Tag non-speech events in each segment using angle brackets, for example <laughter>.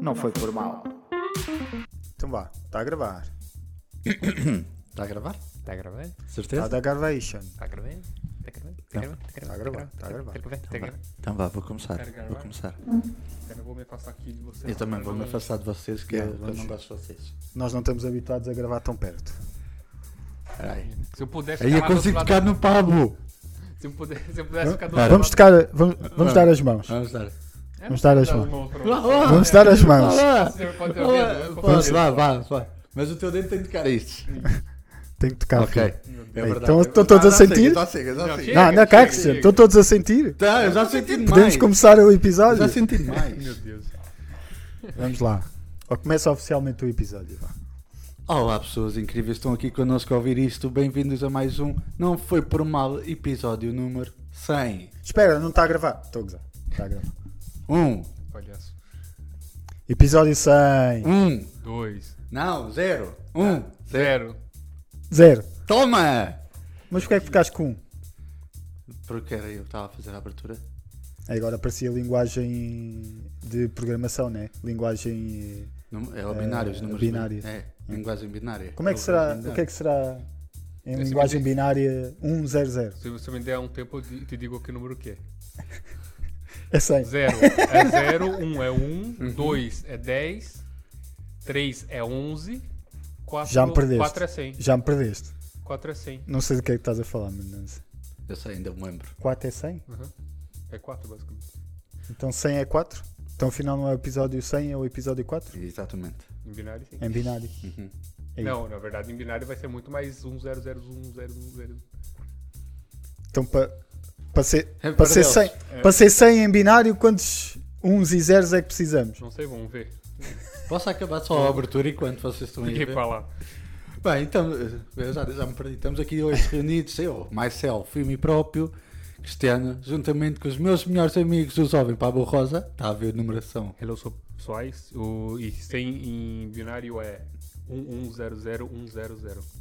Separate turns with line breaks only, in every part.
Não foi por mal.
Então vá, está a gravar.
Está a gravar?
Está a gravar?
Está
Certeza?
da Tá gravation.
Está a gravar? Está a gravar? Está a gravar?
Está
Tá
a gravar, está a gravar.
Está a gravar?
Então vá, vou começar.
Quero gravar.
Vou começar.
Cara, eu vou me afastar aqui de você.
Eu também vou me afastar de vocês, que
Yeah,
eu
pois.
não gosto de vocês.
Nós não estamos habituados a gravar tão perto.
Aí
Se eu pudesse
Aí
ficar lá
eu
do outro
consigo
lado-
tocar no Pablo!
Se eu pudesse, se eu pudesse ficar do
Cara,
outro
Vamos tocar, vamos, vamos dar as mãos.
Vamos dar.
lado- É,
vamos dar as mãos.
pra
Olá!
Vamos dar as mãos.
Olá!
Você pode ter ouvido, eu
Olá!
posso
Vamos
ter
lá, vá, vá. Mas o teu dedo tem de tocar a isto.
Tem que tocar.
Ok.
filho.
É
então estão todos
Ah,
a
já sei,
sentir?
Já sei, já
Não,
sei.
chega.
Não, não, cá é que
chega,
ser.
chega.
Estão todos a sentir?
Tá, eu já senti demais.
Podemos começar o episódio?
Já senti
ouvido.
demais.
Meu Deus.
Vamos lá. Ou começa oficialmente o episódio. vá.
Olá pessoas incríveis, estão aqui connosco a ouvir isto. Bem-vindos a mais um Não Foi Por Mal, episódio número 100.
Espera, não está a gravar. Estou a gozar. Está a gravar.
Um,
Palhaço.
Episódio 100.
um,
Dois.
não, zero, um,
Zero.
Zero.
toma!
Mas porquê é que ficaste com um?
Porque era eu que estava a fazer a abertura.
Aí Agora parecia linguagem de programação, né? Linguagem. eh,
Num- É o binário, os
É,
números.
binário.
bi- É, linguagem binária.
Como é que será? O que é que será em
É
Esse
assim,
linguagem
me diz.
binária 100?
Se você me der um tempo, eu di- te digo que número que é.
É 100.
Zero. É zero. Um é um.
Uhum.
Dois é dez. Três é onze. Quatro,
Já me perdeste.
Quatro é cem.
Já me perdeste.
Quatro é cem.
Não sei do que é que estás a falar, mas não sei.
Eu sei, ainda me lembro.
4 é 100?
Uhum. É quatro, basicamente.
Então 100 é 4? Então afinal não é o episódio 100, é o episódio 4?
Exatamente.
Em binário, sim.
Em binário.
Uhum.
É isso.
Não, na verdade, em binário vai ser muito mais um, zero, zero, um, zero, um, zero.
Então para pa ser,
É
pa
para
ser,
Deus.
100 pa ser 100 em binário, quantos uns e zeros é que precisamos?
Não sei, vamos ver.
Posso acabar só a abertura enquanto vocês estão aí a
Ninguém
ver?
fala.
Bem, então, eu já, já me perdi. Estamos
<laughs>
aqui hoje reunidos, eu, myself, e me próprio, Cristiano, juntamente com os meus melhores amigos, o jovem Pablo Rosa. Está a ver a numeração.
Hello, sou pessoais. O, e 100 em binário é 1100100.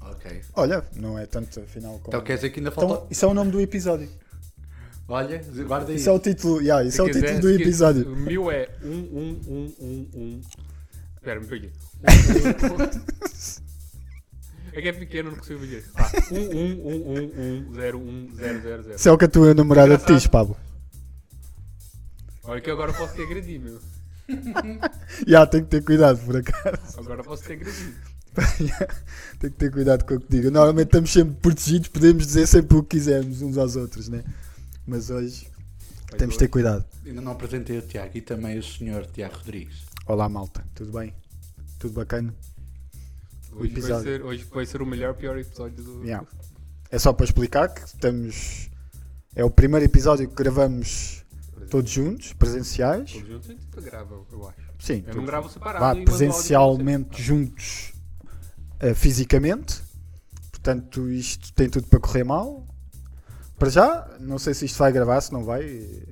Ok.
Olha, não é tanto afinal como.
Então quer dizer que ainda falta.
Então, isso é o nome do episódio.
Olha, guarda aí.
Isso é o título, yeah, isso é o título do episódio.
O mil é 11111. Pera, me perdi. É que é pequeno, não consigo ver. Ah, 11111011000.
Isso é o que a tua namorada te diz, Pablo.
Olha que agora eu posso te agredir, meu.
Já, tem que ter cuidado, por acaso.
Agora eu posso te agredir.
tem que ter cuidado com o que digo. Normalmente estamos sempre protegidos, podemos dizer sempre o que quisermos uns aos outros, né? Mas hoje
Mas
temos de ter
hoje-
cuidado.
Ainda não apresentei o Tiago e também o senhor Tiago Rodrigues.
Olá, malta, tudo bem? Tudo bacana? o
hoje vai,
episódio.
ser, hoje vai ser o melhor pior episódio do.
Yeah. É só para explicar que estamos. É o primeiro episódio que gravamos todos juntos, presenciais.
Todos É um juntos a gente grava, eu acho.
Sim,
Eu não
tudo-
gravo separado.
vá
e mando áudio pra
presencialmente juntos eh, fisicamente. Portanto, isto tem tudo para correr mal. Para já, não sei se isto vai gravar, se não vai. eh,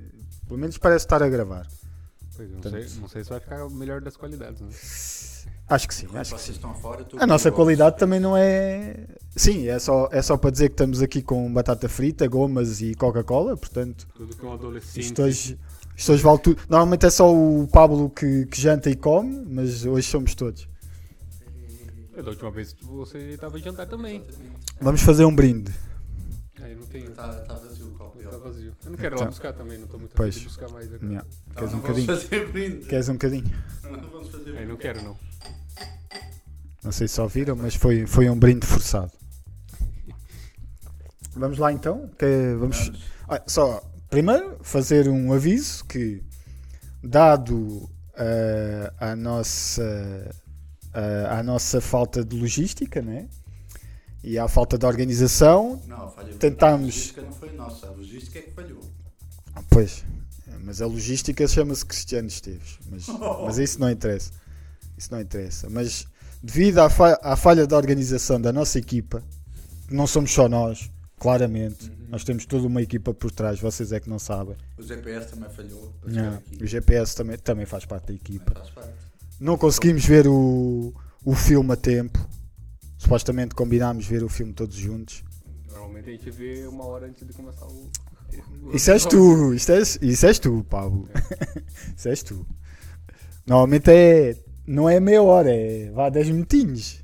Pelo menos parece estar a gravar.
vocês. Pois é, não, sei, não sei se vai ficar o melhor das qualidades, né?
Acho que sim, acho que
Vocês
sim.
estão fora, tu
A nossa qualidade também não é. Sim, é só, é só para dizer que estamos aqui com batata frita, gomas e Coca-Cola. Portanto,
Tudo que um adolescente.
isto hoje, isto hoje vale tudo. Normalmente é só o Pablo que, que janta e come, mas hoje somos todos.
É, Da última vez você tava em jantar também.
Vamos fazer um brinde.
Aí não tem. Tá,
Está vazio o copo.
tá vazio. Eu não quero ir lá
Então.
buscar também, não tô muito afim
Pois.
de buscar mais agora.
Yeah.
Então
Queres um
não vamos
bocadinho?
fazer brinde.
Queres um bocadinho?
Não vamos fazer
Aí não quero, não.
Não sei se ouviram, mas foi, foi um brinde forçado. <laughs> Vamos lá então? que vamos... Ah, só, primeiro, fazer um aviso que, dado eh, a, nossa, eh, a nossa falta de logística né? e a falta de organização,
Não, falhou.
Tentámos.
A logística não foi nossa, a logística é que falhou.
Ah, Pois, mas a logística chama-se Cristiano Esteves, mas, mas isso não interessa. Isso não interessa. Mas devido à, fa- à falha da organização da nossa equipa, não somos só nós, claramente, nós temos toda uma equipa por trás, vocês é que não sabem.
O GPS também falhou. para chegar
Não,
aqui.
O GPS também, também faz parte da equipa.
Faz parte.
Não conseguimos ver o, o filme a tempo. Supostamente combinámos ver o filme todos juntos.
Normalmente a gente vê uma hora antes de começar o. o-
Isso és tu, isso és, isso és tu, Pablo. isso és tu. Normalmente é. Não é meia hora, é. Vá 10 minutinhos.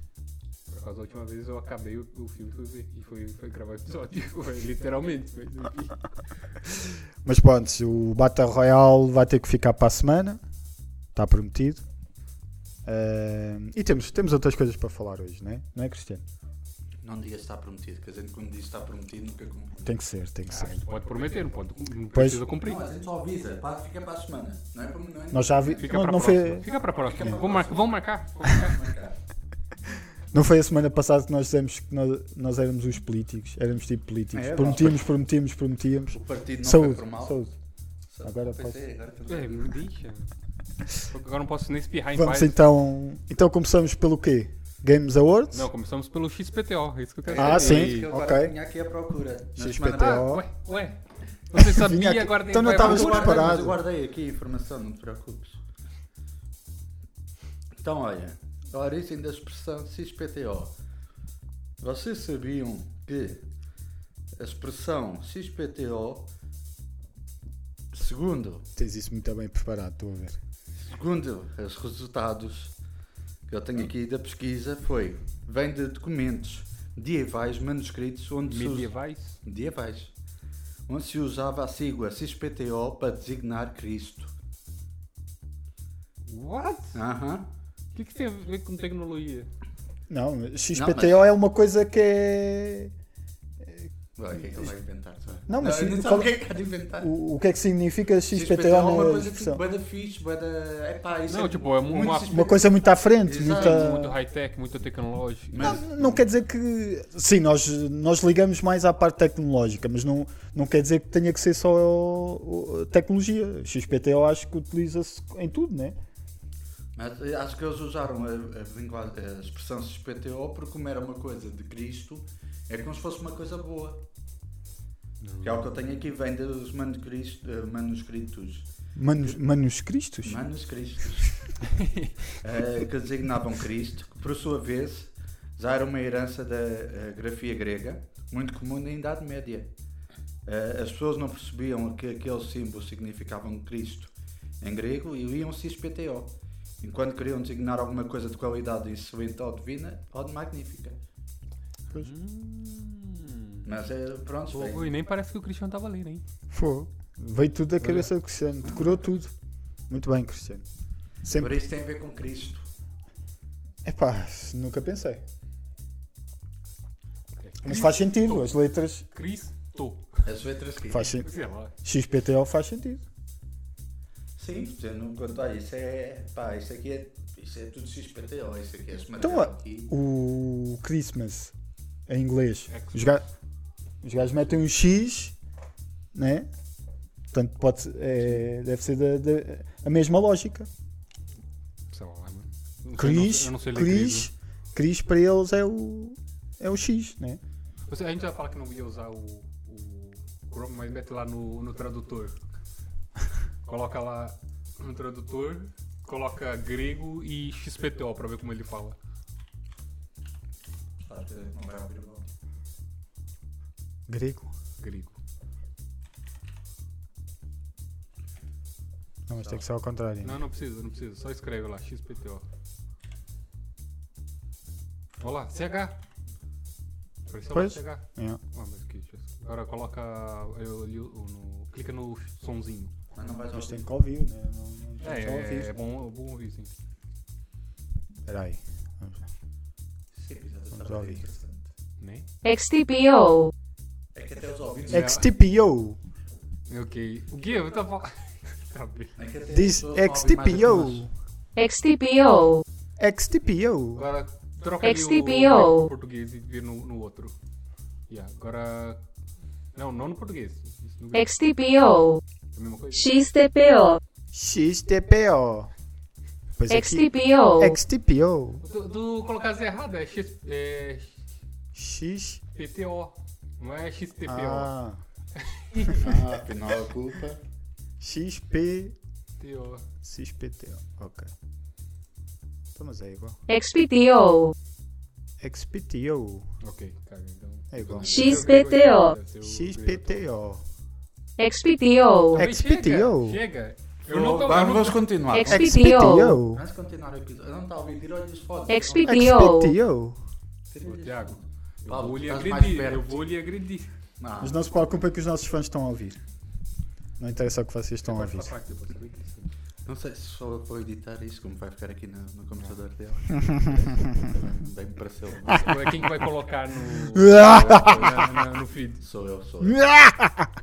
Por causa da última vez eu acabei o, o filme e fui ver- e fui, fui gravar o episódio. <laughs> Foi literalmente. Mas, enfim.
Mas pronto, o Battle Royale vai ter que ficar para a semana. Está prometido. Ahm, e temos, temos outras coisas para falar hoje, não é? Não é, Cristiano?
Não diga se está prometido, que a gente quando diz está prometido nunca cumpre.
Tem que ser, tem que ser.
pode prometer, não, pode, não
Pois.
precisa cumprir.
Não, a gente só avisa, pá, fica para a semana. Não é para não é
Nós já vi...
Fica
não,
pra
não
próxima.
foi,
Fica pra próxima. Vamos, mar- vamos marcar? Vamos marcar.
marcar.
não foi a semana passada que nós dissemos que nós, nós éramos os políticos. Éramos tipo políticos.
É,
prometíamos, prometíamos, prometíamos,
O partido não foi
Saúde,
formal.
saúde.
Saúde.
Agora
Pois
posso-
é, agora temos-
É, me deixa. Agora não posso nem espirrar em
Vamos
paz.
então. Então começamos pelo quê? Games Awards?
Não, começamos pelo XPTO. É isso que eu quero
Ah,
saber.
sim,
isso que eu agora
ok.
Vinha aqui à procura. Na
XPTO.
semana
Ah,
passada.
Ó.
ué, ué.
<laughs>
Você
Vinha
sabia
aqui.
e agora tem
Então não
vai-
tava
vai-
Mas eu
escuro.
vai-
guardei-
preparado.
mas Eu guardei aqui a informação, não te preocupes. Então, olha, a origem da expressão XPTO. Vocês sabiam que a expressão XPTO, segundo
Tens isso muito bem preparado, estou a ver.
Segundo os resultados que eu tenho aqui da pesquisa, foi vem de documentos medievais manuscritos onde se, usa-
Medievais?
medievais, onde se usava a sigla XPTO para designar Cristo.
What?
Aham.
O que, que tem a ver com tecnologia?
Não, XPTO
Não,
é uma coisa que é.
Ué, o que é que ele vai inventar?
Não, mas
eu
sim,
não
fala-
sabe o que é que há de inventar.
O, o que é que significa XPTO,
é uma
na
coisa
expressão?
tipo, bué da fixe, bué da- é pá, isso
Não,
é
tipo, é
muito
uma-
XPTO.
Uma coisa muito à frente,
Exato.
Muito
muita.
high-tech, muito tecnológico.
Ah.
né?
Não, não quer dizer que. Sim, nós, nós ligamos mais à parte tecnológica, mas não, não quer dizer que tenha que ser só o- o- tecnologia. XPTO acho que utiliza-se em tudo, né?
Mas eh, acho que eles usaram a, a lingua- a expressão XPTO porque como era uma coisa de Cristo, é como se fosse uma coisa boa. Que é o que eu tenho aqui, vem dos manuscritos. eh, manuscritos.
Manus, manuscritos?
manuscritos eh, que designavam Cristo, que por sua vez já era uma herança da eh, grafia grega, muito comum na Idade Média. Eh, as pessoas não percebiam que aquele símbolo significava um Cristo em grego e liam XPTO, enquanto queriam designar alguma coisa de qualidade excelente ou divina ou de magnífica.
Hum.
Mas eh, pronto,
Pô,
bem,
e nem parece que o Cristiano tava ali, hein?
Foi. Veio tudo da cabeça do Cristiano, decorou tudo. Muito bem, Cristiano.
por
Sempre.
isso tem a ver com Cristo.
Epá, nunca pensei. Mas faz sentido, as letras.
Cristo.
As letras que
Faz sentido.
Sei lá.
XPTO faz sentido.
Sim, tendo em conta, olha, isso é, pá, isso aqui é, isso é tudo XPTO, isso aqui é esse
Então,
material aqui.
O Christmas em inglês. Os, ga... os gajos metem um X, né? Portanto, pode, ser- é, deve ser da, da- a mesma lógica.
Sei lá, mano. Eu não sei-
Cris,
eu não sei ler
Cris, Cris para eles é o, é o X, né?
Você- a gente já fala que não ia usar o, o Chrome, mas mete lá no, no tradutor. Coloca lá no tradutor, coloca grego e XPTO pra ver como ele fala.
Acho que não vai abrir mão.
Grego.
Grego.
Não, mas tem que ser ao contrário. né?
Não, não precisa, não precisa. Só escreve lá, XPTO. Olha lá, CH. Apareceu lá,
Pois.
CH.
É.
Ah, mas que isso. Agora coloca. Eu, li o- no- clica no sonzinho.
Mas não vais
Nós
ouvir.
temos que ouvir, né? Não, não temos
É,
só ouvir.
é, é bom, é bom ouvir, sim.
Espera aí.
Sim, exato,
Vamos
tá
ouvir.
interessante.
Né?
XTPO.
É que até os ouvidos. É,
XTPO.
Ok. O Gui, eu tava. <laughs> tá bem.
que até as
Diz
pessoas não ouvem mais
XTPO.
XTPO.
XTPO.
Agora troca ali
XTPO.
o o português e vira no, no outro. Yeah, agora. Não, não no português. Isso no grego.
XTPO.
É a mesma coisa?
XTPO.
XTPO. Pois é aqui.
XTPO.
XTPO.
Tu, tu colocaste errado, é, X, é
X.
PTO. Não é XTPO.
Ah.
pessoas. Ah, afinal a culpa.
XP.
TO.
XPTO. Ok. Então, mas é igual.
XPTO.
XPTO.
Ok, cara, então.
É igual.
XPTO.
Deve ser o grego.
XPTO.
XPTO.
Também
XPTO.
Chega, chega. Eu não tô- eu
vamos
não-
vamos continuar.
Ex-
XPTO.
Vamos continuar o episódio. Não está a ouvir, tira-lhe as fotos.
XP.
XPTO.
Ô, Tiago, eu
Paulo,
vou lhe
estás mais
agredir,
perto.
eu vou lhe agredir.
Não.
Mas não se preocupem é que os nossos fãs estão a ouvir. Não interessa o que vocês estão a ouvir.
Essa parte depois, tá bem triste.
Não sei se só eu vou editar isso, como vai ficar aqui no, no computador dela. Bem me pareceu. mas
Ou é quem que vai colocar no, na- na- no feed?
Sou eu, sou eu.
Ah!
<laughs>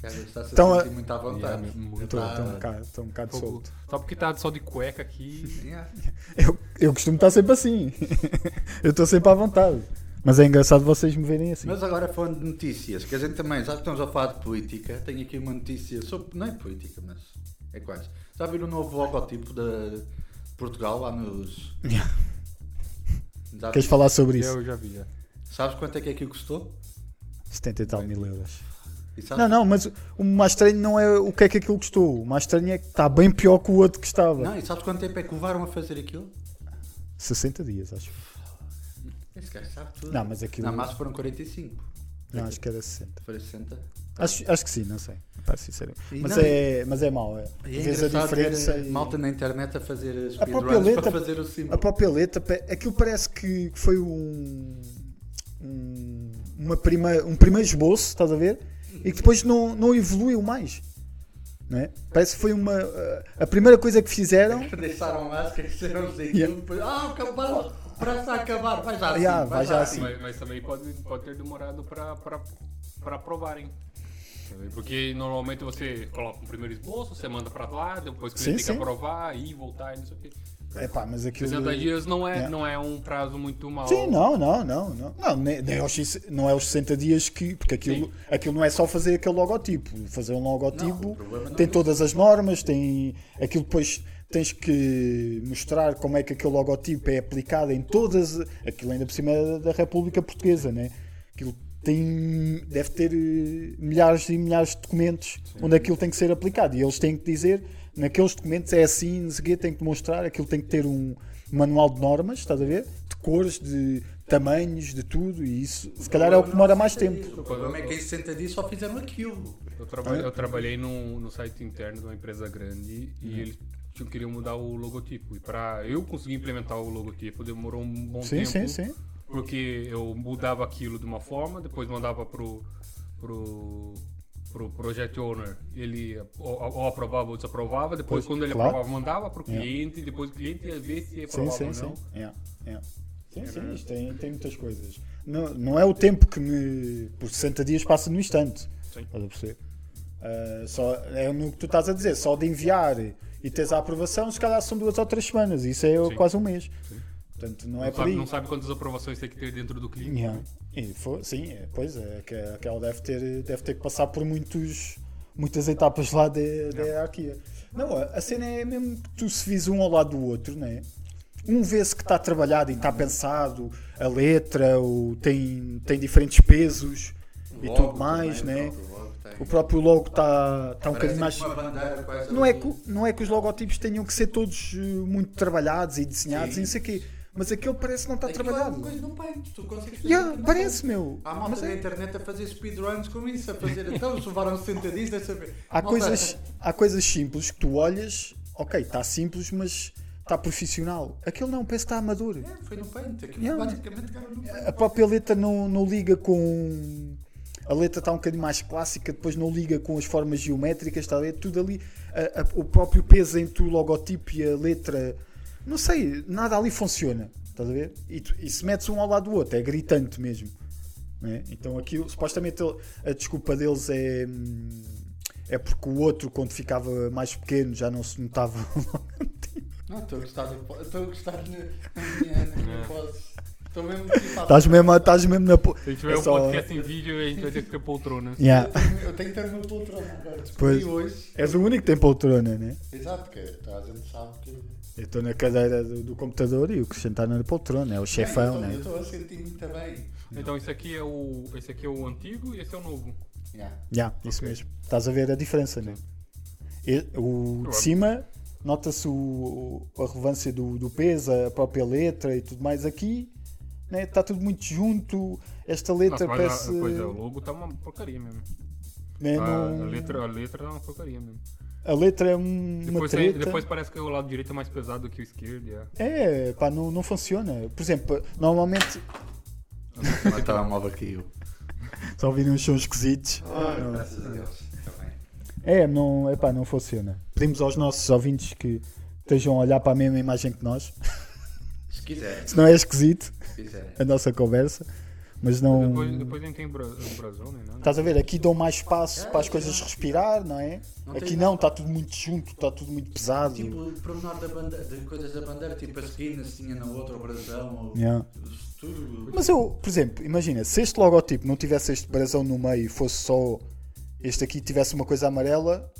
Quero estar se
Então,
sentir muito à vontade.
Yeah, muito.
Estou estou um bocado, estou um bocado
Fogo.
solto.
Só porque tá só de cueca aqui.
Yeah.
Eu, eu costumo estar sempre assim. <laughs> eu estou sempre à vontade. Mas é engraçado vocês me verem assim.
Mas agora falando de notícias, que a gente também, já que estamos a falar de política, tenho aqui uma notícia sobre. Não é política, mas é quase. Já viram o novo logotipo de Portugal lá nos.
Yeah.
Já
Queres
vi-
falar sobre isso?
Eu já vi, já.
Sabes quanto é que aquilo custou?
70 e tal mil euros.
E sabes-
Não, não, mas o mais estranho não é o que é que aquilo custou. O mais estranho é que está bem pior que o outro que estava.
Não, e sabes quanto tempo é que levaram a fazer aquilo?
60 dias, acho.
Esse gajo sabe tudo.
Não, mas aquilo.
Na massa foram 45.
Não, acho que era 60.
Foi 60.
Acho, acho que sim, não sei. Pá, sincero.
E
Mas
não,
é, mas é mau. É.
E é
Vês a
engraçado ver eh,
diferença. e-
malta na internet a fazer
A própria
speedruns
letra-
para fazer o
A
símbolo.
própria letra, pa- aquilo parece que foi um. um- uma prima, um primeiro esboço, estás a ver? E que depois não, não evoluiu mais. Não é? Parece que foi uma. uh, A primeira coisa que fizeram.
Deixaram
<laughs>
lá, esqueceram de
Yeah.
aquilo. depois, Ah, acabaram. Parece a acabar. Vai já assim.
Yeah, vai já assim.
Mas, mas também pode, pode ter demorado pra, pra, pra aprovarem. Sabe? Porque normalmente você coloca um primeiro esboço, você manda pra lá, depois que
Sim,
ele tem que
sim.
aprovar, ir, voltar e não sei o quê.
Epá, mas aquilo.
60 dias não é,
Yeah.
não é um prazo muito mal.
Sim, não, não, não. Não, não, nem- nem aos 60 não é os 60 dias que. Porque aquilo, aquilo não é só fazer aquele logotipo. Fazer um
Não, o
logotipo
problema não
tem
é
todas as normas, tem. Aquilo depois tens que mostrar como é que aquele logotipo é aplicado em todas. Aquilo ainda por cima é da República Portuguesa, né? Aquilo tem. Deve ter eh, milhares e milhares de documentos onde aquilo tem que ser aplicado. E eles têm que dizer. Naqueles documentos é assim, não sei o quê, tem que mostrar, aquilo tem que ter um manual de normas, estás a ver? De cores, de tamanhos, de tudo, e isso se calhar é o que demora mais tempo.
O problema é que em 60 dias só fizeram aquilo.
Eu, traba-
É.
eu trabalhei num- no site interno de uma empresa grande
Uhum.
e eles tinham, queriam mudar o logotipo. E pra eu conseguir implementar o logotipo demorou um bom
Sim, sim,
tempo.
sim.
Porque eu mudava aquilo de uma forma, depois mandava pro, pro, pro project owner. Ele ou, ou aprovava ou desaprovava, depois
Pois,
quando ele
claro.
aprovava, mandava pro
Yeah.
cliente, depois o cliente ia ver se
Sim,
aprovava
sim,
ou
sim.
não.
É, é. Sim, sim, isto tem, tem muitas coisas. Não, não é o tempo que me. Por 60 dias passa no instante.
Sim.
Estás a perceber? Ah, só, é no que tu estás a dizer, só de enviar e teres a aprovação, se calhar são duas ou três semanas. Isso é
Sim.
quase um mês.
Sim.
Portanto, não,
Não,
é por
sabe,
aí.
não sabe quantas aprovações tem que ter dentro do cliente.
Yeah. E foi, sim, é, pois é, que, que ela deve ter, deve ter que passar por muitos, muitas etapas lá da da hierarquia. Não, a, a cena é mesmo que tu se vis um ao lado do outro, né? Um vê-se que está trabalhado e está
Uhum.
pensado, a letra, o, tem, tem diferentes pesos e
Logo
tudo mais,
também,
né?
logo, tem.
O próprio logo está tá um
Parece
bocadinho mais.
uma bandeira quase
Não é,
assim.
que, não é que os logotipos tenham que ser todos eh, muito trabalhados e desenhados
Sim.
e não sei o quê, mas aquele parece que não está
Aquilo é uma
tá trabalhado.
coisa num peito, tu consegues fazer
Yeah,
aquilo num
parece, meu.
Há Ah, malta então,
Mas
na
é-
internet a fazer speedruns com isso, a fazer então, se levaram 60 dias, deixa ver.
há,
Malta, então.
coisas, há coisas simples que tu olhas, ok, está simples, mas está profissional. Aquilo não, parece que está amador.
é, Foi no peito, aquilo
Yeah.
basicamente caiu no peito.
A própria letra não, não liga com. A letra está um bocadinho mais clássica, depois não liga com as formas geométricas, está a ver? Tudo ali. a- a- o próprio peso entre o logotipo e a letra. Não sei, nada ali funciona. Estás a ver? E, tu- e se metes um ao lado do outro, é gritante mesmo. né? Então aquilo, supostamente ele- a desculpa deles é. hum, É porque o outro, quando ficava mais pequeno, já não se notava. <laughs>
Não, estou a gostar do po- Estou a gostar de- da minha, da minha pose. Estou mesmo tipo, a-
Estás mesmo, estás mesmo na. po-
Se a gente tiver
É
um
só-
podcast em vídeo, a gente vai ter que ter poltrona.
Yeah.
Eu tenho que ter o meu poltrona agora.
Pois.
Descobri hoje.
És o único que tem poltrona, né?
Exato, que a gente sabe que.
Eu estou na cadeira do, do computador e o Cristiano está na poltrona, é o chefão,
Bem, eu
né?
estou- Eu estou a sentir muito bem.
Então esse aqui é o. Esse aqui é o antigo e esse é o novo.
Yeah.
Já, isso
Ok.
mesmo. Estás a ver a diferença, né? E- o de cima, nota-se o- o- a relevância do, do peso, a própria letra e tudo mais aqui, né? Está tudo muito junto. Esta letra
Nossa, mas
parece.
a, pois é, o logo tá uma porcaria mesmo.
né,
a,
não-
a letra, a letra tá uma porcaria mesmo.
A letra é um- uma
Depois,
treta.
depois parece que o lado direito é mais pesado que o esquerdo. É.
É, pá, não, não funciona. Por exemplo, normalmente <laughs>
Mas estava mal aqui eu.
só ouvirem uns sons esquisitos.
Oh, graças a Deus. Tá bem.
É, não, epá, não funciona. Pedimos aos nossos ouvintes que estejam a olhar para a mesma imagem que nós. <laughs>
Se quiser,
Senão é esquisito
se quiser.
a nossa conversa. Mas não.
Depois, depois a gente tem o bra- o brasão, né? Não,
Estás a ver? Aqui dão mais espaço para as coisas respirar, não é? Aqui não, está tudo muito junto, está tudo muito pesado.
Tipo, o pormenor da bandeira, de coisas da bandeira, tipo a seguir, se tinha na outra, o brasão, o-
Yeah.
tudo.
Mas eu, por exemplo, imagina, se este logotipo não tivesse este brasão no meio e fosse só este aqui tivesse uma coisa amarela,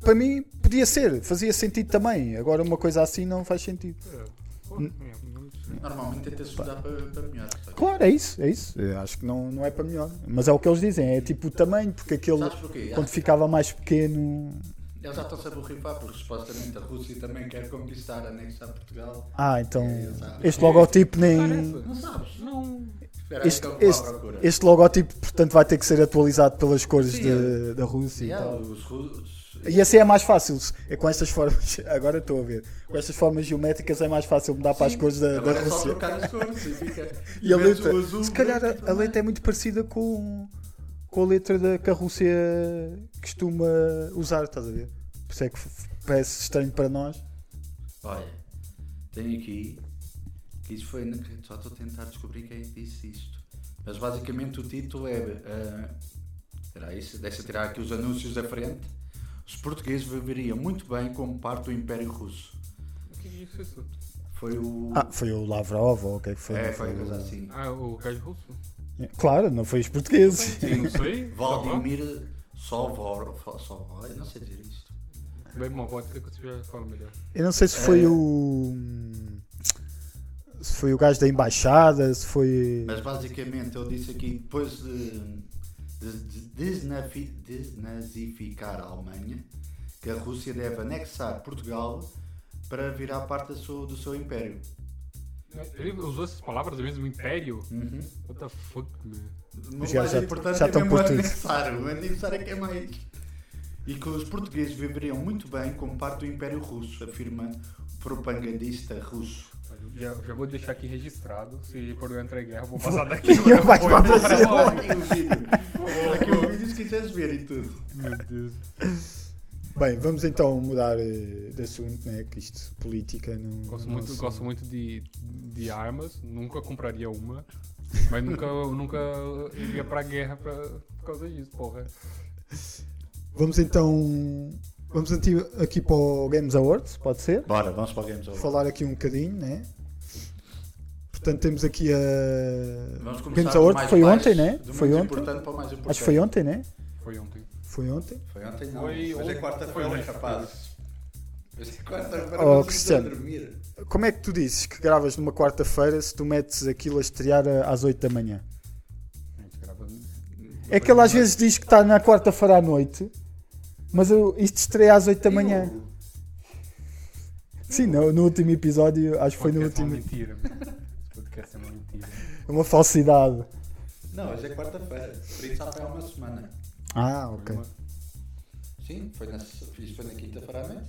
para mim podia ser, fazia sentido também. Agora uma coisa assim não faz sentido.
É. Pô, é, não sei.
Normalmente tenta-se estudar para, para melhor. sabe?
Claro, é isso, é isso. Eu acho que não, não é para melhor. Mas é o que eles dizem, é tipo o tamanho, porque aquele
Sabes porquê?
quando ficava mais pequeno.
Eles já estão-se a borrifar porque supostamente a Rússia também quer conquistar, anexar Portugal.
Ah, então
sabe.
este logotipo nem.
Parece.
Não sabes?
Não.
Espera aí
Este,
que eu vou à
este,
procura.
este logotipo, portanto, vai ter que ser atualizado pelas cores
Sim, é.
de- da Rússia e
Yeah,
tal.
os russos.
E assim é mais fácil, é com estas formas, <laughs> agora estou a ver, com estas formas geométricas é mais fácil mudar para as cores da, da
Agora é só
Rússia.
trocar as cores e fica.
E a
metes
letra,
o azul,
se calhar
branco
a, a
também.
letra é muito parecida com, com a letra da, que a Rússia costuma usar, estás a ver? Por isso é que f- f- parece estranho para nós.
Olha, tenho aqui. que Isso foi. na- Só estou a tentar descobrir quem é que disse isto. Mas basicamente o título é. ah, Espera aí, se- deixa eu tirar aqui os anúncios da frente. Os portugueses viveriam muito bem como parte do Império Russo.
O que disse isso?
Foi o.
Ah, foi o Lavrov ou o que é que foi?
é,
Não
foi uma
o-
coisa assim.
Ah, o gajo russo?
Claro, não foi os portugueses.
Sim, não
<laughs>
sei. Tá
Valdimir Sovor. Sovor. Eu não sei dizer isto.
Bebe uma vodka que você já fala melhor.
Eu não sei se foi
É.
o. Se foi o gajo da embaixada, se foi.
Mas basicamente eu disse aqui, depois de, de- de desnafi- desnazificar a Alemanha, que a Rússia deve anexar Portugal para virar parte do seu, do seu império.
Ele usou essas palavras mesmo, império? What the fuck, man?
Mas
Uhum. Já-
o mais
já-
importante
já
é
estão
mesmo
por tudo.
anexar, o anexar é que é mais. E que os portugueses viveriam muito bem como parte do Império Russo, afirma o propagandista russo.
Olha, Já, já vou deixar aqui registrado. Se quando eu entrar em guerra, eu vou passar daqui.
<laughs> Eu <laughs> vai
Vou
pra
entrar
você.
em guerra.
Olha aqui o vídeo. Olha aqui o vídeo se quiseres ver e tudo.
Meu Deus.
Bem, vamos então mudar eh, de assunto, né? Que isto, política, não.
Gosto
não
muito,
se-
gosto muito de, de armas. Nunca compraria uma. Mas
<laughs>
nunca, nunca iria pra guerra pra, por causa disso, porra.
Vamos então. Vamos anti- aqui para o Games Awards, pode ser?
Bora, vamos para o Games Over.
Falar aqui um bocadinho, né? Portanto, temos aqui a.
Vamos começar
Games
do
Awards
mais
foi
baixo,
ontem, né?
do
Foi
menos
ontem.
importante para o mais importante.
Acho que foi ontem, né?
Foi ontem.
Foi ontem.
Foi ontem, não.
Foi
Hoje é
ontem. Foi
quarta-feira,
ontem.
rapaz. Hoje é quarta-feira,
Oh,
vocês estão a
Cristiano.
dormir.
Como é que tu dizes que gravas numa quarta-feira se tu metes aquilo a estrear a- às 8 da manhã? É que ele às vezes diz que está na quarta-feira à noite, mas eu- isto estreia às 8 da manhã. Sim, no, no último episódio, acho que foi no
Podcast É uma
último.
mentira. mano. Esse podcast é uma mentira.
Uma falsidade.
Não, hoje é quarta-feira. Por isso há uma semana.
Ah, ok.
Sim, foi na, isso foi na quinta-feira à noite.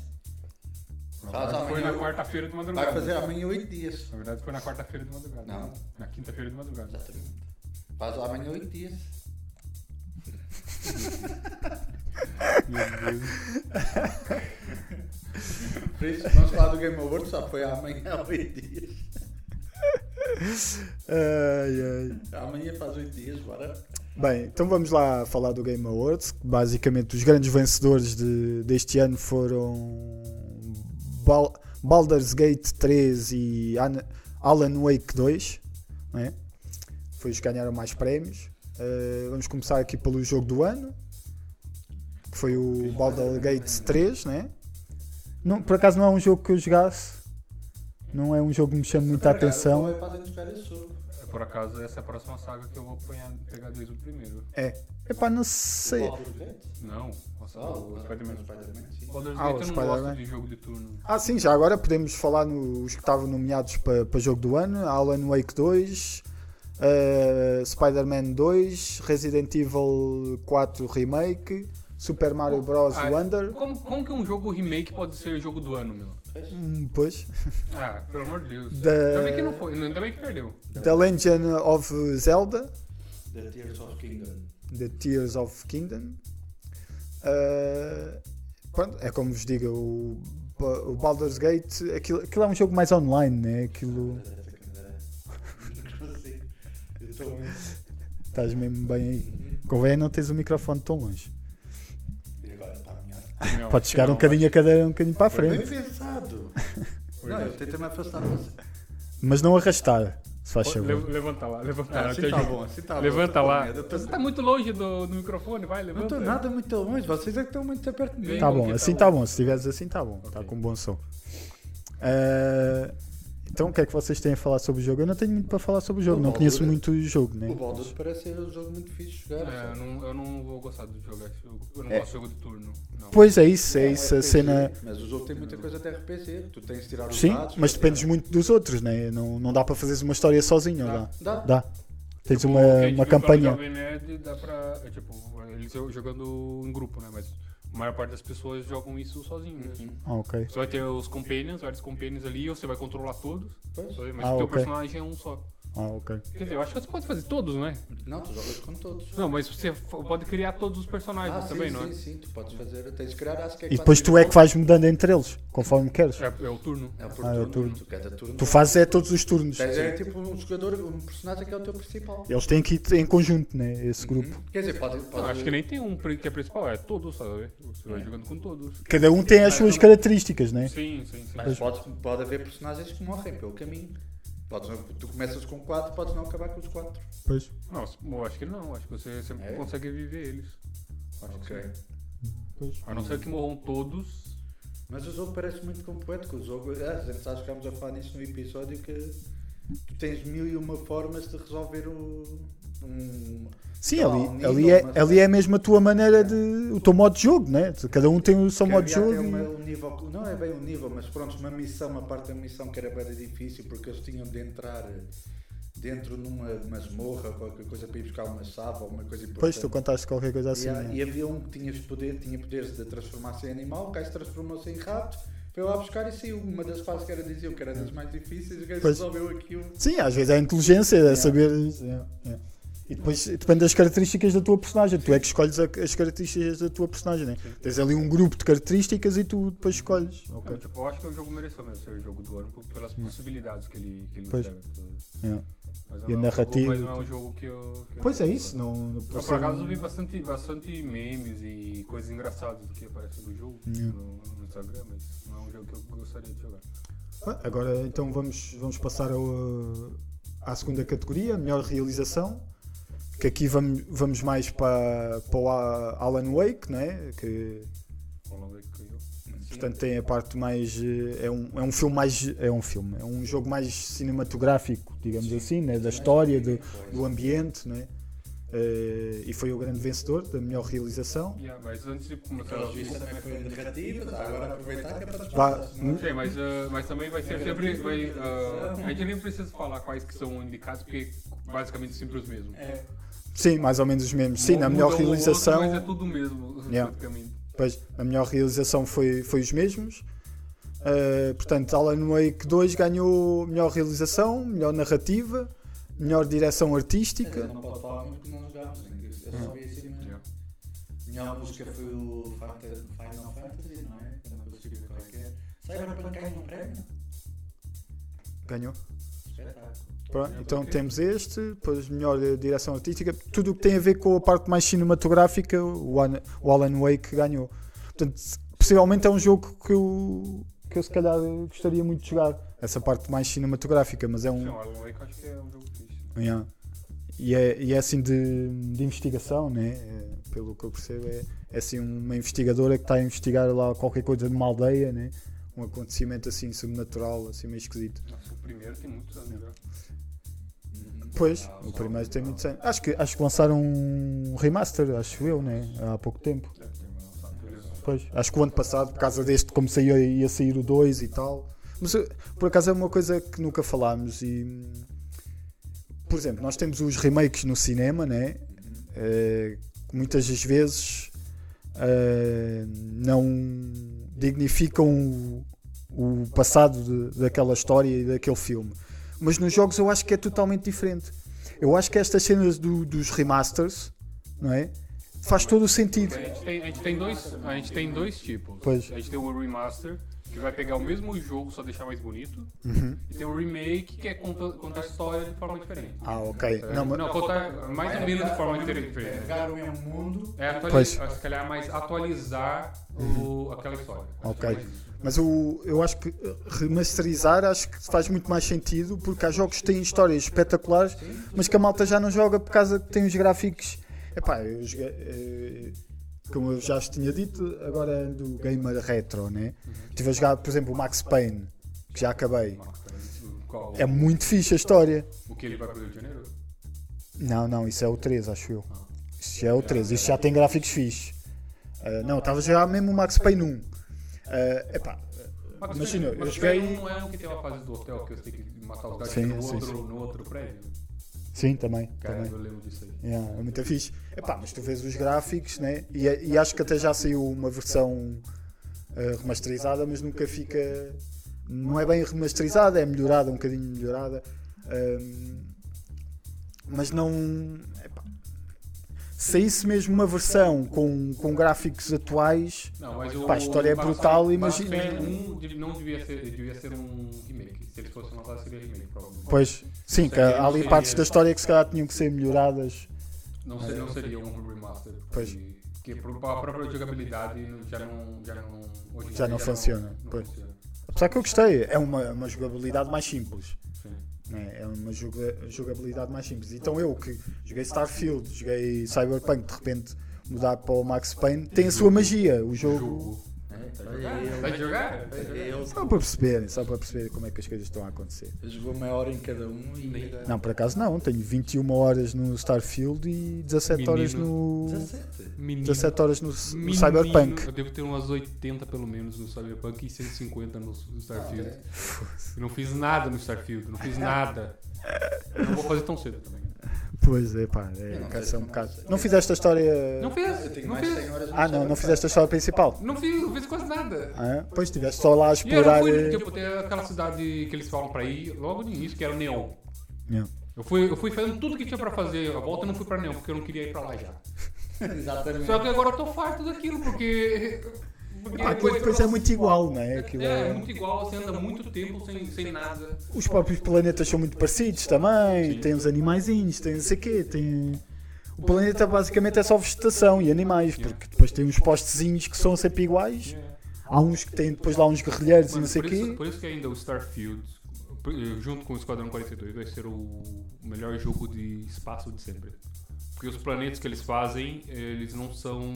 Faz
Foi na
amanhã.
quarta-feira de madrugada.
Vai fazer amanhã oito dias.
Na verdade, foi na quarta-feira de madrugada.
Não.
Na quinta-feira de
<laughs>
madrugada.
Exatamente. Faz amanhã oito dias.
Meu Deus.
Por isso, vamos falar do Game Awards, só foi amanhã <laughs> oito dias.
Ai, ai.
Amanhã faz oito dias, bora.
Bem, então vamos lá falar do Game Awards. que Basicamente, os grandes vencedores de- deste ano foram Bal- Baldur's Gate 3 e An- Alan Wake 2. não é? Foi os que ganharam mais prémios. Uh, vamos começar aqui pelo jogo do ano, que foi o Baldur's Gate 3. Né? Não, por acaso não é um jogo que eu jogasse, não é um jogo que me chame muita atenção.
Vai fazendo férias sobre.
É, Por acaso, essa é a próxima saga que eu vou apanhar, pegar desde o primeiro.
É, epá, não sei.
Não. Nossa, o Spider-Man.
Oh, sim.
Baldur's
Ah, o
Gate eu não gosto
Spider-Man.
de jogo de turno.
Ah, sim, já agora podemos falar nos que estavam nomeados para jogo do ano: Alan Wake 2, eh, Spider-Man 2, Resident Evil 4 Remake, Super Mario Bros.
Ah,
Wonder.
Como, como que um jogo remake pode ser jogo do ano, meu?
Hum, pois.
Ah, pelo amor de Deus.
Da-
Ainda bem que não foi, ainda bem que perdeu.
The Legend of Zelda.
The Tears of Kingdom.
The Tears of Kingdom. Ah, pronto, é como vos digo, o, Ba- o Baldur's Gate, aquilo, aquilo é um jogo mais online, né? Aquilo.
<laughs> Não consigo. é Eu estou
Estás mesmo bem aí. Convém não teres o microfone tão longe.
E agora tá está melhor.
Não,
<laughs> Pode chegar
não,
um bocadinho a cadeira um bocadinho para a
Foi bem
frente.
pensado. <laughs> Não, eu tentei me afastar de você.
Ah, Mas não arrastar, se faz
pode-
favor. Tá
le- Levanta lá, levanta lá.
Ah,
eu
assim
te
tá
ajudo.
bom, assim tá
<laughs>
bom.
levanta
Eu tô com
lá.
medo, eu tô-
Você tá muito longe do, do microfone, vai,
Não
levanta.
estou nada muito longe, vocês é que estão muito perto de mim.
Tá
Como
bom,
que tá
assim
bom?
tá bom. Se tiveres assim, tá bom. Tá
Ok.
com bom som. Ah, então, o que é que vocês têm a falar sobre o jogo? Eu não tenho muito para falar sobre o jogo,
O
não conheço
Baldur-
muito o jogo, né?
O Baldur's parece ser um jogo muito difícil de jogar.
É, eu
sabe?
não, eu não vou gostar de jogar esse jogo. Eu não
É.
gosto de jogo de turno. Não.
Pois é, isso, é isso.
um
A
RPG,
cena.
Mas o jogo tem muita coisa de RPG. Tu tens de tirar os
Sim,
dados.
mas
pra
dependes
tirar-
muito dos outros, né? Não, não dá para fazeres uma história sozinho, ou dá?
Dá.
Dá. Tens
Tipo,
uma,
o que a gente
uma
viu pelo
campanha.
Jovem Nerd, dá pra, é, tipo, eles jo- jogando em grupo, né? Mas a maior parte das pessoas jogam isso sozinho. Né?
Uhum.
Ah, ok.
Você vai ter os companions, vários companions ali, você vai controlar todos.
Pois.
Mas
Ah,
o teu
ok.
personagem é um só.
Ah, ok.
É
Quer dizer, eu acho que você pode fazer todos, né?
Não, tu jogas com todos.
Não, mas você f- pode criar todos os personagens
ah,
também,
sim,
não é?
sim, sim, tu podes fazer, tens de criar as que
E depois tu é que vais mudando entre eles, conforme queres.
É, é o turno.
É por
Ah, é o
turno,
turno.
tu cada turno.
Tu fazes é todos os turnos.
Tens é tipo um jogador, um personagem que é o teu principal.
Eles têm que ir em conjunto, né? Esse grupo.
Quer dizer, pode. pode
Não, acho que nem tem um pri- que é principal, é todos, sabe? Você
É.
vai jogando com todos.
Cada um tem as suas características, né?
Sim, sim, sim.
Mas pode, pode haver personagens que morrem pelo caminho. Podes, tu começas com 4, podes não acabar com os 4.
Pois.
Nossa, eu acho que não, acho que você sempre
É?
consegue viver eles. Acho que sim.
pois.
A não
Hum.
ser que morram todos.
Mas o jogo parece muito completo. Que o jogo, ah, a gente já chegámos a falar nisso no episódio que tu tens mil e uma formas de resolver o. Um,
Sim,
Sei lá,
ali,
um nível,
ali, é,
mas-
ali é mesmo a tua maneira de. o teu modo de jogo, né? Cada um tem o seu
que
modo de
havia
jogo.
até uma-
e-
um nível, não é bem um nível, mas pronto, uma missão, uma parte da missão que era bem difícil porque eles tinham de entrar dentro numa masmorra, qualquer coisa para ir buscar uma chave ou uma coisa
Pois tu
importante.
contaste qualquer coisa assim.
E, há-
né?
e havia um que tinha poder, tinha poderes de transformar-se em animal, o gajo transformou-se em rato, foi lá buscar e saiu. Uma das fases que era diziam que era das mais difíceis, o gajo
Pois.
resolveu aquilo.
Sim, às vezes é a inteligência, é saber. é, é. E depois depende das características da tua personagem. Tu é que escolhes a- as características da tua personagem, né? Tens ali um grupo de características e tu depois escolhes.
Eu, tipo, eu acho que o jogo mereceu mesmo ser o jogo do ano por- pelas possibilidades que ele, que ele
Pois.
deve.
É.
Mas
E a
não é um jogo-
narrativa
Mas
e
não é um jogo que eu. que eu-
Pois é isso, não. não
Eu,
pode
por
ser
acaso
um-
vi bastante, bastante memes e coisas engraçadas que aparecem no jogo
Yeah.
no, no Instagram, mas não é um jogo que eu gostaria de jogar.
Ah, Agora então vamos, vamos passar ao, uh, à segunda categoria, melhor realização, que aqui vamos, vamos mais para, para o A- Alan Wake, né? que
Ao longo é que eu.
portanto tem a parte mais. eh, É um, é um filme mais. É um filme, é um jogo mais cinematográfico, digamos assim, né? da história, do, do ambiente, né? Eh, e foi o grande vencedor da melhor realização.
Yeah, mas antes de começar
Pelo
a
visto também foi narrativa, tá? agora aproveitar que é para
Vá,
Não sei, mas, ah, mas também vai
É,
ser sempre. Vai, ah, a gente nem precisa falar quais que são indicados, porque basicamente sempre os mesmos.
sim, mais ou menos os mesmos. É, Sim, na
Muda
melhor
um ou outro, mas é
realização.
tudo o mesmo,
Yeah.
praticamente.
Pois, a melhor realização foi, foi os mesmos. Uh, portanto, Alan Wake 2 ganhou melhor realização, melhor narrativa, melhor direção artística.
Não pode falar muito que não jogámos, né? eu só vi assim mesmo.
Yeah.
Minha música foi o Fanta- Final Fantasy, não é? Eu não consigo ver qual é que é. Sai agora para ganhar um prémio?
Ganhou.
Espetáculo.
Pronto, então temos este, depois melhor eh, direção artística, tudo o que tem a ver com a parte mais cinematográfica, o, An- o Alan Wake ganhou. Portanto, se- possivelmente é um jogo que eu, que eu se calhar eh, gostaria muito de jogar, essa parte mais cinematográfica, mas é
Sim,
um,
o Alan Wake eu acho que é um jogo fixe.
Yeah. E, é, e é assim de, de investigação, né? É, Pelo que eu percebo, é, é assim uma investigadora que está a investigar lá qualquer coisa de uma aldeia, né? Um acontecimento assim sobrenatural, assim meio esquisito.
Nossa, o primeiro tem muitos anos já.
Pois, o primeiro tem muito sangue. Acho que, acho que lançaram um remaster, acho eu, né? Há pouco tempo.
Deve ter, mas não sabe. Beleza.
Pois, acho que o ano passado, por causa deste, como saiu, ia sair o 2 e tal. Mas eu- por acaso é uma coisa que nunca falámos e. hum, Por exemplo, nós temos os remakes no cinema, né? Eh, que muitas das vezes eh, não dignificam o, o passado de- daquela história e daquele filme. Mas nos jogos eu acho que é totalmente diferente. Eu acho que estas cenas do- dos remasters, não é? Faz todo o sentido.
A gente, tem, a gente tem dois, a gente tem dois tipos.
Pois.
A gente tem o remaster, que vai pegar o mesmo jogo, só deixar mais bonito.
Uhum.
E tem o remake, que é conta, contar a história de forma diferente.
Ah, ok. Não, mas-
Não, contar mais ou menos de forma diferente.
Pegaram o mesmo um mundo.
É
Pois. Uhum.
atualizar, se calhar mais atualizar o, aquela história.
Ok. Mas o, eu acho que eh, remasterizar acho que faz muito mais sentido porque há jogos que têm histórias espetaculares, mas que a malta já não joga por causa que tem os gráficos. Epá, eu joguei, eh, como eu já vos tinha dito, agora ando gamer retro, né? Estive a jogar, por exemplo, o Max Payne, que já acabei.
Qual,
É muito fixe a história.
O que ele vai pro Rio de Janeiro?
Não, não, isso é o 3, acho eu. Isso já é o 3, isso já tem gráficos fixes. Ah, não, estava a jogar mesmo o Max Payne 1. Ah, epá,
Mas
Imagina, eu
mas
joguei-
Não é o que tem uma fase do hotel que eu tenho que matar os
Sim,
caras no,
sim,
outro,
sim.
no outro prédio?
sim, também.
Cara,
também.
eu lembro disso aí.
Yeah, é muito fixe. Epá, mas tu vês os gráficos, né? E, e acho que até já saiu uma versão eh, remasterizada, mas nunca fica. Não é bem remasterizada, é melhorada, um bocadinho melhorada. Ahm, mas não. Epá. Saísse mesmo uma versão com, com gráficos atuais,
Não, mas o,
Pá, a história é brutal,
Max
imagina-
Payne um de- não devia ser, devia ser um remake. Se eles fossem lançar, seria remake, provavelmente.
pois sim, é que há ali partes da história que se calhar tinham que ser melhoradas.
Não, seria, não seria um remaster. porque-
Pois.
Porque pro- a própria jogabilidade já não. Já não, hoje em
Já
dia
não funciona,
não
pois.
funciona.
Apesar que eu gostei, é uma- uma jogabilidade mais simples.
Sim.
né? É uma joga- jogabilidade mais simples. Então eu que joguei Starfield, joguei Cyberpunk, de repente mudar para o Max Payne, tem a sua magia, o jogo.
Jogo.
É,
Vai jogar? Vai
eu,
jogar.
eu,
Só para perceberem, só para perceber como é que as coisas estão a acontecer.
eu jogou meia hora em cada um e.
Não, por acaso não, tenho 21 horas no Starfield e 17
Menino.
horas no
17.
Menino.
17 horas no, no
Menino,
Cyberpunk.
Eu devo ter umas 80 pelo menos no Cyberpunk e 150 no
Ah,
Starfield.
é.
Eu Não fiz nada no Starfield, não
<laughs>
fiz nada. Não vou fazer tão cedo também.
Pois é, pá, é,
Eu não
cansa
sei
um
como
bocado.
é que-
Não fizeste a história.
Não
Eu
fiz,
tenho
não
mais 100
fiz.
horas no
Ah, não, não
Cyberpunk.
fizeste a história principal.
Não fiz, não fiz quase nada.
Ah, pois estiveste só lá a
E eu não
explorar.
fui,
eh,
tipo, tem aquela cidade que eles falam pra ir logo no início, que era Neon.
yeah.
Eu fui, eu fui fazendo tudo que tinha pra fazer, a volta eu não fui pra Neon, porque eu não queria ir pra lá já.
<laughs>
Só que agora eu tô farto daquilo,
<laughs>
porque... porque
Ah, depois, depois é muito igual, não é? Aquilo
É,
é-
é muito igual, você anda muito tempo sem, sem nada.
Os próprios planetas são muito parecidos também, tem os animaizinhos, tem não sei o quê, tem... O planeta basicamente é só vegetação e animais, porque depois tem uns postezinhos que são sempre iguais, há uns que têm depois lá uns guerrilheiros e
É. Mano,
não sei o
por, isso,
quê.
por isso que ainda o Starfield, por- eh, junto com o Esquadrão 42, vai ser o melhor jogo de espaço de sempre. Porque os planetas que eles fazem, eles não são.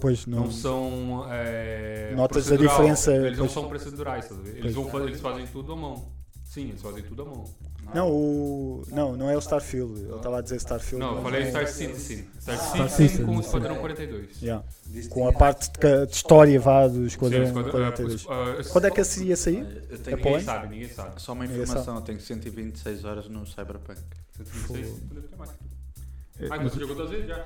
Pois
Não,
não,
são. eh,
Notas da
procedural.
diferença,
Eles não
pois.
são procedurais, sabe? Eles,
Pois.
vão, fa- eles fazem tudo à mão. Sim, eles fazem tudo à mão.
não, o... não, não é o Starfield, eu estava a dizer Starfield.
Não,
mas
eu falei
é-
Star Citizen. Star
Star
Citizen
Citizen,
com o
Ah, sim.
Esquadrão 42.
Yeah. Com a parte de, ca- de história vá do Esquadrão
ah,
42. Quando é que esse ia sair?
Eu
É
tenho
pra
Ninguém
onde?
sabe, ninguém sabe.
Só uma
Ninguém
informação, eu tenho 126 horas no Cyberpunk.
126, tu deve ter mais.
É,
Ah,
mas-
você jogou duas vezes já.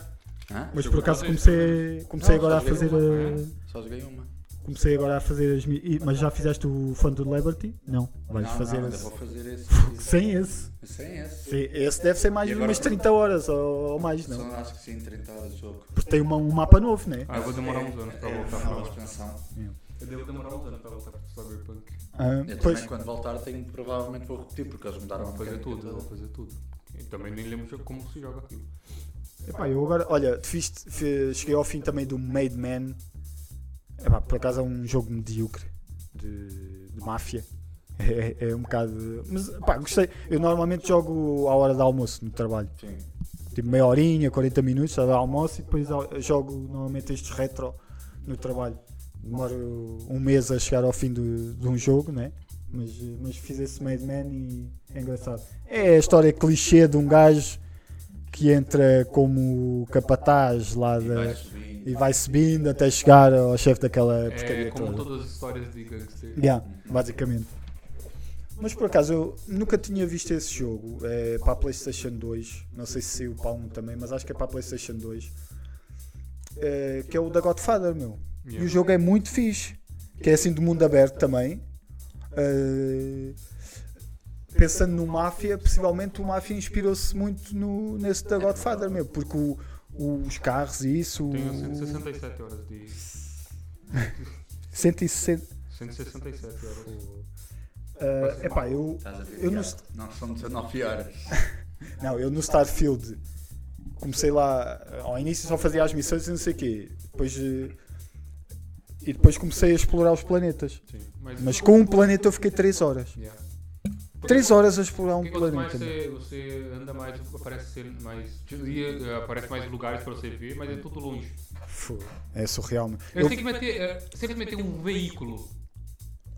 Hã?
Mas por acaso comecei, comecei agora a fazer
é?
a...
Só joguei uma.
Comecei agora a fazer as mi- Ih, Mas já fizeste o fã do Liberty? Não. Vais
não,
fazer
não, ainda
esse.
vou fazer esse.
<laughs> Sem esse.
Sem esse.
Sim, esse deve ser mais
E
de
agora-
umas 30 horas ou, ou mais,
São,
não?
acho que sim, 30 horas de jogo.
Porque tem uma- um mapa novo, né?
Ah, eu vou demorar uns anos pra
É,
voltar
é,
pra
nova
lá.
expansão.
Eu devo demorar uns anos pra voltar pro Cyberpunk.
Ah,
Eu
pois,
também, quando voltar, tenho, provavelmente vou repetir, porque eles
Tá,
mudaram um
Vou
a
fazer
mecânica
tudo, eu
toda.
vou fazer tudo. E também nem lembro jo- como se joga aquilo.
epá, eu agora, olha, fiz, fi- cheguei ao fim também do Made Man. Epá, por acaso é um jogo medíocre de, de máfia. <laughs> É, é um bocado. Mas epá, gostei. Eu normalmente jogo à hora do almoço no trabalho.
Sim.
tipo meia horinha, 40 minutos, a dar almoço e depois ao- jogo normalmente estes retro no trabalho. Demoro um mês a chegar ao fim do- de um jogo, né? Mas, eh, mas fiz esse Made Man e é engraçado. É a história clichê de um gajo que entra como capataz lá
E vai
da,
subir.
é, e vai subindo até chegar ao chefe daquela porcaria
É como
toda.
todas as histórias de gangster.
Yeah, basicamente. Mas por acaso eu nunca tinha visto esse jogo é, para a PlayStation 2. Não sei se saiu para um também, mas acho que é para a PlayStation 2. eh, que é o da Godfather, meu. E
Yeah.
o jogo é muito fixe. Que é assim do mundo aberto também. Eh, pensando no Máfia, possivelmente o Máfia inspirou-se muito no, nesse da Godfather, meu. Porque o- os carros e isso. o-
Tenho 167 horas de.
160.
167 horas.
eh, epá, eu,
Estás a ver?
Eu não-
não são
<laughs>
19 horas.
Não, eu no Starfield comecei lá, ao início só fazia as missões e não sei o quê. Depois, eh, e depois comecei a explorar os planetas.
Sim. Mas. é?
Mas com um planeta eu fiquei 3 horas.
Yeah.
3 horas a explorar um
Porque quanto mais
planeta. meu.
é você, você anda mais, aparece ser mais. e, eh, Aparece mais lugares pra você ver, mas é tudo longe.
Fô, É surreal. meu.
Eu,
Eu-
sei que vai ter. eh, sempre meter um veículo.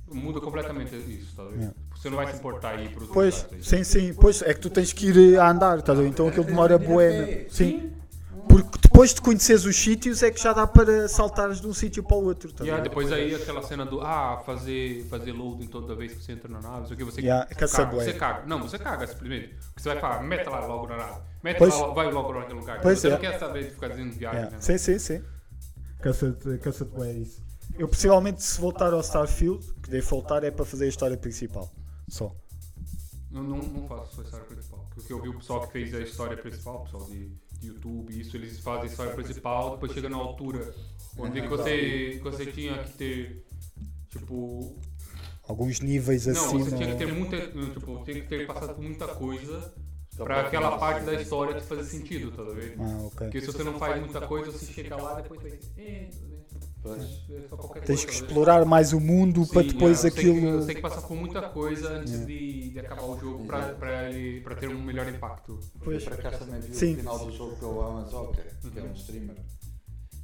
Muda completamente isso, tá vendo?
Yeah.
Você não vai se importar aí pros
É. Pois,
lugares tá
sim,
aí.
sim, pois é que tu tens que ir eh, a andar, estás a ver? Então aquilo demora boé. Sim. Porque depois de conheceres os sítios é que já dá para saltares de um sítio para o outro, estás
E
a
aí,
ver?
depois aí aquela cena do ah, fazer, fazer loading toda vez que você entra na nave, isso aqui você
Yeah, que é essa
caga,
bué.
você caga. Não, você caga primeiro. Porque você vai falar, meta lá logo na nave. Meta
Pois-
lá, vai logo naquele lugar.
Pois
você
é.
não quer saber de ficar dizendo viagem,
Yeah.
né?
Sim, sim, sim. Cansa-te cansa bem isso. Eu possivelmente se voltar ao Starfield, que devo voltar é para fazer a história principal. Só.
Eu não, não faço só a história principal. Porque eu vi o pessoal que fez a história principal, o pessoal de, de YouTube, isso, eles fazem a história principal, depois chega na altura onde que você, que você tinha que ter, tipo,
Alguns níveis assim.
Não, você
não-
tinha que ter muita. Tipo, tinha que ter passado por muita coisa pra aquela parte da história que fazia sentido, tá vendo?
Ah, ok.
Porque se você não faz muita coisa, você chega lá depois vai dizer, "Eh, tudo bem, é só qualquer
Tens
coisa",
que
tá vendo?
explorar mais o mundo para
Sim,
depois
é, eu sei que-
aquilo.
Eu sei que passar por muita coisa antes de, de acabar o jogo pra, pra, ele, pra ter um melhor impacto.
Pois.
Por acaso também vi
Sim.
o final do jogo pelo Alan Zocker, que
Uhum.
é um streamer.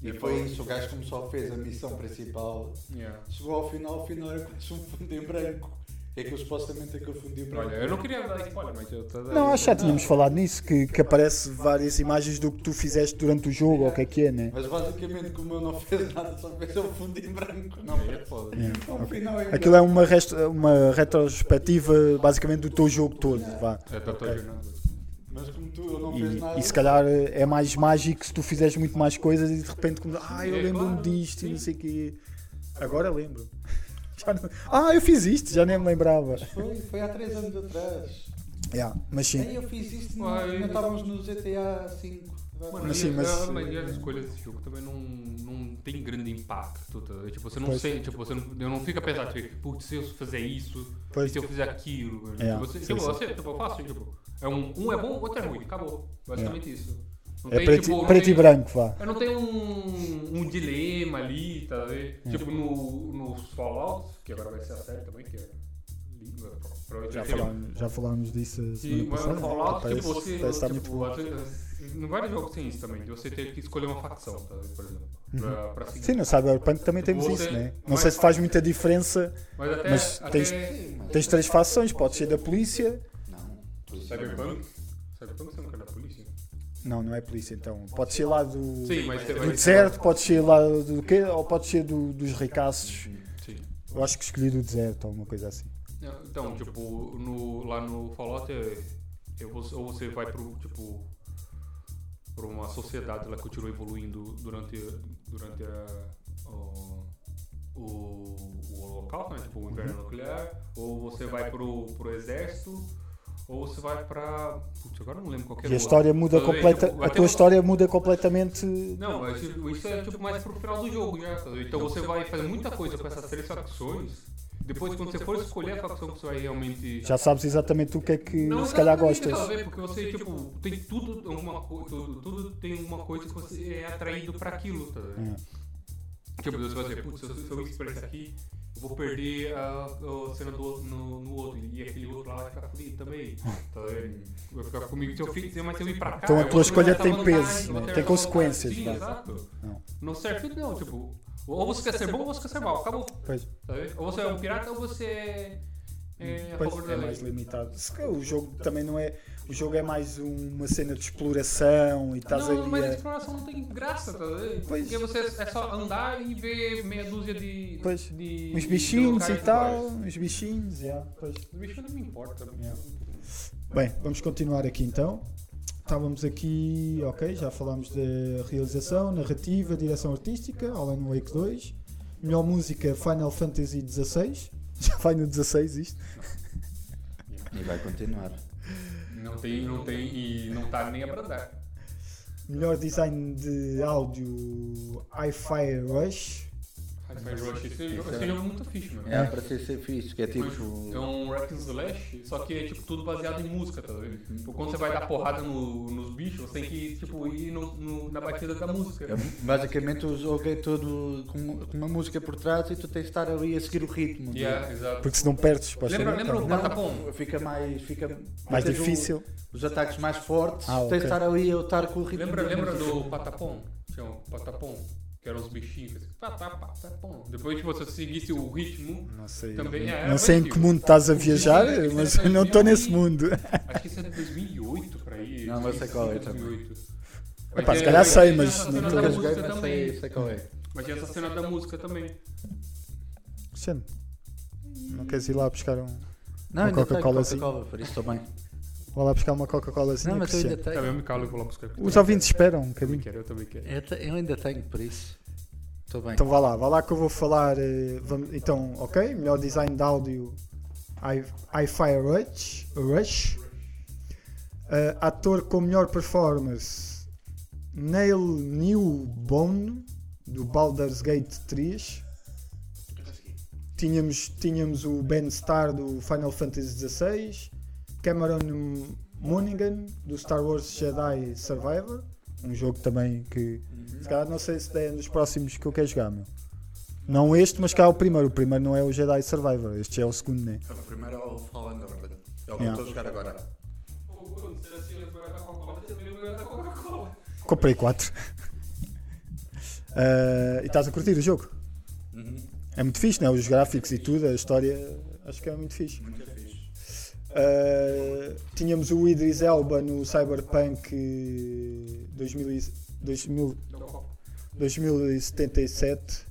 E foi isso, o gajo como só fez a missão principal.
Yeah.
Chegou ao final, ao final era quase um fundo em branco. É que eu supostamente é que eu fundi em branco.
Olha, eu não queria dar spoiler, mas eu tô
Não, acho que já tínhamos falado nisso, que, que aparece várias imagens do que tu fizeste durante o jogo, ou o que é que é, né?
Mas basicamente como eu não fez nada, só fez um fundo em branco. Não, é foda. Um final em
Aquilo é uma, rest- uma retrospectiva basicamente do teu jogo todo, vá.
É, tá tô
Ok.
jornando.
Mas como tu, eu não fiz nada.
E, e se calhar é mais mágico se tu fizeres muito mais coisas e de repente como, ah, eu
É,
lembro-me
claro,
disto e não sei o quê. Agora lembro. <laughs> Já não- Ah, eu fiz isto, já nem me lembrava.
Foi, foi há 3 anos atrás.
Yeah, mas sim.
Aí eu fiz isso,
Ah,
ainda
eu-
estávamos no GTA V.
Mano,
Mas
e
sim,
a-
mas-
a maioria das escolhas desse jogo também não, não tem grande impacto. tá? Tipo, você não
Pois.
sente, tipo, você não, eu não fica pesado, tipo, putz, se eu fizer isso,
Pois.
se eu fizer aquilo.
É,
tipo, você,
sim,
tipo,
sim.
você- tipo, eu faço, tipo, é um, um é bom, o outro é ruim, acabou. Basicamente isso. Não
É
tem,
preto,
tipo, não
preto
tem-
e branco, vá.
Eu não tenho um, um dilema ali, tá vendo?
É.
Tipo, no, nos Fallout, que agora vai ser a série também, que é. língua, provavelmente um
Já
vai ter-
falámos, já falámos disso a
e
semana
mas no
passada. né?
Fallout,
Parece-
tipo, você.
parece estar tá muito
tipo,
bom.
às vezes- em vários jogos tem isso também, de você ter que escolher uma facção, tá, por exemplo. Pra, pra seguir.
Uhum. Sim, no Cyberpunk também
Tipo,
temos
você-
isso, né? Não
mas-
sei se faz muita diferença.
mas até.
mas
até
tens- Tens três facções, podes ser da polícia.
Não.
Cyberpunk? Cyberpunk você não quer da polícia?
Não, não é polícia então. Podes ser lá do,
Sim, mas é você
do
vai.
deserto, podes ser lá do quê? Ou podes ser do- dos ricaços.
Sim.
Eu acho que escolhi do deserto, alguma coisa assim.
Não, Então, tipo, no, lá no Fallout, é, eu vou- ou você vai pro, tipo, pra uma sociedade lá que continua evoluindo durante, durante a, o, o, o holocausto, né? Tipo, o inverno nuclear, ou você vai pro, pro exército, ou você vai pra... Putz, agora eu não lembro qual que é
E a
o-
história muda
Tudo bem,
completa,
tipo,
a
vai ter
tua
um-
história muda completamente.
Não, mas isso isso é tipo mais pro final do jogo já. sabe? Então você vai fazer muita coisa com essas três facções. Depois, quando você for escolher a facção que você vai realmente
Já sabes exatamente o que é que
Não,
se calhar
exatamente,
gostas.
talvez, porque você, tipo, tem tudo, alguma co- tudo, tudo tem uma coisa que você é atraído pra aquilo, tá ligado?
É.
Tipo, você vai dizer, putz, se eu, se eu ir pra esse aqui, eu vou perder a, a cena do, outro- no, no outro, e aquele outro lá vai ficar comigo também, tá ligado? Vai ficar comigo se eu fizer, mas se eu ir pra cá...
Então a
eu
tua
vou
escolha
ter
tem
essa vantagem,
peso,
vou
né?
ter
Tem
essa
consequências, né?
vantagem,
vai.
Exato.
Não.
No Starfield não, tipo, ou você quer ser bom ou você quer ser mal, acabou,
Pois,
tá ligado? Ou você é um pirata ou você é... É, a
pois,
favor da
é
lei.
mais limitado. Se calhar O jogo também não é. O jogo é mais uma cena de exploração e estás
não, mas a
ali a.
exploração não tem graça, tá ligado?
Pois.
Porque você é só andar e ver meia dúzia de.
Pois.
de
Uns
de
bichinhos
locais
e
de
tal,
bares.
uns bichinhos, yeah, pois.
né? Os bichinhos não me importam.
Yeah. Bem, vamos continuar aqui então.
estávamos aqui, ok, já falámos da realização, narrativa, direção artística, Alan Wake 2, melhor música Final Fantasy XVI,
<laughs> Já vai no 16 isto.
E vai continuar.
Não tem, não tem e não tá nem a bradar.
melhor design de áudio Hi-Fi Rush,
Mas eu achei esse jogo, esse jogo muito fixe, mano.
É, para ser, ser fixe, que é tipo.
É um hack and slash, só que é tipo tudo baseado em música, tá vendo? Tipo, quando você vai dar porrada no- nos bichos, você tem que tipo, ir no- no- na batida da
É
música.
é Basicamente eu joguei todo com, com uma música por trás e tu tens de estar ali a seguir o ritmo. né?
Yeah, é, Tá exato.
Porque se não perdes, para
Lembra, lembra o Patapom?
Não, fica mais. um Fica,
mais
tens o-
difícil.
os ataques mais fortes,
Ah, ok.
tens de estar ali a estar com o ritmo.
Lembra,
da
lembra
música.
do Patapom? Tinha um Patapom, que eram os bichinhos. que fazia Patá, patapom. Depois, tipo, se você seguisse o ritmo,
Não sei.
também é.
Não sei em que mundo estás a viajar, mas eu não estou nesse mundo. <laughs>
Acho que isso é de 2008 pra aí.
Não, mas sei qual é
2008.
Epá, se calhar sei, mas
Essa
não
cena
tô-
da
Eu joguei,
música
mas
também.
sei, sei qual é.
Mas tinha essa cena da música também.
Cristiano, não queres ir lá buscar um.
Não, ainda tenho
Coca-Colazinho.
Coca-Cola, por isso também.
Vou lá buscar uma Coca-Cola assim,
Não, mas eu ainda
Tá
Cristiano.
Também
tenho.
Tá, eu me calo e vou lá buscar.
Os ouvintes esperam um bocadinho.
Eu também quero.
Eu, te- eu ainda tenho, por isso. Estou bem.
Então vá lá, vá lá que eu vou falar. eh, vamos- então, ok, melhor design de áudio Hi- Hi-Fi Rush. Rush. Eh, ator com melhor performance Neil Newbone do Baldur's Gate 3. Tínhamos, tínhamos o Ben Starr do Final Fantasy XVI, Cameron Monaghan do Star Wars Jedi Survivor, um jogo também que se calhar não sei se é nos próximos que eu quero jogar, meu. Não este, mas cá o primeiro. O primeiro não é o Jedi Survivor, este é o segundo, né?
O primeiro é o Fallen Order. É o que
Yeah.
eu estou a jogar agora.
Comprei quatro. <laughs> Ah, e estás a curtir o jogo?
Uhum.
É muito fixe, né? Os gráficos e tudo, a história, acho que é muito fixe.
Muito fixe.
Uh, tínhamos o Idris Elba no Cyberpunk eh, 2000 e- 2000 2077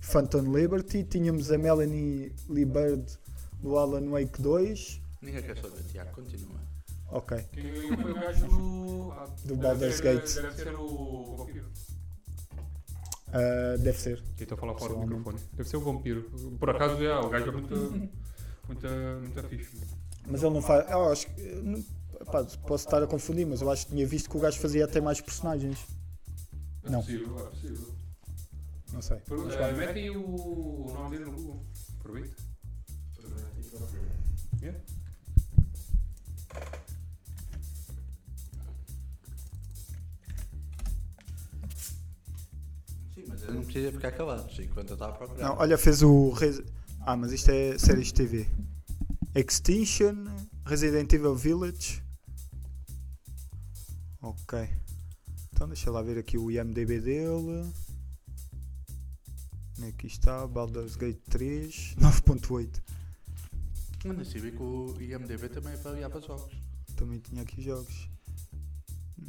Phantom Liberty. Tínhamos a Melanie Lee Bird do Alan Wake 2.
Ninguém quer saber, Tiago, continua.
Ok.
Quem ganhou foi o gajo do. ah,
Do
deve
Baldur's
ser-
Gate.
Deve ser o. Vampiro.
Ah, deve ser.
Tentou falar tá fora do
Sim.
microfone. Deve ser o Vampiro. Por acaso, é, o gajo é muito. Muita, muita ficha.
Mas ele não faz. eu acho que. eh, não- pá, posso estar a confundir, mas eu acho que tinha visto que o gajo fazia até mais personagens.
É
Não.
possível, é possível.
Não sei.
Pro-
Mas,
eh,
pá,
Mete aí o, o nome dele no Google. Aproveita. Yeah.
Sim, mas eu não precisa ficar calado, Chico, enquanto eu estava a procurar.
Não, olha, fez o. Res- Ah, mas isto é séries de TV. Extinction, Resident Evil Village. Ok. Então deixa lá ver aqui o IMDB dele. Aqui está, Baldur's Gate 3, 9.8. ah-
Eu nem sabia que o IMDB também avaliava jogos.
Também tinha aqui jogos. Hum,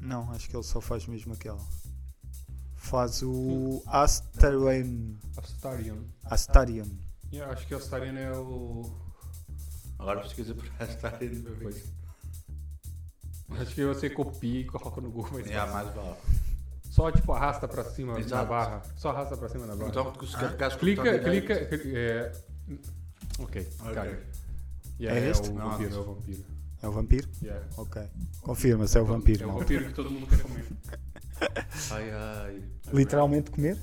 Não, acho que ele só faz mesmo aquela. Faz o Astarion.
Astarion.
Astarion.
Yeah, acho que Astarion é o.
Agora pesquisa por esta aí no meu
Pois. Acho que você copia e coloca no Google. mas
É, mais vale.
Só tipo arrasta pra cima na
Exato.
barra. Só arrasta pra cima na barra.
Então,
Ah.
se carregares com o
clica,
botão
clica.
direito-
cli- É... Ok, cara. Yeah,
É
é,
este?
o
Não,
vampiro,
não.
é o vampiro.
É o vampiro?
Yeah.
Ok. Confirma-se, é o
É
vampiro.
o
malta.
vampiro que todo mundo quer comer.
Ai, ai.
Literalmente comer?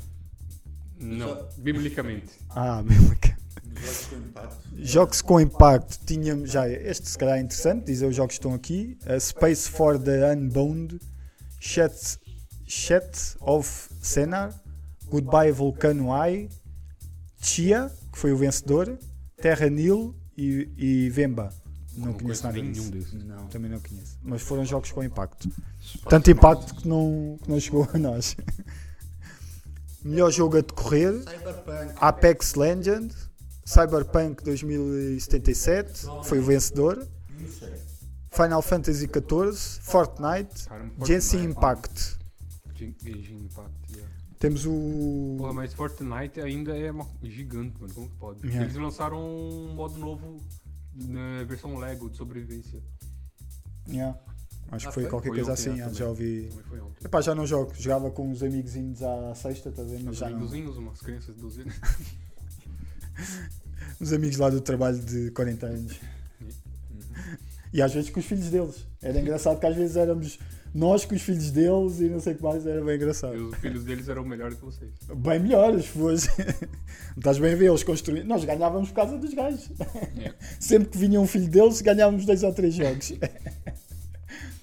Não, biblicamente.
Ah, mesmo que.
Jogos com impacto.
Jogos com impacto. Tínhamos já. Este se calhar é interessante, dizer os jogos que estão aqui. A Space for the Unbound, Shet, Shet of Senar, Goodbye Volcano Eye, Chia, que foi o vencedor, Terra Nil e, e Vemba. Não, conheço nada
nenhum
disso.
desses.
Não.
Também não conheço. Mas foram jogos com impacto. Tanto impacto que não, que não chegou a nós. Melhor jogo a decorrer.
Cyberpunk.
Apex Legend, Cyberpunk 2077, foi o vencedor. Final Fantasy XIV, Fortnite,
Caramba,
Genshin
Fortnite.
Impact.
Gen- Genshin Impact, yeah.
Temos
Porra,
o.
mas Fortnite ainda é uma- gigante, mano. Como que pode?
Yeah.
Eles lançaram um modo novo, né, versão Lego de sobrevivência.
Yeah. Acho
Ah,
que foi,
foi?
qualquer
Foi
coisa
ontem,
assim,
é,
ah,
também.
já ouvi.
Também foi ontem.
Epá, já não jogo. Jogava com uns amigozinhos à sexta, estás a ver? Mas
Os
já não.
amigozinhos, umas crianças de 12 anos.
Uns amigos lá do trabalho de 40 anos.
Uhum.
E às vezes com os filhos deles. Era engraçado que às vezes éramos nós com os filhos deles e não sei o que mais, era bem
<laughs> E
engraçado.
os filhos deles eram melhores que vocês.
Bem melhores, fosse. <laughs> Estás bem a ver, eles construíram. Nós ganhávamos por causa dos gajos.
É.
<laughs> Sempre que vinha um filho deles, ganhávamos dois ou três jogos.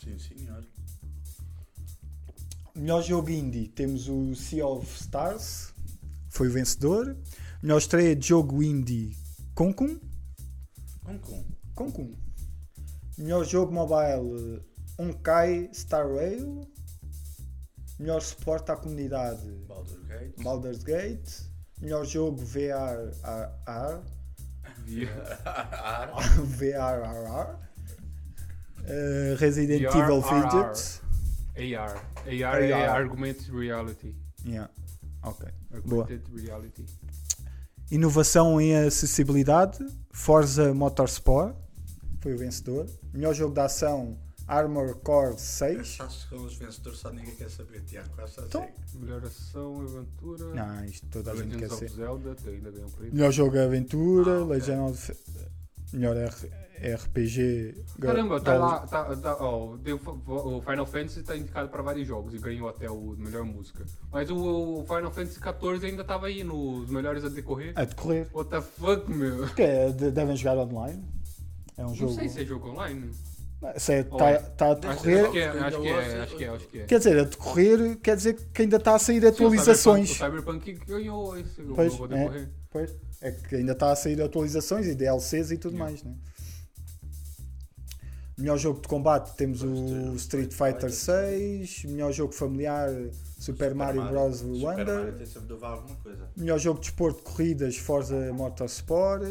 Sim, senhor.
<laughs> Melhor jogo indie, temos o Sea of Stars, foi o vencedor. Melhor estreia de jogo indie, Concum.
Hong Kong.
Concum. Melhor jogo mobile, Onkai Star Rail. Melhor suporte à comunidade,
Baldur Gate. <laughs>
Baldur's Gate. Melhor jogo VR, AR,
Ar.
<laughs> VRRR. Eh, Resident
VRRR.
Evil Fidget.
AR. AR é
AR.
Argumented Reality.
Yeah. Ok. Boa.
Augmented Reality.
Inovação em acessibilidade, Forza Motorsport foi o vencedor. Melhor jogo de ação, Armor Core 6.
Acho que com os vencedores só ninguém quer saber, Tiago.
é
Quase só
Então.
sei.
Melhor ação, aventura.
Não, isto toda a gente quer
Legends of
ser.
Zelda, que ainda ganhou um prêmio.
Melhor jogo de aventura,
Ah, ok.
Legend of... Melhor R- RPG.
Caramba, tá
Gal-
lá. Tá, tá, ó, deu- o Final Fantasy tá indicado pra vários jogos e ganhou até o melhor música. Mas o, o Final Fantasy XIV ainda tava aí nos melhores a decorrer.
A decorrer.
What the fuck, meu?
Porque é- de- devem jogar online. É um
Não
jogo.
sei se é jogo online.
Está tá a
Acho
decorrer.
que é, acho que é, acho que é, acho que é.
Quer dizer, a decorrer quer dizer que ainda está a sair
Sim,
atualizações.
O Cyberpunk, o Cyberpunk ganhou esse jogo
Pois,
a
é.
decorrer.
Pois, é que ainda está a sair atualizações e DLCs e tudo
Yeah.
mais, né? Melhor jogo de combate temos o Street Fighter 6, melhor jogo familiar Super Mario Bros.
Super Mario
Wonder,
tem sempre de levar alguma coisa.
melhor jogo de esporte corridas Forza Motorsport,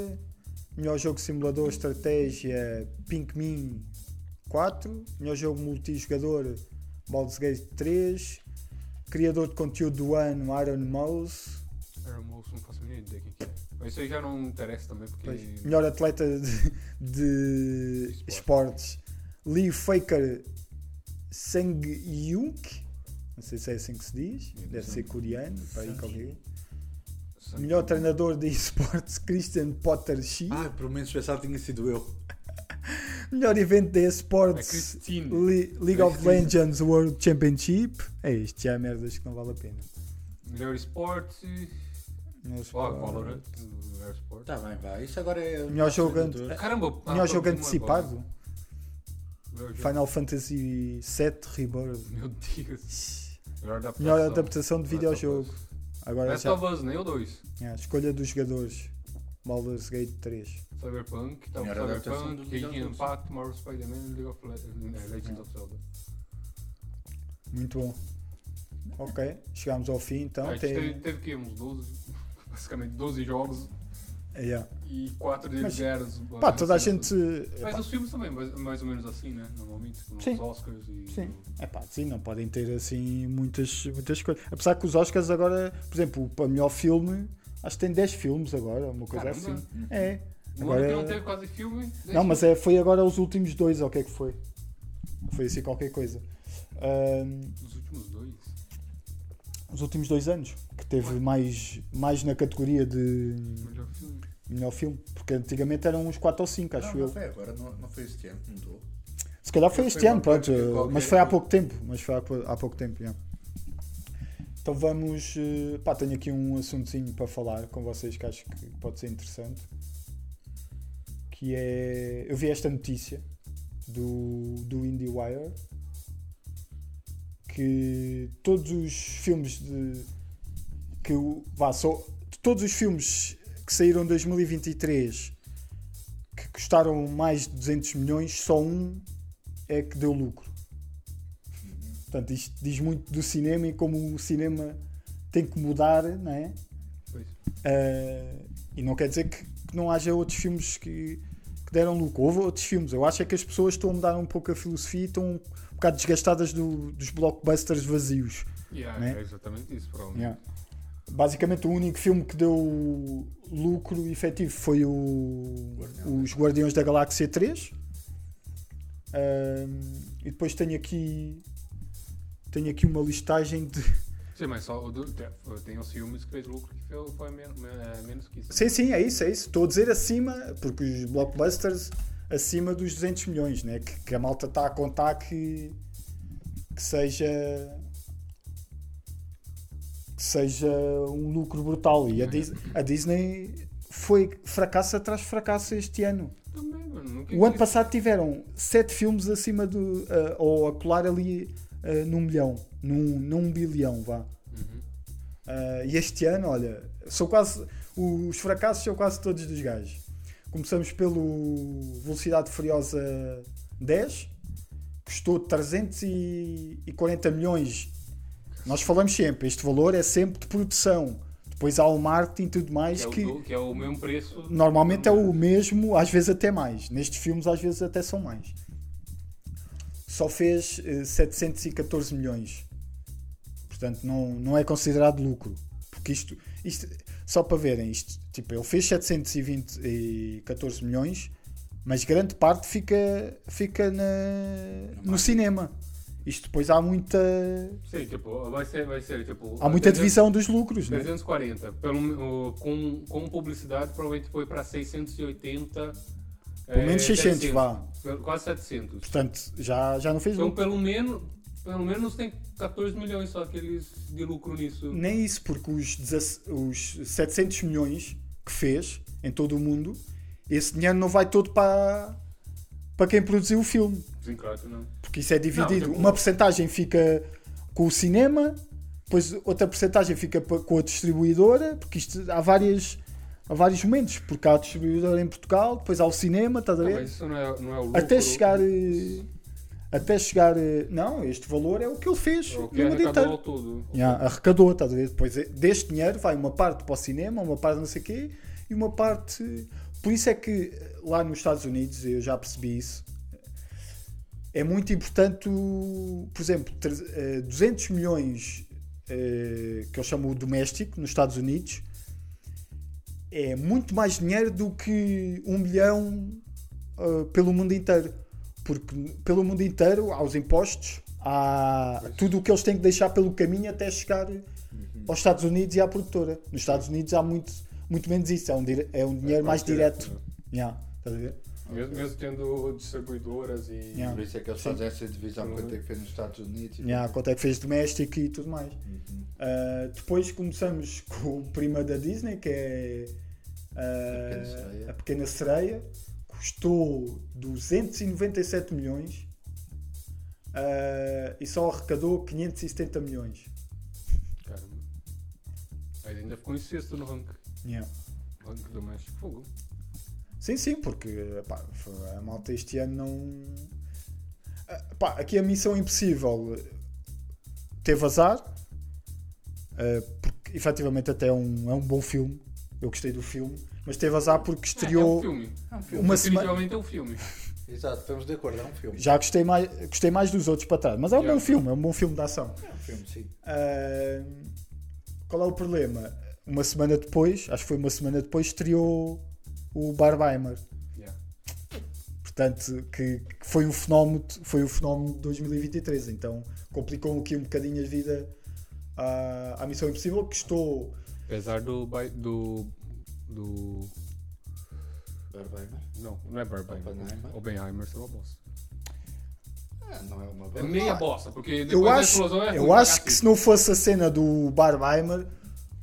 melhor jogo de simulador estratégia Pikmin 4, melhor jogo multijogador Baldur's Gate 3, criador de conteúdo do ano Iron Mouse,
Era um moço, não faço a mínima ideia quem que é. Mas isso aí já não interessa também, porque.
Pois. Melhor atleta de, de esportes. Lee Faker Sang-yuk. Não sei se é assim que se diz. Deve ser coreano. para aí qualquer.
Sangue-
Melhor treinador de <laughs> esportes. Christian Potter X.
Ah, pelo menos pensava que tinha sido eu.
Melhor evento de
É
esportes.
Cristine.
Le- League of Legends World Championship. É isto. Já há merdas que não vale a pena.
Melhor esporte.
Melhor,
Ó, né?
esporte.
Valorant. Melhor esporte.
Tá bem, vai. Isso agora é.
Melhor jogo ante-
Caramba,
Melhor jogo
ah, todo mundo
antecipado.
agora. Melhor jogo.
Final Fantasy VII Rebirth.
<laughs> Meu Deus. Melhor adaptação.
Melhor adaptação de
Last of
videojogo.
Us.
Agora
Last
já.
of Us, nem o 2.
É, a escolha dos jogadores. Baldur's Gate 3.
Cyberpunk, tá,
Melhor adaptação do
Cyberpunk, Age
videojogo.
of Impact, Marvel Spider-Man, League of Legends, eh, Legends of Zelda.
Muito bom. Ok, chegámos ao fim então.
a gente teve,
Tem...
teve que uns 12, <laughs> basicamente 12 jogos
Yeah.
e 4 deles
Mas-
eram. os-
Pá, toda a
os-
gente.
Ah, né? Mas os filmes também, mais, mais ou menos assim, né? Normalmente, com
Sim.
os Oscars e.
Sim. É pá, sim, não podem ter assim muitas, muitas coisas. Apesar que os Oscars agora, por exemplo, para melhor filme, acho que tem 10 filmes agora, uma coisa
Caramba.
assim. É.
No ano que não
Agora,
teve quase filme.
Não, mas é, foi agora os últimos dois, ou o que é que foi? Foi assim qualquer coisa. Ahm,
Os últimos dois.
os últimos dois anos, que teve mais, mais na categoria de
Melhor filme.
Melhor filme, porque antigamente eram uns 4 ou 5, acho
não,
eu.
Não foi agora, não, não foi este ano que mudou.
Se calhar foi
Foi
este
uma
ano, pronto,
coisa qualquer. um.
mas foi há pouco tempo. Mas foi há, pou- há pouco tempo, já. Então vamos. eh, Pá, tenho aqui um assuntozinho para falar com vocês que acho que pode ser interessante. Que é. Eu vi esta notícia do, do IndieWire que todos os filmes de. que o. vá, só. de todos os filmes que saíram em 2023 que custaram mais de 200 milhões, só um é que deu lucro. Portanto, isto diz muito do cinema e como o cinema tem que mudar, não é?
Pois.
Ah, e não quer dizer que, que não haja outros filmes que, que deram lucro. Houve outros filmes. Eu acho é que as pessoas estão a mudar um pouco a filosofia e estão um bocado desgastadas do- dos blockbusters vazios.
Yeah,
Né?
É exatamente isso, provavelmente.
Yeah. Basicamente, o único filme que deu lucro efetivo foi o, os Guardiões da Galáxia 3. Ahm, e depois tenho aqui tenho aqui uma listagem de
Sim, mas só o do, te- tem os filmes que fez lucro que foi, foi men- eh, menos que isso.
Sim, sim, é isso, é isso. Estou a dizer acima, porque os blockbusters acima dos 200 milhões, né? que, que a malta está a contar que, que seja que seja um lucro brutal. E a, Dis- a Disney foi fracasso atrás de fracasso este ano.
Também, mano. nunca
O ano
quis.
passado tiveram sete filmes acima do. ah, ou a colar ali ah, num milhão, num, num bilhão, vá.
Uhum.
Ah, e este ano, olha, são quase. Os fracassos são quase todos dos gajos. Começamos pelo Velocidade Furiosa 10, custou 340 milhões. Nós falamos sempre, este valor é sempre de produção. Depois há o marketing e tudo mais
que,
que.
é o, do- que é o mesmo preço.
Normalmente é o mesmo, às vezes até mais. Nestes filmes, às vezes até são mais. Só fez eh, 714 milhões. Portanto, não, não é considerado lucro. Porque isto, isto, só para verem, isto, tipo, ele fez 714 milhões, mas grande parte fica, fica na- no cinema. Isto depois há muita,
Sim, tipo, vai ser, vai ser tipo.
há muita
300
divisão dos lucros,
é-
né?
340. Pelo, o- com, com publicidade, provavelmente foi para 680.
Pelo
é-
menos 600, vá.
eh, pelo- Quase 700.
Portanto, já, já não fez
assim. Então,
lucro.
pelo menos, pelo menos tem 14 milhões só que eles de lucro nisso.
Nem isso, porque os, 17 os 700 milhões que fez em todo o mundo, esse dinheiro não vai todo para, para quem produziu o filme.
Sim, claro que não.
Porque isso é dividido.
tipo-
Uma porcentagem fica com o cinema, depois outra porcentagem fica pa- com a distribuidora, porque isto há várias. Há vários momentos, porque há a distribuidora em Portugal, depois há o cinema, estás a
Não,
ver?
mas isso não é, não é o lucro.
até chegar. eh, Até chegar. eh, Não, este valor é o que ele fez.
é O que
no mundo inteiro.
arrecadou ao todo.
Ya, arrecadou, estás a ver? Depois é, deste dinheiro vai uma parte para o cinema, uma parte não sei quê, e uma parte. Por isso é que lá nos Estados Unidos, eu já percebi isso, é muito importante, o- por exemplo, tre- eh, 200 milhões eh, que eu chamo o doméstico nos Estados Unidos é muito mais dinheiro do que um milhão eh, pelo mundo inteiro. Porque pelo mundo inteiro há os impostos, há tudo o que eles têm que deixar pelo caminho até chegar aos Estados Unidos e à produtora. Nos Estados Unidos há muito, muito menos isso, é um, dire- é um dinheiro mais direto. né? Ya, estás a ver?
Mesmo, mesmo tendo distribuidoras e.
Ya.
Por isso é que eles
Sim.
fazem essa divisão quanto é que fez nos Estados Unidos. e Uhum.
Yeah, quanto é que fez doméstico e tudo mais. Uh, depois começamos <laughs> com o prima da Disney, que é
Pequena
uh,
Sereia.
a Pequena Sereia. Custou 297 milhões uh, e só arrecadou 570 milhões.
Caramba. Aí ainda ficou em sexto no ranking.
Yeah.
Ranking doméstico. Fogo.
Sim, sim, porque pá, foi- a malta este ano não. Ah, pá, aqui a Missão Impossível eh, teve azar, ah, porque efetivamente até é um, é um bom filme. Eu gostei do filme, mas teve azar porque
É, é um
estreou.
filme.
É um filme.
Uma semana.
Definitivamente é um filme.
Exato, estamos de acordo, é um filme.
Já gostei mais, gostei mais dos outros para trás, mas é um
Yeah.
bom filme, é um bom filme de ação.
É um filme,
<laughs>
sim.
Ah, qual é o problema? Uma semana depois, acho que foi uma semana depois, estreou o Barbenheimer.
Yeah.
Portanto, que, que foi um fenómeno, foi o fenómeno de 2023, então complicou aqui um bocadinho a vida à, à Missão Impossível, que estou
Apesar do. bai- do. do.
Barbenheimer.
Não, não é Barbenheimer.
Oppenheimer.
Oppenheimer será uma bosta.
Ah, não é uma
É
boa.
meia bosta, porque depois
eu
da
acho,
explosão é ruim
eu
pra
acho que
cacete.
se não fosse a cena do Barbenheimer,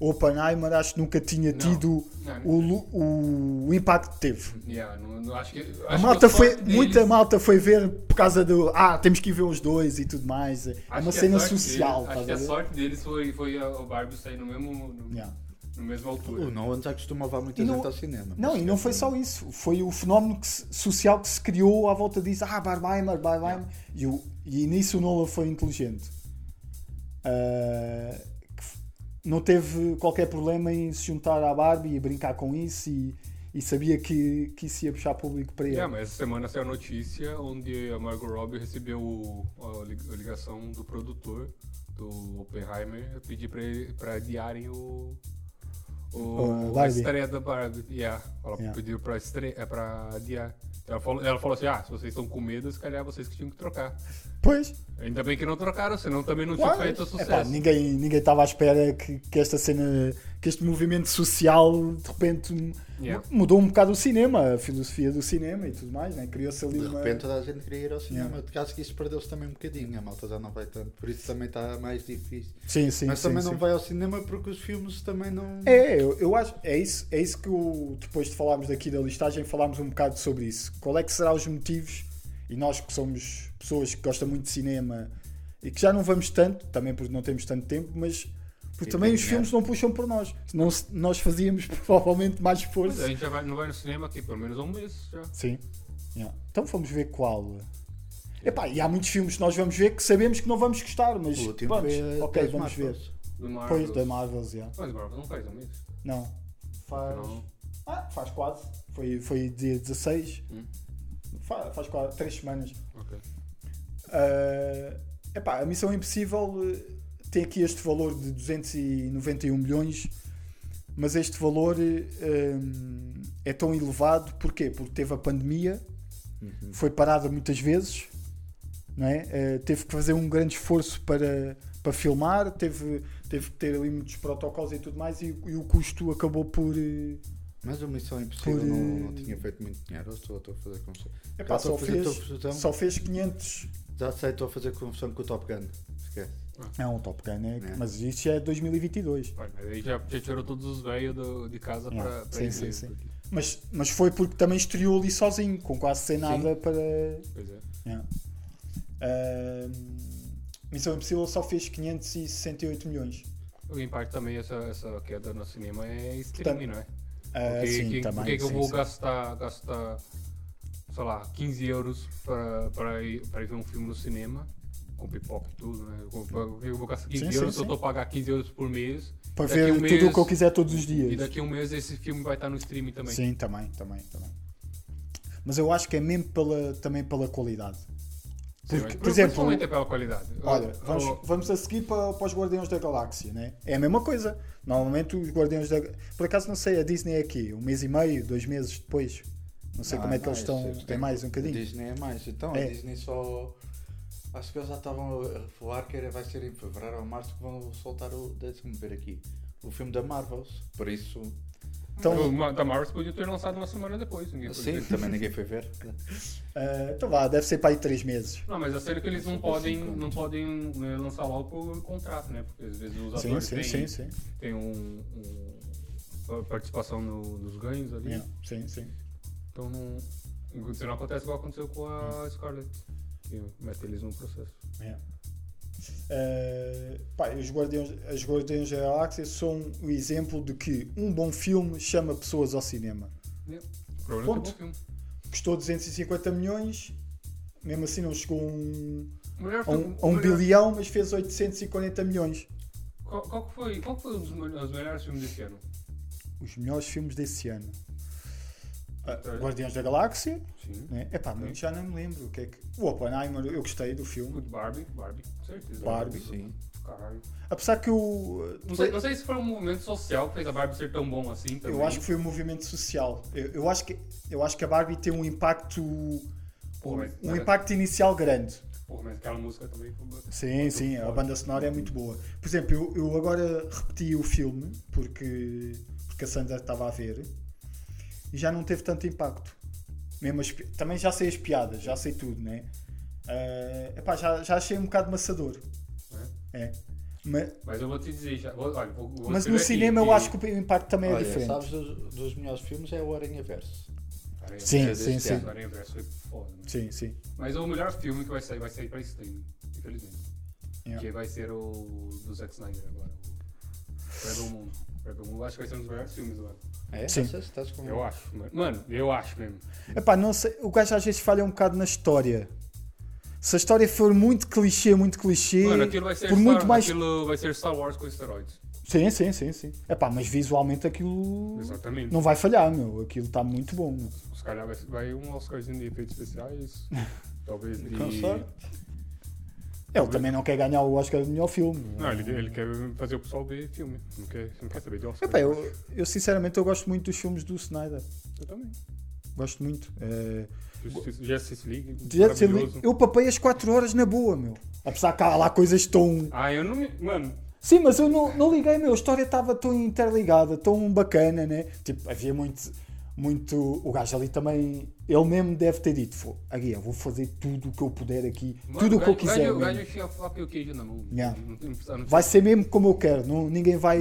o Oppenheimer acho que nunca tinha
Não.
tido
Não, não.
o, lu- o impacto que teve.
Yeah, não, não, acho que,
A
acho
malta
que o
foi,
sorte deles-
muita malta foi ver por causa do ah, temos que ir ver os dois e tudo mais. É
acho
uma
que a
cena
sorte
social, tá
deles- Acho que é
estás
a
a ver?
sorte deles foi, foi a- o Barbie sair no mesmo, no,
Yeah.
no mesmo altura.
O Nolan já costuma levar muita
E não-
gente ao cinema.
Não,
mas-
e não foi só isso. Foi o fenómeno que se- social que se criou à volta disso. Ah, Barbenheimer, Barbenheimer. E, o- e nisso o Nolan foi inteligente. Ah, que f- não teve qualquer problema em se juntar à Barbie e brincar com isso. E, e sabia que, que isso ia puxar público para ele.
Yeah, É, mas essa semana saiu a notícia onde a Margot Robbie recebeu o- a li- a ligação do produtor do Oppenheimer pedir pra, ele- pra adiarem o, o,
O
a
Barbie.
estreia da Barbie. Yeah. Ela
Yeah.
pediu pra, estre, é, pra adiar. Ela falou, ela falou assim: ah, se vocês estão com medo, se calhar vocês que tinham que trocar.
Pois.
Ainda bem que não trocaram, senão também não tinha
Ué,
feito
epá,
sucesso.
É ninguém ninguém estava à espera que, que esta cena, que este movimento social de repente mu-
Yeah.
mudou um bocado o cinema, a filosofia do cinema e tudo mais, né? Criou-se ali
De
uma.
repente toda a gente queria ir ao cinema.
Yeah.
De Acho que isso perdeu-se também um bocadinho. A malta já não vai tanto. Por isso também está mais difícil.
Sim, sim,
Mas
sim,
também
sim.
não vai ao cinema porque os filmes também não.
É, eu, eu acho, é isso, é isso que o- depois de falarmos daqui da listagem, falámos um bocado sobre isso. Qual é que será os motivos, e nós que somos pessoas que gostam muito de cinema e que já não vamos tanto, também porque não temos tanto tempo, mas porque
E
também
é.
tem
os
dinheiro.
filmes não puxam por nós. Senão se- nós fazíamos <laughs> provavelmente mais
Mas é, a
esforço.
gente já vai, não vai no cinema aqui pelo menos há um mês já.
Sim. Yeah. Então vamos ver qual. Epá, e há muitos filmes que nós vamos ver que sabemos que não vamos gostar, mas
O último
vamos,
foi, eh,
ok,
das
vamos ver.
Marvels.
Do Marvel.
Depois da Marvels, yeah.
Mas Marvel não faz um mês.
Não. Faz.
Não.
Ah, faz quase. Foi, foi dia 16.
Hum.
Fa- faz quase 3 semanas.
Ok.
Ah, epá, a Missão Impossível eh, tem aqui este valor de 291 milhões, mas este valor eh, hum, é tão elevado porquê? Porque teve a pandemia, foi parada muitas vezes, não é? Eh, teve que fazer um grande esforço para, para filmar, teve, teve que ter ali muitos protocolos e tudo mais, e, e o custo acabou por. eh,
Mas o Missão Impossível
Por,
não,
eh,
não tinha feito muito dinheiro. Eu só estou a fazer confusão.
epá,
Já estou
só,
a fazer
fez,
tua confusão.
então.
só fez 500.
Já sei, estou a fazer confusão com o Top Gun. Esquece.
Não, o Top Gun, né?
É.
mas isto é 2022.
Vai, mas aí tá. já, já tirou todos os velhos do- de casa
Yeah.
pra, pra
Ah, Sim,
ir
sim,
ver,
sim.
porque-
Mas, mas foi porque também estreou ali sozinho, com quase sem nada para.
Pois é.
Yeah. Ah, Missão Impossível só fez 568 milhões.
E, Em parte também essa, essa queda no cinema é streaming, não é?
Ah,
Porque
sim,
que,
também.
por é que que eu
sim,
vou
sim.
gastar, gastar, sei lá, 15 euros pra, pra, ir, pra ir ver um filme no cinema? Com pipoca e tudo, né? Eu vou- Por que eu vou gastar 15
Sim, sim,
euros se eu
sim.
tô pagar 15 euros por mês?
Para
daqui
ver
um
tudo
mês-
o que eu quiser todos os
E
dias.
daqui a um mês esse filme vai estar no streaming também.
Sim, também, também, também. Mas eu acho que é mesmo pela, também pela qualidade.
Sim,
Porque,
mas- Oh,
por exemplo,
Principalmente é pela qualidade.
Olha,
Eu-
vamos,
eu-
vamos a seguir para, para os Guardiões da Galáxia, né? É a mesma coisa. Normalmente os Guardiões da Por acaso não sei, a Disney é aqui, um mês e meio, dois meses depois. Não
Ah,
sei como é que eles estão. Tem mais um
A
bocadinho.
Disney é mais. Então,
É.
a Disney só. Acho que eles já estavam a falar que era, vai ser em fevereiro ou março que vão soltar o. Deixa-me ver aqui. O filme da Marvels. Por isso.
o
Então,
Ma- da Marvel podia ter lançado uma semana depois. Ninguém podia
Sim,
ter-
também ninguém foi
<laughs>
ver.
ah, então vá, deve ser para aí três meses.
Não, mas a sério que eles não podem, não podem né, lançar logo por contrato, né? Porque às vezes os
Sim,
atores
sim,
têm,
sim, sim.
têm um, um- uma participação no- nos ganhos ali.
Yeah, sim, sim.
Então não. Se não acontece igual aconteceu com
É.
a Scarlett. Que mete eles num processo.
Yeah. Ah, É. pá, os Guardiões, as Guardiões da Galáxia são o exemplo de que um bom filme chama pessoas ao cinema.
O problema
Ponto.
é que é um bom filme.
Custou 250 milhões, mesmo assim não chegou a um
O melhor
a um,
filme-
a
o
um
melhor-
bilhão, mas fez 840 milhões.
Qual, qual que foi, qual que foi um dos mel- os melhores filmes desse ano?
Os melhores filmes desse ano. Ah,
Tá.
Guardiões da Galáxia,
Sim.
né? Epá, mas
Sim.
já não me lembro o que é que. O Oppenheimer, eu gostei do
O
filme.
de Barbie, Barbie, com certeza.
Barbie.
Sim.
Caralho.
Apesar que eu.
Não sei, não sei se foi um movimento social que fez a Barbie ser tão bom assim também.
Eu acho que foi um movimento social. Eu, eu acho que, eu acho que a Barbie tem um impacto.
Pô, mas-
um impacto inicial grande.
Pô, mas aquela música também foi boa.
Sim, sim, a banda sonora é muito boa. Por exemplo, eu, eu agora repeti o filme porque, porque a Sandra estava a ver e já não teve tanto impacto. Mesmo as pi- também já sei as piadas, já sei tudo, né? é epá, já, já achei um bocado maçador. É. Ma-
Mas eu vou te dizer já. Vou, olha, vou, vou
mas
escrever
no
aqui
cinema eu acho que o impacto também é
Olha,
diferente.
sabes dos, dos melhores filmes é o Aranha Verso.
Aranha-
Sim,
É
sim,
deste
sim.
ano.
Aranha Verso foi foda, né?
Sim, sim.
Mas o melhor filme que vai sair vai sair pra streaming, infelizmente.
Yeah.
Que vai ser o do Zack Snyder agora. O Rebel Moon. Rebel Moon acho que vai ser um dos melhores filmes agora.
É?
Sim.
Achas? Estás com...
Eu acho, mano. Mano, eu acho mesmo.
Epá, não sei, o gajo às vezes falha um bocado na história. Se a história for muito clichê, muito clichê,
Mano, aquilo vai ser,
por
Star,
muito mais.
aquilo vai ser Star Wars com esteroides.
Sim, sim, sim, sim. Epá, mas visualmente aquilo
Exatamente.
não vai falhar, meu. Aquilo está muito bom. Meu.
Os caras vai, vai um Oscarzinho de
<laughs>
efeitos especiais. talvez de.
Com sorte.
Ele também não quer ganhar o Oscar de melhor filme.
Não, ele, ele quer fazer o pessoal ver filme. Não quer, não quer saber de Oscar.
Epá, eu, eu sinceramente eu gosto muito dos filmes do Snyder.
Eu também.
Gosto muito. É,
Justice- Justice League.
Justice League-
maravilhoso.
eu papei as 4 horas na boa, meu. Apesar que há lá coisas tão.
Ah, eu não me. Mano,
Sim, mas eu não, não liguei, meu. A história estava tão interligada, tão bacana, né? Tipo, havia muito. muito o gajo ali também. Ele mesmo deve ter dito: "Fô, Aqui, eu vou fazer tudo o que eu puder aqui,
mano,
tudo o que eu
gajo-
quiser.
gajo- O
mesmo."
gajo enfia a faca e o queijo na mão.
Yeah.
Não tem- não precisa- não
Vai
precisa.
ser mesmo como eu quero, não, ninguém vai.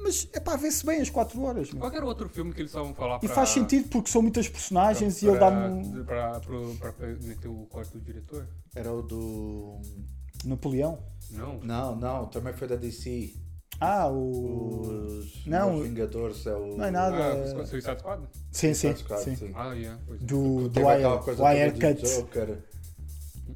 Mas é para ver-se bem as 4 horas, meu.
Qualquer outro filme que eles estavam a falar
E
pra-
faz sentido porque são muitas personagens e
pra-
ele dá-me um
Pra, pro- pra meter o corte do diretor?
Era o do.
Napoleão.
Não.
Não, não, também foi da DC.
Ah, o.
Os
Não,
os Vingadores é o.
Não é nada.
Ah, os- Suicide Squad?
Sim, sim.
Squad,
sim.
Ah, yeah. Pois é.
Do, do
Teve aquela
Wire,
coisa
wire
toda do
Cut.
Joker.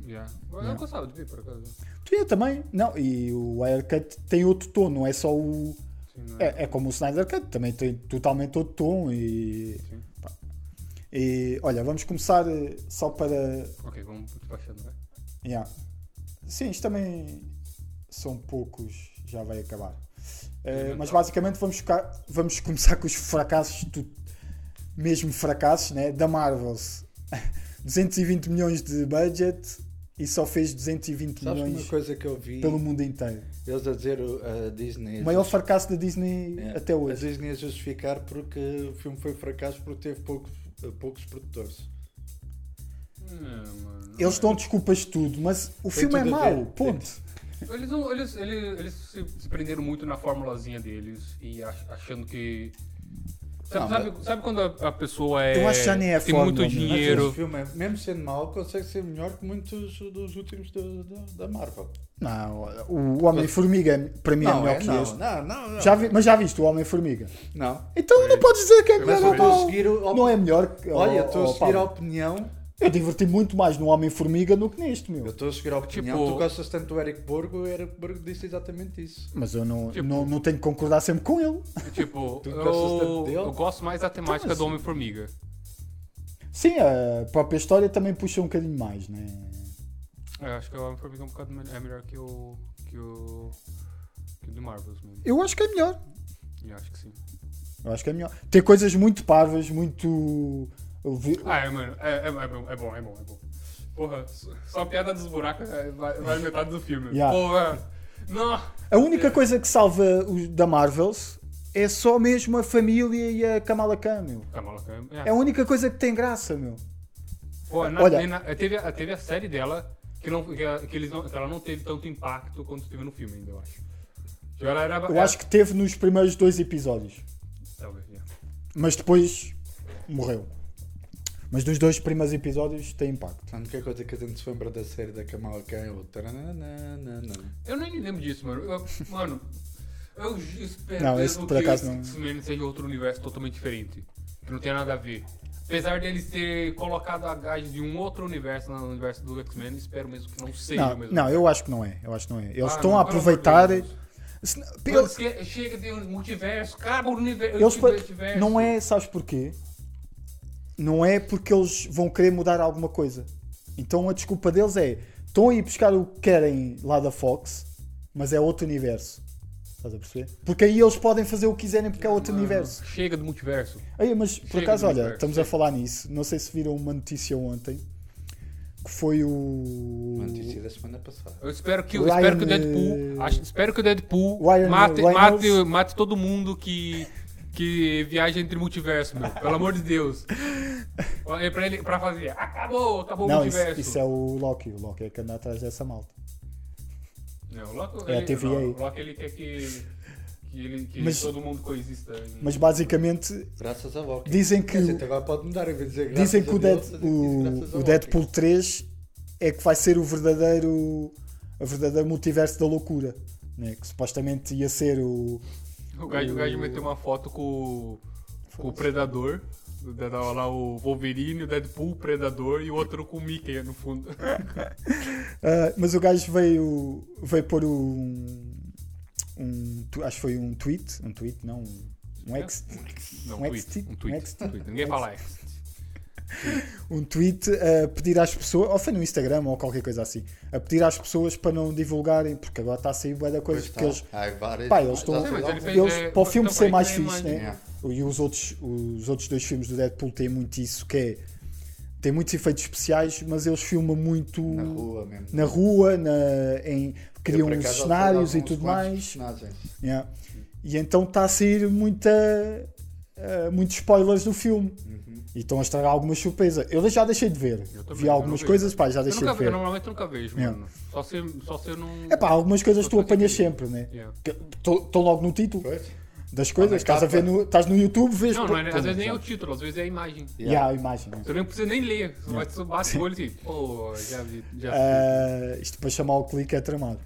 Yeah. Eu
Yeah.
gostava de ver, por acaso.
Tu ia também? Não, e o Wire Cut tem outro tom, não é só o.
Sim, não
É, é como o Snyder Cut, também tem totalmente outro tom e.
Sim.
pá. E olha, vamos começar eh, só para
Ok, vamos né? despachando, vai.
Yeah. Sim, isto também são poucos, já vai acabar. Eh,
tá.
mas basicamente vamos, ficar- vamos começar com os fracassos, do- mesmo fracassos, né? da <laughs> Marvels. 220 milhões de budget e só fez
Sabes
220
que
milhões
uma coisa que eu vi?
pelo mundo inteiro.
Eles a dizer o- a Disney.
O maior fracasso da Disney
É.
até
A
hoje.
Disney a justificar porque o filme foi fracasso porque teve poucos, poucos produtores.
Não, mano. não
Eles
é.
dão desculpas de tudo, mas
Tem
o filme é
tudo a
mau,
ver.
ponto.
Eles, não, eles, eles, eles se, se prenderam muito na formulazinha deles e ach- achando que. Sabe,
Não,
sabe, sabe quando a, a pessoa é.
Eu acho que já nem é
Tem
fórmula,
muito
né?
Mas
<laughs>
dinheiro.
o filme, é, mesmo sendo mau, consegue ser melhor que muitos dos últimos do- do- da Marvel.
Não, o Homem-Formiga para mim é
não,
melhor
é,
que
não,
este.
não, não, não.
Já vi- mas já viste o Homem-Formiga?
Não.
Então não podes dizer que é
Mas
melhor
eu
ou
estou a
mau.
seguir o-
Não é melhor que.
Olha,
oh,
estou a
oh,
seguir a
Paulo,
opinião.
Eu diverti muito mais no Homem-Formiga do que neste,
Eu
meu.
estou a seguir a opinião.
Tipo-
Tu gostas tanto do Eric Borgo, o Eric Borgo disse exatamente isso.
Mas eu não,
Tipo-
não, não tenho que concordar sempre com ele.
Tipo,
Tu gostas tanto
eu,
dele?
eu gosto mais da temática
Então, mas-
do Homem-Formiga.
Sim, a própria história também puxa um bocadinho mais, né?
Eu acho que o Homem-Formiga é um bocado melhor, é melhor que o. que o. que o do Marvels mesmo.
Eu acho que é melhor.
Eu acho que sim.
Eu acho que é melhor. Tem coisas muito parvas, muito. eu vi-
Ah, é, mano, é, é, é bom, é bom, é bom, é bom. Porra, só só a piada dos buracos é, vai, vai metade do filme.
Yeah.
Porra! Não!
A única coisa que salva o da Marvels é só mesmo a família e a Kamala Khan, meu.
Kamala Khan, é.
É a única coisa que tem graça, meu.
Pô, na,
Olha-
nem na- teve, a- eh, teve a série dela que, não, que, a- que eles não, que ela não teve tanto impacto quanto teve no filme ainda, eu acho. Tipo, Ela era, é,
Eu acho que teve nos primeiros dois episódios.
Talvez, yeah.
mas depois morreu. Mas dos dois primeiros episódios tem impacto.
A única coisa que a gente se lembra da série da Kamala Khan é o tarananana.
Eu nem me lembro disso, mano. Eu- mano, eu ju- espero
Não, esse
mesmo
por
que
acaso
esse
não.
X-Men seja outro universo totalmente diferente. Que não tem nada a ver. Apesar deles ter colocado a gás de um outro universo no universo do X-Men, espero mesmo que não seja
Não,
o mesmo.
não, eu acho que não é. Eu acho que não é. Eles
Ah,
estão
não,
a
pelo amor
aproveitar.
de Deus.
Se-
Mano,
pelo-
esque- chega de um multiverso, acaba o universo.
Eles pa-
multiverso.
Não é, sabes porquê? Não é porque eles vão querer mudar alguma coisa. Então a desculpa deles é: estão a ir buscar o que querem lá da Fox, mas é outro universo. Estás a perceber? Porque aí eles podem fazer o que quiserem porque é outro
Mano,
universo.
Chega do multiverso.
Aí, mas por
Chega
acaso,
de
olha,
universo,
estamos a
chega.
falar nisso. Não sei se viram uma notícia ontem que foi o.
Notícia da semana passada.
Eu espero que, eu
Ryan,
espero que o
eh,
Deadpool. acho- espero que o Deadpool
Ryan
mate,
Reynolds.
mate, mate todo mundo que, que viaja entre multiverso, meu. Pelo amor de Deus. É pra, ele, pra fazer. Acabou, acabou o
Não, isso,
multiverso.
isso é o Loki. O Loki é que anda atrás dessa malta.
Não, o Loki,
é a
ele,
TVA.
não, o Loki ele quer que, que, ele, que
Mas-
todo mundo coexista. em-
Mas basicamente
Graças a Loki.
dizem que,
Quer dizer,
o-
agora pode mudar em vez de dizer graças
dizem que
a
o,
Deus,
Dead-
a gente diz graças a
o, o
Loki.
Deadpool 3 é que vai ser o verdadeiro, o verdadeiro multiverso da loucura. Né? Que supostamente ia ser o.
O gajo, o gajo meteu uma foto com, o- com o Predador. da- da- Lá o Wolverine, o Deadpool, o Predador e o outro com o Mickey no fundo.
Ah, mas o gajo veio, veio pôr um. um tu- acho que foi um tweet. Um tweet, não. Um, um ex.
Não,
Um
tweet,
ex-tweet,
um
um
tweet.
ex-tweet.
tweet. Ninguém fala ex.
um tweet a pedir às pessoas, ou foi no Instagram ou qualquer coisa assim, a pedir às pessoas para não divulgarem, porque agora está a sair bué da coisa,
Pois
porque eles,
tá. Há várias- É,
pá, eles estão,
Sim, mas ele
fez,
eles-
é,
para o filme
não
ser
foi
mais
que nem
fixe,
mais-
né? E os outros, os outros dois filmes do Deadpool têm muito isso, que é, tem muitos efeitos especiais, mas eles filmam muito
Na rua mesmo.
na rua, na- em,
Eu,
criam
por
uns
acaso,
cenários e
alguns
tudo
quantos
mais.
personagens.
Yeah. E então está a sair muita, eh, muitos spoilers do filme.
Uhum.
E estão a estragar algumas surpresas. Eu já deixei de ver.
Eu também,
Vi
eu
algumas
não vi.
coisas, pá, já
Eu,
deixei
nunca,
de
ve- eu
ver.
normalmente nunca vejo,
Yeah.
mano. Só se, só se eu não.
É pá, algumas coisas
Eu
tu
faço
apanhas
aqui.
sempre, né?
Yeah.
Estão logo no título
Pois?
das coisas.
na
Estás a
capa.
ver no, estás no YouTube, vês.
Não,
pô,
não é-
tens,
às vezes nem é o
sabe?
título, às vezes é a imagem.
Yeah, a imagem. né?
Você nem precisa nem ler, você vai só bate o olho assim, pô, já vi, já vi.
Ah, isto para chamar o clique é tramado.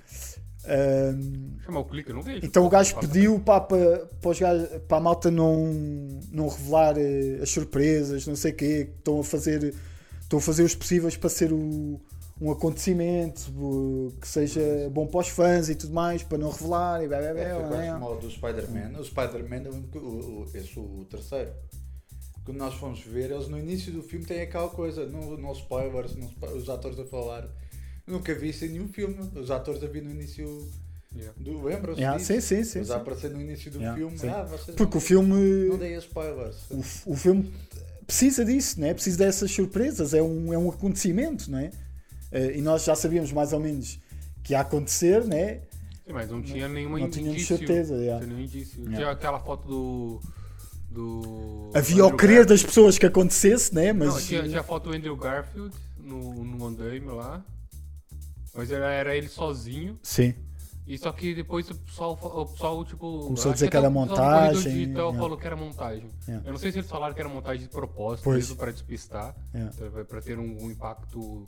Ah,
Chamar o clique, eu não vejo.
Então o gajo
Passa-
pediu pá, para, para, os gajos- para a malta não, não revelar eh, as surpresas, não sei o quê, que estão a fazer, estão a fazer os possíveis para ser o- um acontecimento eh, que seja bom para os fãs e tudo mais, para não revelar e blá, blá, blá,
É, foi
blá,
quase
blá.
mal do Spider-Man. O Spider-Man é o, único- o, o, esse, o terceiro. Quando nós fomos ver, eles no início do filme têm aquela coisa, não, não spoilers, não spo- os atores a falar. Eu nunca vi isso em nenhum filme. Os atores a vir no início
Yeah.
do. Lembram-se?
Yeah,
disso?
sim, sim, sim,
Eles
sim.
a aparecer no início do
Yeah,
filme.
sim.
Ah, vocês
Porque
não,
o filme,
não deem spoilers.
o, f- o filme precisa disso, né? precisa dessas surpresas, é um, é um acontecimento, não é? Eh, e nós já sabíamos mais ou menos que ia acontecer, né?
Sim, mas não tinha nenhuma
não
indício.
tínhamos certeza.
Não
yeah.
tinha nenhum indício.
Yeah.
Tinha aquela foto do. do.
Havia o
Andrew
querer
Garfield.
das pessoas que acontecesse, né? Mas
Não, tinha, tinha a foto do Andrew Garfield no, no andaime lá. Mas era, era ele sozinho.
Sim.
E só que depois o pessoal, fa- o pessoal tipo.
Começou a
acho
dizer que
até
era
o pessoal do Corredor
montagem,
Digital
é.
falou que era montagem.
É.
Eu não sei se eles falaram que era montagem de propósito,
Pois.
mesmo pra despistar,
É.
pra- pra ter um, um impacto.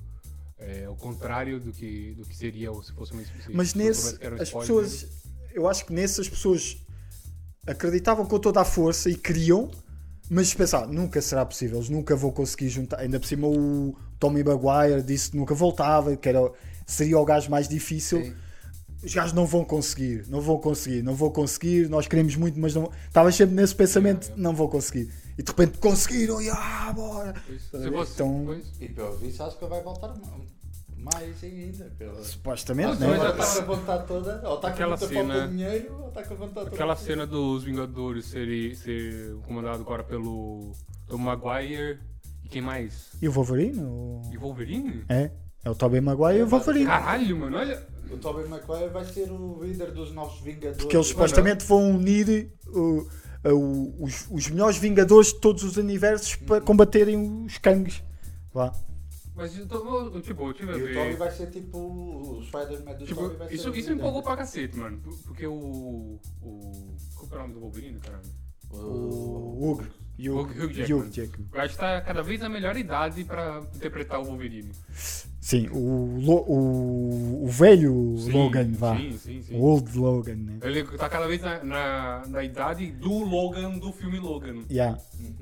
É, ao contrário do que, do que seria ou se fosse uma se-
Mas
se
nesse,
soubesse que era um
as
spoiler,
pessoas, eu acho que nesse as pessoas acreditavam com toda a força e queriam, mas pensavam, nunca será possível, eles nunca vão conseguir juntar. Ainda por cima o Tommy Maguire disse que nunca voltava, que era, seria o gajo mais difícil. Os gajos não vão conseguir, não vão conseguir, não vão conseguir, nós queremos muito, mas não. Estava sempre nesse pensamento, não vão conseguir. E de repente conseguiram, e ah, bora!
Isso.
Tá
Se
vendo?
fosse,
Então-
pois,
E pelo visto, acho que vai voltar ma- mais ainda. Pelo...
Supostamente,
Nossa,
né?
mas
Agora
já
está
tá-
com a vontade toda. Ou está com
Aquela
muita falta
cena-
de dinheiro, ou está com a vontade toda.
Aquela cena dos Vingadores ser, ser comandado agora pelo Tom Maguire e quem mais?
E o Wolverine? o-
E Wolverine?
É, é o Tobey Maguire e o
Ah,
Wolverine.
Caralho, mano, olha.
O Tobey Maguire vai ser o líder dos novos Vingadores.
Porque eles supostamente vão unir uh, uh, os, os melhores Vingadores de todos os universos para
Uhum.
combaterem os Kangs. Lá.
Mas eu tô- eu, tipo, eu tive
E
a
o Tobey
ver.
vai ser tipo o Spider-Man do Tobey vai
Tipo,
ser
isso,
o
isso
um
líder.
me empolgou pra cacete, mano. por- Porque o. o qual que é o nome do Wolverine, caralho?
O... Uhum.
O Ogre. E o
Hugh- Hugh
e o
Jackman.
Jackman.
O gajo tá cada vez na melhor idade pra interpretar o Wolverine.
Sim, o, Lo- o, o velho
Sim,
Logan, vá.
Sim, sim, sim.
O old Logan, né?
Ele tá cada vez na, na, na idade do Logan do filme Logan.
Yeah.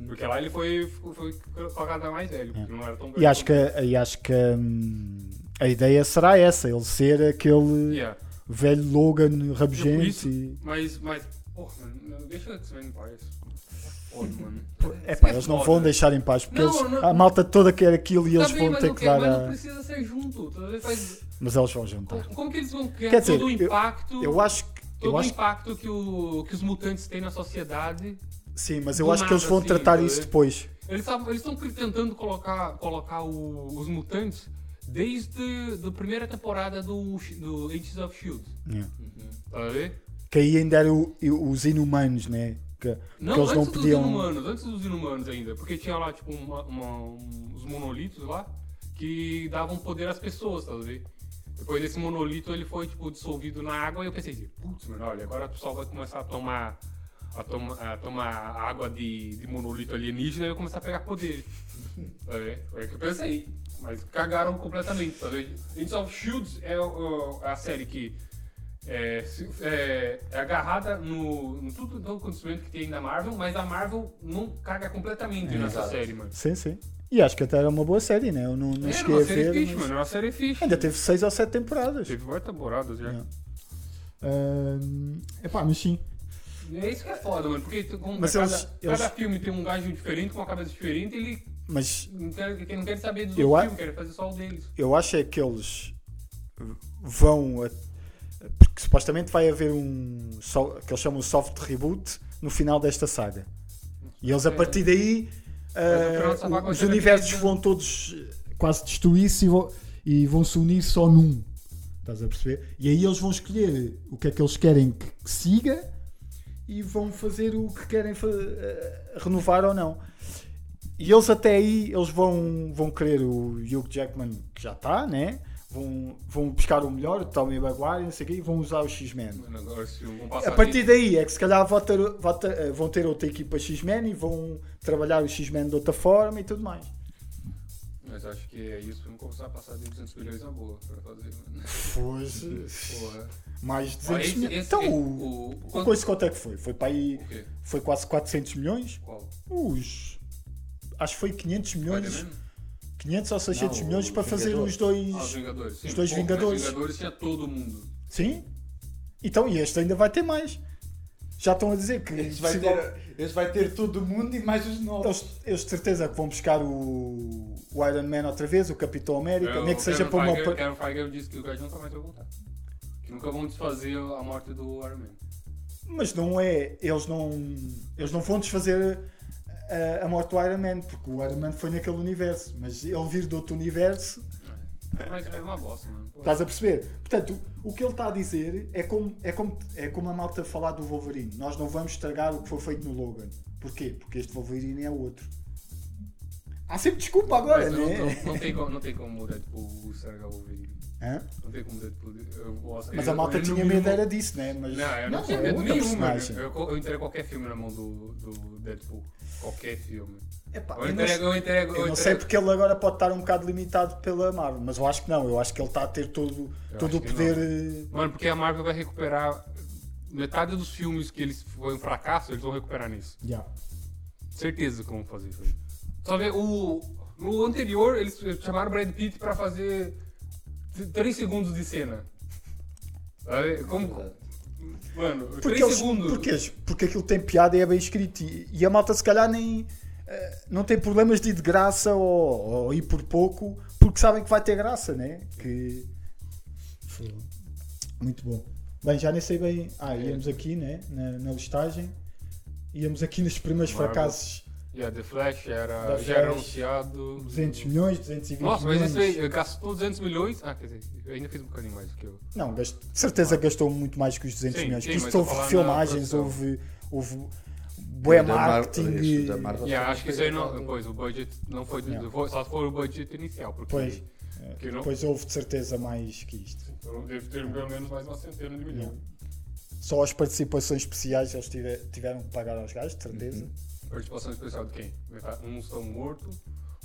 Porque lá ele foi, foi colocado mais velho, porque não era tão
É. E
grande
acho que, e acho que hum, a ideia será essa, ele ser aquele
Yeah.
velho Logan
Tipo
rabugento.
isso.
e-
Mas, mas, porra, mano, deixa X-Men em paz. é Foda, mano.
É pá, eles não
Foda.
vão deixar em paz, porque
Não,
eles-
não-
a malta toda quer aquilo <laughs> e
Tá
eles
bem,
vão
mas
ter
não
que dar
quer- Mas não
a...
precisa ser junto. tá vendo? Faz-
Mas eles vão juntar.
Como, como que eles vão criar
Quer dizer,
todo o
eu-
impacto?
Eu acho que.
Todo
Eu
o
acho,
impacto que, o, que os mutantes têm na sociedade.
sim, mas eu
do
acho que eles
nada,
vão
assim,
tratar
tá
isso
vendo?
depois.
Eles estão tentando colocar, colocar o- os mutantes desde a primeira temporada do, do Agents of Shield.
Yeah.
Tá a ver?
Que aí ainda eram os inumanos, né? Que,
Não,
que eles
antes
não
dos
podiam.
inumanos, antes dos inumanos ainda, porque tinha lá, tipo, uma- uma- uns monolitos lá que davam poder às pessoas, tá vendo? Depois esse monolito ele foi, tipo, dissolvido na água e eu pensei, assim, putz, mano, olha, agora o pessoal vai começar a tomar, a toma- a tomar água de, de monolito alienígena e vai começar a pegar
<laughs>
poder, tá vendo? Foi o que eu pensei, mas cagaram completamente, tá vendo? Agents of Shields é ó, a série que é, se- é, é agarrada no, no tudo todo o conhecimento que tem da Marvel, mas a Marvel não caga
É,
completamente nessa
Exato.
série, mano.
Sim, sim. E acho que até era uma boa série, né? Eu não, não né?
Era
cheguei
uma
a
série
ver.
fixe,
mas-
mano. Era uma série fixe.
Ainda teve seis ou sete temporadas.
Teve várias temporadas já.
É.
É pá, mas sim.
É isso que é foda, mano. Porque tu- como
Mas
cada,
eles-
cada
eles-
filme tem um gajo diferente, com uma cabeça diferente, ele
Mas
Não quero, que- não quero saber dos
Eu
outros
a-
filmes, quero fazer só o deles.
eu acho é que eles vão. a- porque supostamente vai haver um. so- que eles chamam de soft reboot no final desta saga. E eles a partir daí.
Mas no final
ah,
só vai
os
acontecer
universos
aquele-
vão todos eh, quase destruir-se e vão, e vão se unir só num. Estás a perceber? E aí eles vão escolher o que é que eles querem que que siga e vão fazer o que querem fa- eh, renovar ou não. E eles até aí eles vão, vão querer o Hugh Jackman que já está, né? Vão, vão buscar o melhor, o Tommy Maguire, não sei o quê, e vão usar o X-Men.
Mano, agora esse filme, um vão
A
passar
partir daí é que se calhar vão ter, vão ter- eh, vão ter outra equipa X-Men e vão trabalhar o X-Men de outra forma e tudo mais.
deles. Mas acho que é isso, vamos começar a passar de 200 milhões na boa pra fazer, mano.
Fosse
Porra.
mais de
Ó,
200
esse-
milhões.
esse-
Então,
esse-
o,
o-
o
quanto-
coisa quanto é que foi? Foi para aí,
o quê?
foi quase 400 milhões?
Qual?
Os. Acho que foi 500 milhões,
Spider-Man?
500 ou 600
Não,
milhões
o
para fazer
Vingador.
os dois.
Ah, os Vingadores. Sim,
Os dois
pô, mas
Vingadores.
Os Vingadores tinha todo mundo.
Sim? Então, e este ainda vai ter mais. Já estão a dizer que.
Esse vai,
possível-
ter, esse vai ter todo mundo e mais os novos.
Eles, eles de certeza que vão buscar o, o Iron Man outra vez, o Capitão América,
Eu-
nem que seja
É, Kevin
para uma.
Feige-
pa-
Kevin Feige disse que é. o Guardião nunca mais vai voltar. Que nunca vão desfazer a morte do Iron Man.
Mas não é. Eles não. Eles não vão desfazer a, a morte do Iron Man, porque o Iron Man foi naquele universo. Mas ele vir de outro universo,
Mas é uma bosta, mano. Pô,
estás a perceber? Portanto, o que ele está a dizer é como, é, como, é como a malta falar do Wolverine. Nós não vamos estragar o que foi feito no Logan. Porquê? Porque este Wolverine é outro. Há sempre desculpa agora,
mas não,
né?
não- não tem como, não tem como o Deadpool estragar o Wolverine.
Hã?
Não tem como o Deadpool. Eu gosto.
Mas
eu-
a malta
eu não
tinha
me-
medo era disso, né? Mas
Não, eu não, tinha
é
medo
outra
nenhum, mano.
personagem.
Eu, co- eu entrego qualquer filme na mão do, do Deadpool. Qualquer filme.
Epá,
Eu
eu não,
entrego, eu entrego.
eu não sei porque ele agora pode estar um bocado limitado pela Marvel, mas eu acho que não. Eu acho que ele está a ter todo,
Eu
todo
acho
o
que não.
poder. eh,
Mano, porque a Marvel vai recuperar. Metade dos filmes que eles foi um fracasso, eles vão recuperar nisso.
yeah.
Certeza que vão fazer isso aí. Só ver o. No anterior, eles chamaram o Brad Pitt pra fazer 3 segundos de cena. Sabe? Como. Mano,
Porque,
3
eles,
segundos.
porque, porque aquilo tem piada e é bem escrito. E, e a malta, se calhar, nem. eh, não tem problemas de ir de graça ou, ou ir por pouco, porque sabem que vai ter graça, né? Que. Foi Muito bom. Bem, já nem sei bem. Ah,
É.
íamos aqui, né? Na, na listagem. Íamos aqui nos primeiros
Marvel.
fracassos.
Yeah, The Flash era,
The
já era
Flash.
anunciado.
200 milhões, 220
Nossa, mas
milhões.
isso aí eh, gastou 200 milhões. Ah, quer dizer, eu ainda fiz um bocadinho mais do que eu.
Não, gasto, de certeza que gastou muito mais que os 200
Sim,
milhões.
sim,
que
mas
isto
eu
houve
tô falando na
filmagens,
produção.
houve, houve bué
E da é Mar-
marketing.
isso,
e-
da Marvel.
Yeah, acho que isso aí não. Pois, o budget não É. foi.
Yeah.
foi- só foi o budget inicial. Porque
Pois,
que não-
Depois houve de certeza mais que isto.
Então deve ter pelo menos mais uma centena de milhões.
Só as participações especiais eles tive- tiveram que pagar aos gajos, de certeza.
Uhum. Participação especial de quem? Um estão morto,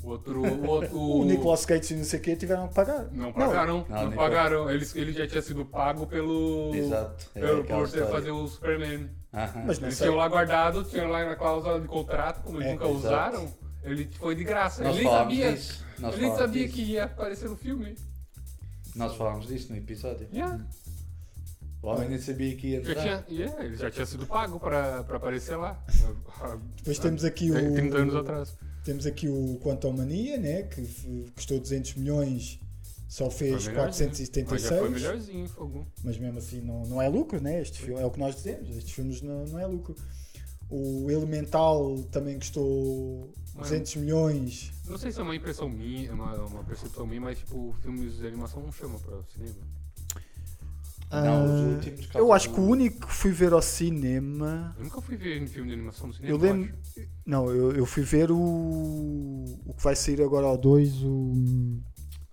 o <laughs> outro. O, outro,
O Nicolas Cage e não sei o quê tiveram que pagar.
Não pagaram, não,
Não, Nicolas-
pagaram. Eles, ele já tinha sido pago pelo.
Exato. É
Pelo
aquela
por ter
história.
fazer o Superman.
Aham.
mas não
Eles
sei.
tinham lá guardado, tinham lá na cláusula de contrato, como eles
É,
nunca
exato.
usaram, ele foi de graça.
Nós
ele nem
falámos
sabia.
disso. Nós
ele nem
falámos
sabia
disso.
que ia aparecer no filme.
Nós falámos disso no episódio.
Yeah.
O homem nem sabia que ia
Já
entrar.
tinha, yeah, ele já tinha sido pago pra, pra aparecer lá.
Depois temos aqui o.
30 anos atrás.
Temos aqui o Quantum Mania, né? Que f- custou 200 milhões, só fez
Foi melhorzinho. Mas já foi
476.
melhorzinho, fogo.
mas mesmo assim não, não é lucro, né? Este filme, é o que nós dizemos, estes filmes não, não é lucro. O Elemental também custou
é
200 milhões.
Não sei se é uma impressão minha, é uma, uma percepção minha, mas tipo, filmes de animação não chama pra cinema.
Não, os
Ah,
últimos casos
eu acho
do-
que o
um.
único que fui ver ao cinema.
Eu nunca fui ver um filme de animação no cinema.
Eu lembro.
acho.
Não, eu, eu fui ver o. O que vai sair agora ao 2, o.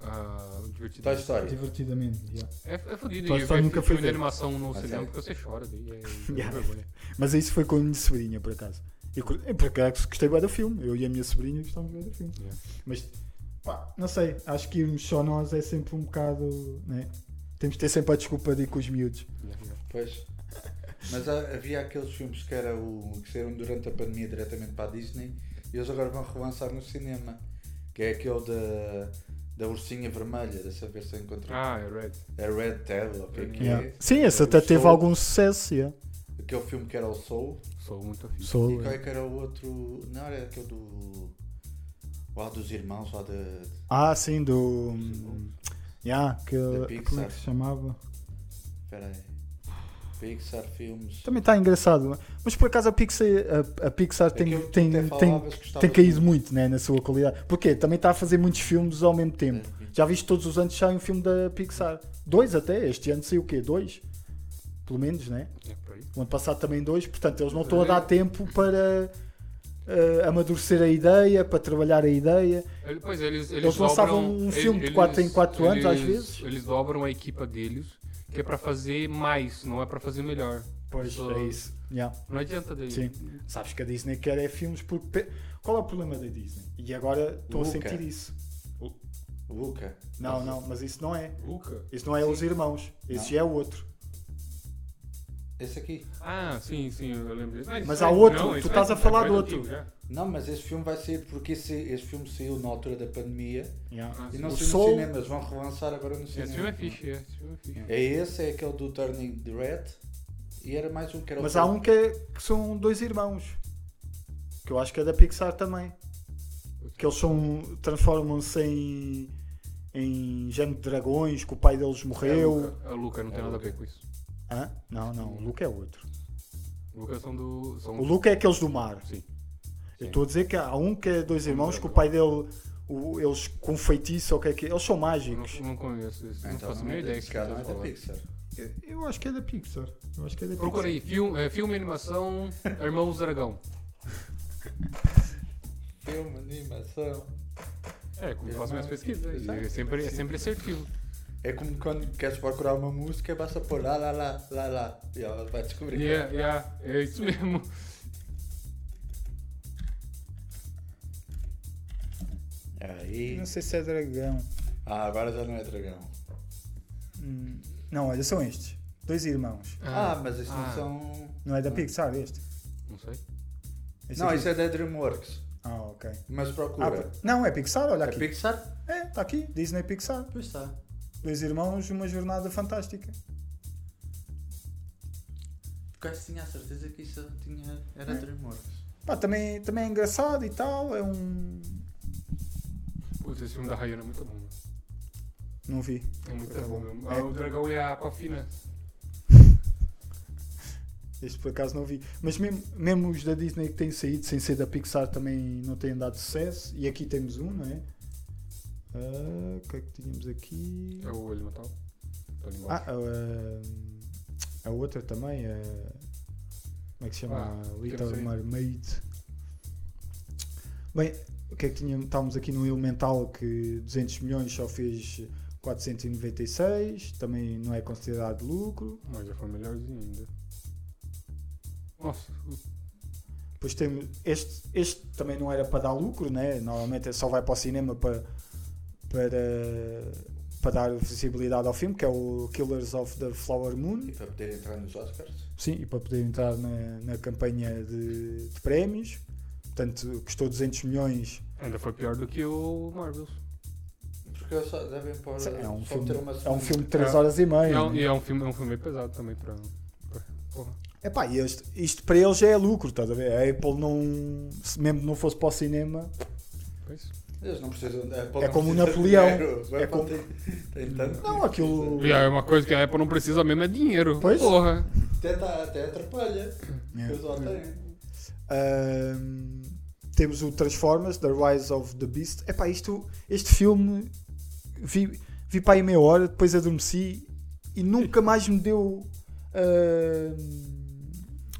Ah, o divertido.
Toy Story.
Divertidamente, já.
É, é fodido.
Toy
E
Story
ver
nunca fui
filme de
ver.
animação no
Mas
cinema
é.
porque você chora. Daí
<laughs>
é, é
Yeah.
vergonha.
Mas isso foi com a minha sobrinha, por acaso. Eu, cur- eu, por acaso gostei bem do filme. Eu e a minha sobrinha gostávamos bem do filme.
Yeah.
Mas, pá, não sei. Acho que irmos só nós é sempre um bocado. Né? Temos de ter sempre a desculpa de ir com os miúdos.
Yeah, yeah.
Pois. Mas há- havia aqueles filmes que, era o, que saíram durante a pandemia diretamente para a Disney e eles agora vão relançar no cinema. Que é aquele da, da ursinha vermelha, dessa versão encontrada.
Ah, é Red.
É Red Tail, ou o que é que é?
Yeah. Sim, esse até
Soul.
teve algum sucesso. Yeah.
Aquele filme que era o Soul.
Sou muito afim.
é.
Soul, é.
E qual
yeah.
é que era o outro. Não, era aquele do. Lá dos irmãos, lá de.
Ah, sim, do. Yeah, que,
Da
como é
Pixar.
que se chamava?
Espera aí. Pixar Filmes.
Também está engraçado. é? Mas por acaso a Pixar, a, a Pixar tem,
Aquilo É que
tem,
tu até
tem,
falavas,
tem
gostavas
caído
muito. É.
muito né, na sua qualidade. Porque também está a fazer muitos filmes ao mesmo tempo. Já viste todos os anos sai um filme da Pixar. Dois até. Este ano saiu o quê? Dois? Pelo menos, né?
É por aí.
O ano passado também dois. Portanto, eles não estão a
É.
dar tempo para eh, amadurecer a ideia, para trabalhar a ideia.
Ele- Pois é, eles, eles,
Eles lançavam
dobram-
um
ele-
filme de quatro em quatro anos, às vezes.
Eles dobram a equipa deles, que é pra fazer mais, não é pra fazer melhor.
Pois,
Só-
é
eh,
isso. Yeah.
Não adianta daí.
Sim. Sabes que a Disney quer é filmes porque. pe- Qual é o problema da Disney? E agora estou a
Luca.
sentir isso.
É, Luca.
Não, não, mas isso não é.
Luca?
Isso não é os irmãos. Esse
Não.
já é o outro.
Esse aqui.
Ah, sim, sim, eu lembro disso.
Mas
isso
há
aí-
outro, tu
isso aí
estás a
é
falar
coisa
do outro.
antiga, já.
Não, mas esse filme vai sair porque esse, esse filme saiu na altura da pandemia
Yeah.
Ah,
e
sim.
não
O
saiu
Soul-
no cinema, eles vão relançar agora no cinema.
Esse filme é fixe, é, esse filme é fixe.
É esse, é aquele do Turning the Red e era mais um que era
Mas
o
há um que, é- que são dois irmãos. Que eu acho que é da Pixar também. Que eles são. transformam-se em. em género de dragões, que o pai deles morreu.
É o Luca, não tem
É o
nada a
Luca.
ver com isso.
Hã? Não, não, o Luca é outro.
Lucas são do. São...
O Luca é aqueles do mar.
Sim.
Eu
Sim.
estou a dizer que há um que é dois irmãos
dragão.
que o pai dele. o- eles com feitiço ou o que é que. Eles são
Eu não,
mágicos.
não conheço isso. não
Então,
faço a
não é
minha ideia.
desse
que
cara,
você
não é
tá
da
falando.
Pixar.
Eu- Eu acho que é da Pixar. Eu acho que é da
Procura
Pixar.
aí, filme, é,
<laughs>
filme animação Irmãos Dragão.
Filme, animação.
É, como eu faço minhas pesquisas.
Tá.
É sempre, é sempre assertivo.
É como quando queres procurar uma música, basta pôr lá, lá, lá, lá, lá. E ela vai descobrir.
Yeah, yeah, é isso mesmo.
Aí.
sei se é dragão.
Ah, agora já não é dragão.
Hum, Não, olha, são estes. Dois irmãos.
Ah, mas esses
ah.
não são.
Não é da Pixar este?
Não sei.
Este
Não,
aqui?
isso é da Dreamworks.
Ah, ok.
Mas
Ah,
procura.
não, é Pixar, olha
é
aqui.
Pixar?
É, está aqui, Disney Pixar.
Pois tá. está.
Dois irmãos, uma jornada fantástica.
Quase tinha a certeza que isso tinha... era
É.
Dreamworks.
Pá, também, também é engraçado e tal, é um...
Putz, esse filme da Rayana é muito bom. né?
Não vi.
É muito
Tá
bom.
bom.
mesmo.
É.
Ah, o dragão e a Aquafina.
Este por acaso não vi. Mas mesmo, mesmo os da Disney que têm saído, sem ser da Pixar, também não têm dado sucesso. E aqui temos um, não é? Ah, o que é que tínhamos aqui?
É o olho natal. Tá ali
Ah,
embaixo.
a, a- a outra também, a, como é que se chama?
Ah,
A Little
temos aí.
Mermaid. Bem, o que é que tínhamos? Estávamos aqui num Elemental que 200 milhões só fez 496, também não é considerado lucro.
Mas já foi melhorzinho ainda. Nossa,
Depois temos este, este também não era para dar lucro, né? Normalmente só vai para o cinema para, para, para dar visibilidade ao filme, que é o Killers of the Flower Moon.
E para poder entrar nos Oscars?
Sim, e para poder entrar na, na campanha de, de prémios. Portanto, custou 200 milhões.
ainda foi pior do que o Marvels.
Porque eles só devem pôr...
É um,
só
filme,
ter uma
é um
semana.
filme de 3
É.
horas e
E
meia.
é, um,
né?
e é um filme, é um filme bem pesado também pra. pra porra.
Epá, e este- isto para eles já é lucro, estás a ver? A Apple não. Se mesmo não fosse para o cinema.
Foi isso.
Eles não precisam... É,
É como o Napoleão. É
É
como-
como... Tem, tem tanto
Não,
que
aquilo- é.
E aí, é uma coisa que a Apple não precisa mesmo é dinheiro.
Pois.
Porra.
precisa. Até, tá, até atrapalha.
É.
Eu só tenho.
Ahm, temos o Transformers, The Rise of the Beast. Epá, isto, este filme vi, vi para aí meia hora, depois adormeci e nunca mais me deu. ahm,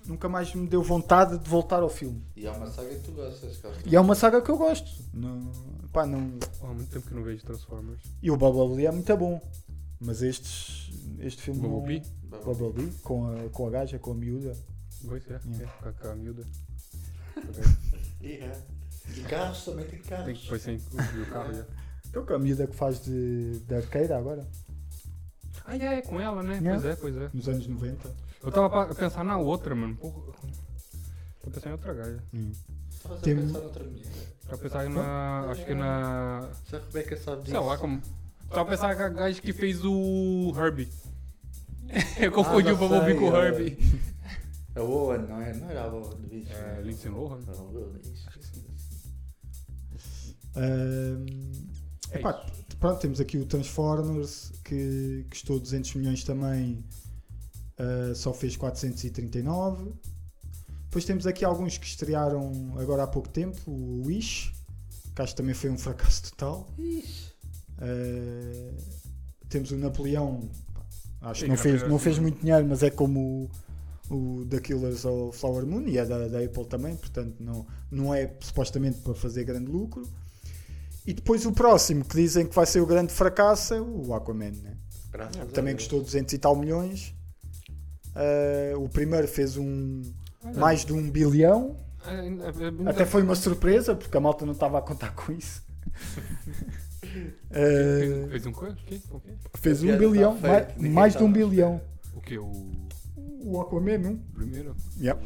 nunca mais me deu vontade de voltar ao filme.
E há uma saga que tu gostas, cara.
E é uma saga que eu gosto. Não, pá, não...
Porra, há muito tempo que eu não vejo Transformers.
E o Bumblebee é muito bom. Mas estes, este filme. não-
Bumblebee?
Bumblebee, com a, com a gaja, com a miúda.
Pois é,
Yeah.
é, com a- com a miúda.
Yeah. E carros também tem carros.
Tem que depois sem o
<laughs>
carro já.
Então, com a miúda que faz de, de arqueira agora,
Ah, já é com ela, né?
Yeah.
Pois é, pois é.
nos anos 90.
Eu tava pra pensar na outra, mano. Porra. Tô pensando em outra gaia.
Estavas
Tem-
a pensar noutra menina.
Tava pensando na. Acho que na.
Se a Rebeca sabe disso.
Sei lá como. Tava pensando na gaia que fez o Herbie. Eu confundi
já
o Bumblebee
sei,
com o
é.
Herbie.
É o Owen, não é? Não era a Owen do bicho.
É,
né?
Lindsay Lohan.
Era o Owen, isso.
Ahm,
É
epá, pronto, temos aqui o Transformers que custou 200 milhões também, ah, só fez 439. Depois temos aqui alguns que estrearam agora há pouco tempo, o Wish, que acho que também foi um fracasso total. Ah, temos o Napoleão, pá, acho
Sim,
que não
que
fez,
era-
não fez muito dinheiro, mas é como o, o The Killers ou Flower Moon e é da, da Apple também, portanto não, não é supostamente para fazer grande lucro. E depois o próximo, que dizem que vai ser o grande fracasso, é o Aquaman, né?
Graças a
também
Deus.
custou 200 e tal milhões. Ah, o primeiro fez um
É.
mais de um bilhão. Até foi uma surpresa, porque a malta não estava a contar com isso.
Fez um-
Ah,
Fez um coisa? O quê? O quê?
fez um
Piada tá
bilhão,
feita,
mais,
ninguém tá
mais de um
tava à
bilhão.
O quê? O
O Aquaman, um.
primeiro?
Yep.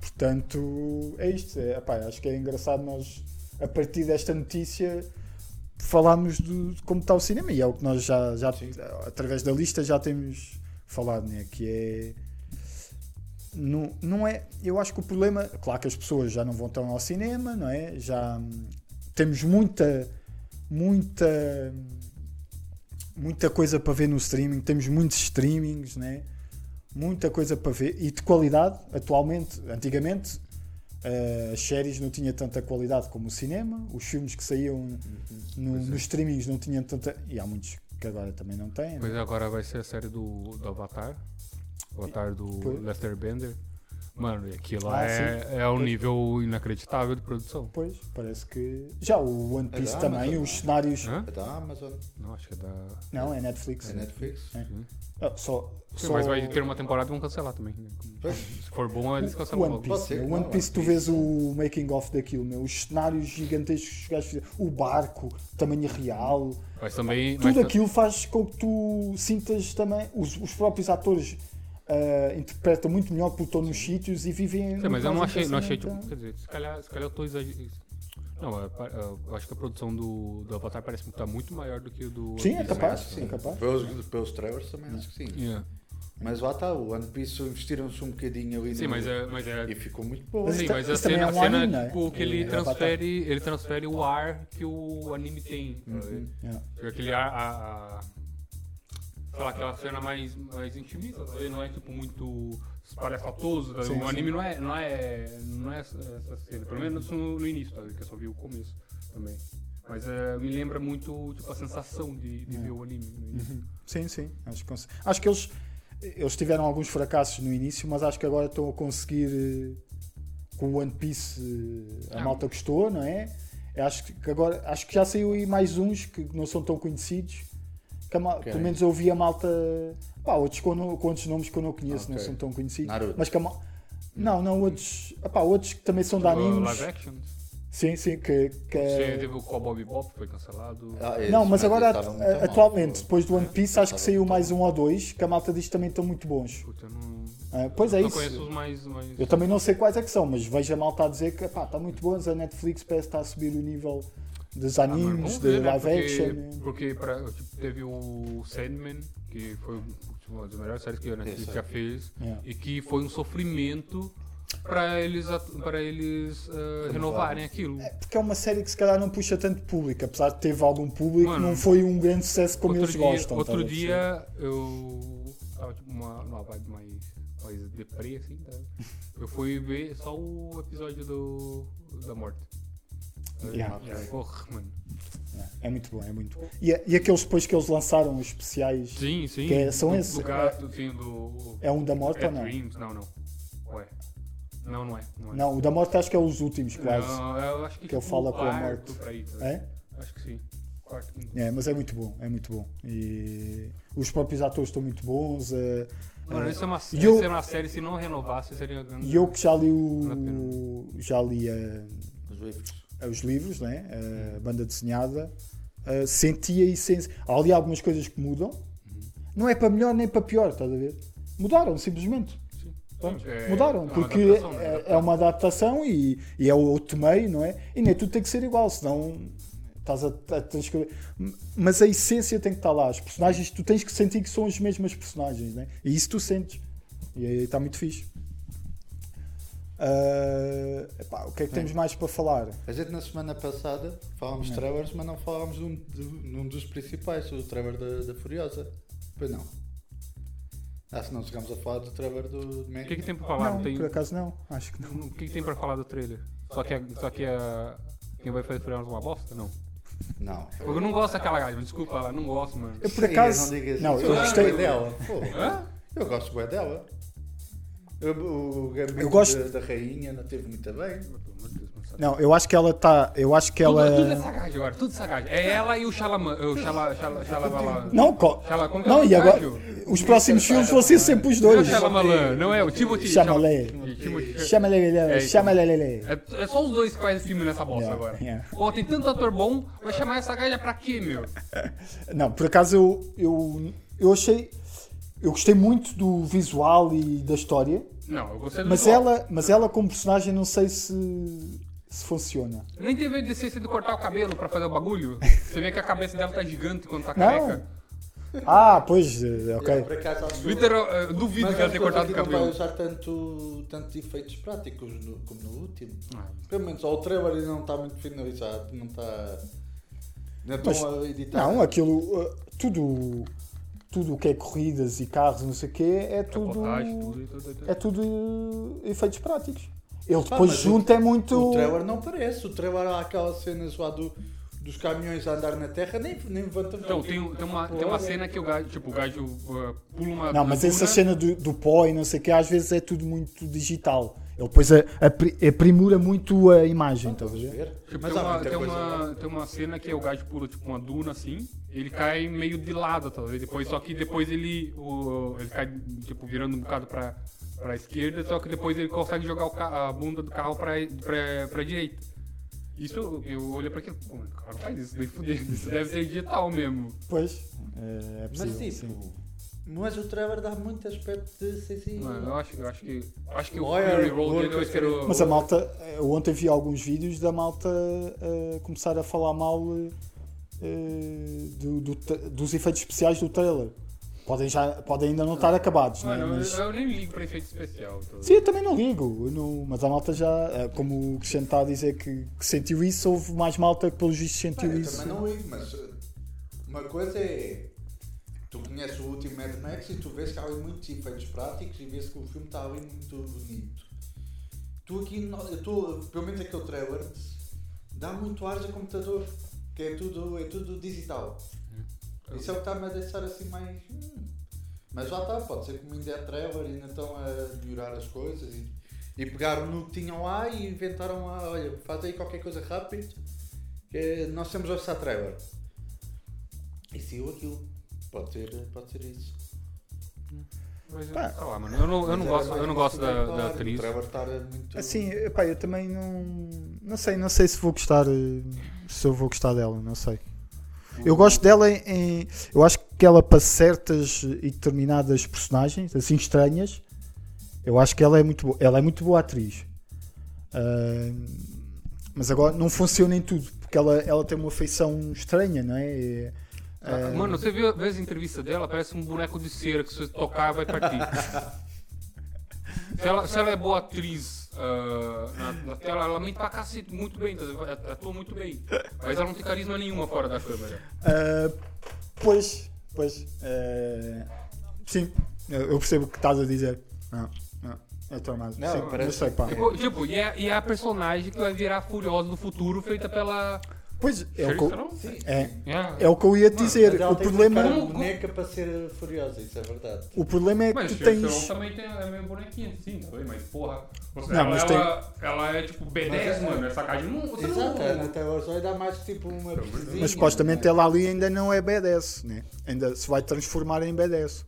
Portanto, é isto. É, epá, acho que é engraçado nós, a partir desta notícia, falarmos do- de como está o cinema. E é o que nós já, já
Sim.
através da lista, já temos falado, né? Que é. Não, não é. Eu acho que o problema. Claro que as pessoas já não vão tão ao cinema, não é? Já hum, temos muita. Muita. Muita coisa para ver no streaming, temos muitos streamings, né? muita coisa para ver e de qualidade atualmente antigamente eh, as séries não tinha tanta qualidade como o cinema os filmes que saíam no-
é.
nos streamings não tinham tanta e há muitos que agora também não têm né?
é.
Mas agora vai ser a série do, do Avatar. Avatar do
Pois.
Lester Bender. Mano, e aquilo lá
Ah,
é, é um nível inacreditável de produção.
pois parece que já o One
É
Piece
da
também
Amazon,
os
não é?
cenários
Hã?
É da Amazon,
Não, acho que é da.
não é Netflix
é Netflix.
Ah, só,
Sim,
só
mas vai ter uma temporada e vão cancelar também. né? Se for bom, eles
o
cancelam
One
logo.
Piece,
ser,
meu. O
não, é?
One
One
Piece, tu
Piece.
vês o making of daquilo, meu. os cenários gigantescos que os gajos fizeram, o barco, tamanho real,
Mas também. mas
tudo
ta-
aquilo faz com que tu sintas também. Os, os próprios atores ah, interpretam muito melhor porque estão nos sítios e vivem.
Sim, mas eu não
muito
achei,
mais
não achei
intensamente,
tipo, quer dizer, se calhar, se calhar eu tô exagerando. Não, eu, pa- é, eu acho que a produção do, do Avatar parece que tá muito maior do que o
então.
do. One
Sim, é
Piece,
capaz.
né? É.
é capaz.
Pelos, pelos trailers também acho que sim.
Yeah.
Mas lá está, o One Piece investiram-se um bocadinho ali
Sim,
no-
mas é. Mas é
e ficou muito bom.
Mas
Sim,
isso
mas
ta-
a
isso também é
cena, a
um
cena
anime, né?
tipo, que ele
É.
transfere, ele transfere o ar que o anime tem. sabe?
Yeah.
Porque Aquele ar, a, a, sei lá, aquela cena mais, mais intimista, sabe? não é tipo muito espalhafatoso. sabe?
Sim,
o
sim.
anime não é, não é, não é essa essa cena, pelo menos no, no início, sabe? que eu só vi o começo também. Mas eh, me lembra muito tipo, a sensação de, de
É.
ver o anime no início.
Sim, sim. Acho que, cons- acho que eles, eles tiveram alguns fracassos no início, mas acho que agora estão a conseguir eh, com o One Piece eh, a
Ah.
malta gostou, não é? Eu Acho que agora acho que já saiu aí mais uns que não são tão conhecidos. Que a mal-
Ok.
Pelo menos eu vi a malta. Pá, outros com, no- com outros nomes que eu não conheço, não
Ok.
são tão conhecidos.
Naruto.
Mas que a mal- Não, não, outros. Epá, outros que também são de
O
animes.
live action, tipo
Sim, sim, que. que- é
você teve o Cowboy Bebop, foi cancelado.
Ah, esse,
não, é, mas agora, é,
estava muito mal.
atualmente, depois do One Piece, acho que
Estava
saiu
muito
mais um ou dois que a malta diz que também estão muito bons.
Puta, eu não,
Ah, pois é
não conheço
isso.
os mais... mais...
Eu também não sei quais é que são, mas vejo a malta a dizer que pá, está muito bons. A Netflix parece que está a subir o nível dos
Ah, mano,
animes,
vamos
de
ver, né?
live
porque,
action.
Porque pra- tipo, teve o Sandman, que foi tipo, uma das melhores séries que a Netflix
Isso.
já fez,
É.
e que foi um sofrimento para eles, atu- pra eles ah, renovarem aquilo.
Porque é uma série que se calhar não puxa tanto público, apesar de teve algum público,
Mano,
não foi um grande sucesso como
outro
eles
dia,
gostam. né?
outro
estás a perceber?
dia eu tava tipo uma, numa vibe mais, mais deprê, assim, tá? Eu fui ver só o episódio do da morte.
Yeah.
Ah, Porra, mano.
É muito bom, é muito bom. E, e aqueles depois que eles lançaram, os especiais,
Sim, sim.
Que é- são
do,
esses?
Do gato, sim, do...
é um da morte
É
ou não?
Dreams? Não, não. Ué. Não, não é. Não, é.
Não, o da morte acho que é os últimos, quase.
Não, eu acho que,
Que eu
tipo,
falo com a
quarto
morte.
por aí, tá?
É?
Acho que sim. Quarto, quinto.
É, mas é muito bom, é muito bom. E os próprios atores estão muito bons. eh,
Mano,
eh,
isso é uma,
E eu-
isso é uma série, se não renovasse, seria grande.
E eu que já li
Vale a
o. Já li eh,
Os livros.
os livros, né? a banda desenhada, eh, sentia e sens... Há ali algumas coisas que mudam.
Uhum.
Não é para melhor nem para pior, estás a ver? Mudaram, simplesmente.
Sim.
Pronto,
É, é
mudaram,
uma
porque
adaptação, né?
é, é uma adaptação e, e é o outro meio, não é? E nem tudo tem que ser igual, senão estás a, a transcrever. Mas a essência tem que estar lá. As personagens, tu tens que sentir que são as mesmas personagens, né? E isso tu sentes. E aí está muito fixe. Ah, Ah, epá, o que é que temos mais para falar?
A gente na semana passada falámos de trailers, mas não falámos de um, de, num dos principais, o trailer da, da Furiosa. Pois não. Ah, se não chegamos a falar do trailer do
O que, é que
Mandy.
tem pra falar?
não,
tem...
por acaso não, acho que não.
O que, que tem pra falar do trailer? Só que, a- só que a... quem vai fazer o trailer é uma bosta? Não. é?
Não.
Eu não gosto daquela gaja, mas desculpa, ela não gosto, mano.
Eu por
Sim,
acaso.
não digas
Não,
isso. um
eu gostei.
gosto bué dela. Pô,
Hã?
eu gosto bem dela. Eu, o o gambito
Eu gosto-
da, da rainha não teve muito bem.
Não, eu acho que ela está. Eu acho que ela.
Tudo, tudo é sagagem agora, tudo é sagagem. É ela e o Xalaman. O Xala, Xala, Xalabalá.
Não, co-
Xala, como que é o
não, e
gajo?
agora. Os próximos filmes vão ser sempre os
Não é o
dois.
Xalamalã, não é o Timothy.
Chamalé.
Xala- Timothy-
Chamalé,
É,
chamalé.
É, é só os dois que fazem filme nessa bosta
Yeah,
agora.
yeah.
Pô, tem tanto ator bom, vai chamar essa gaja pra quê, meu? É.
Não, por acaso eu, eu, eu achei. Eu gostei muito do visual e da história,
Não, eu gostei do
mas
visual.
ela, mas ela como personagem não sei se, se funciona.
Nem teve a decência de cortar o cabelo pra fazer o bagulho. Você vê que a cabeça dela tá gigante quando tá careca.
Ah, pois, eh,
Eu,
ok.
por acaso, acho que-
Literal, eu duvido
Mas
que ela tenha
acho
cortado
que
o
não vai
cabelo.
usar tanto, tanto efeitos práticos no- como no último.
Ah, é.
Pelo menos ó, o trailer ainda não está muito finalizado, não está. Não é
Mas-
estão a editar.
Não, aquilo. eh, Tudo. Tudo o que é corridas e carros, não sei o quê, é tudo.
Reportagem, tudo, tudo, tudo.
É tudo eh, efeitos práticos. Ele
Pá,
depois
Ah, mas o-
junta é muito.
O trailer não parece. O trailer há aquelas cenas lá do, dos caminhões a andar na terra, nem, nem levanta
Então, tem, tem, uma, tem uma cena que o gajo, tipo, o gajo uh, pula uma.
Não, mas
uma
essa
duna.
cena do, do pó e não sei o que, às vezes é tudo muito digital. Ele depois a- apri- aprimora muito a
Ah,
imagem, estás a ver?
ver.
Tipo,
Mas
tem,
há
uma,
muita
tem,
coisa. lá.
uma, tem uma cena que o gajo pula tipo uma duna assim, ele cai meio de lado, talvez. Depois, só que depois ele. o- ele cai, tipo, virando um bocado pra, pra esquerda, só que depois ele consegue jogar o ca- a bunda do carro pra, pra, pra direita. Isso eu- eu olhei pra aquilo, pô, o cara faz isso, bem fudido. Isso deve ser digital mesmo.
Pois, é, é possível.
Mas
sim.
tipo. Mas o trailer dá muito aspecto de assim, CCI.
Mano, eu acho, eu acho que. eu Acho que o
Olha,
Fury Road dele, eu
louco,
espero.
Mas a malta, eu ontem vi alguns vídeos da malta eh, começar a falar mal eh, do- do tra- dos efeitos especiais do trailer. Podem, já, podem ainda não estar acabados, né?
Mano, eu,
Mas-
eu nem ligo pra efeito especial. tá ligado?
Sim, eu também não ligo, eu não- mas a malta já, eh, como o Cristiano está a dizer que, que sentiu isso, houve mais malta que pelos vistos
Pá,
sentiu
eu
isso.
também não ligo, mas uh, uma coisa é. Tu conheces o último Mad Max e tu vês que há ali muitos efeitos práticos e vês que o filme está ali muito bonito. Tu aqui, no- eu tô, pelo menos aquele trailer, dá muito ar de computador, que é tudo, é tudo digital. Isso é o que está-me a deixar assim mais. hum. Mas já está, pode ser como ainda é trailer e ainda estão a melhorar as coisas e, e pegaram no que tinham lá e inventaram lá, olha, faz aí qualquer coisa rápido que nós temos a essa trailer. Isso e ou aquilo. Pode ser, pode ser isso.
Mas eu,
Pá.
sei lá, mano, eu não, eu
Mas é né?
não gosto,
era mais
eu não gosto da,
complementar,
da
o
atriz.
trailer estar muito.
Assim, epá, eu também não. Não sei, não sei se vou gostar. eh, Se eu vou gostar dela, não sei. Eu gosto dela em- em. Eu acho que ela, para certas e determinadas personagens, assim estranhas, eu acho que ela é muito boa. Ela é muito boa atriz. Ah, mas agora não funciona em tudo, porque ela, ela tem uma feição estranha, não é? É-
Ah, Mano, você viu, vê as entrevistas dela? Parece um boneco de cera que se você tocar
<laughs>
vai partir. se, ela, se ela é boa atriz ah, na, na tela, ela mente pra cacete muito bem, tá ligado? Ela atua muito bem. Mas ela não tem carisma nenhuma fora da câmera.
Ah, pois, pois. ah, sim, eu eu percebo o que estás a dizer. Não, não, é tão mais.
Não,
sim,
parece-
eu sei, pá.
Tipo, tipo, e, é, e é a personagem que vai virar Furiosa no futuro, feita pela.
Pois, é o, que, eu-
Não?
é,
É.
é o que eu ia te
Mas
dizer.
ela
O
tem
problema,
que ficar
Como-
de boneca para ser furiosa, isso é verdade.
o problema é que
Mas
tu
Charlize
tens.
Theron também tem, é meio bonequinha, sim, não foi? Mas porra. Você,
Não,
ela,
mas
ela, ela é tipo B10,
Mas é-
mano. Essa caixa não. Você não-
Exato, é, né? a Ana Taylor Joy dá mais que tipo uma.
Mas supostamente ela ali ainda não é BDS, né? Ainda se vai transformar em BDS.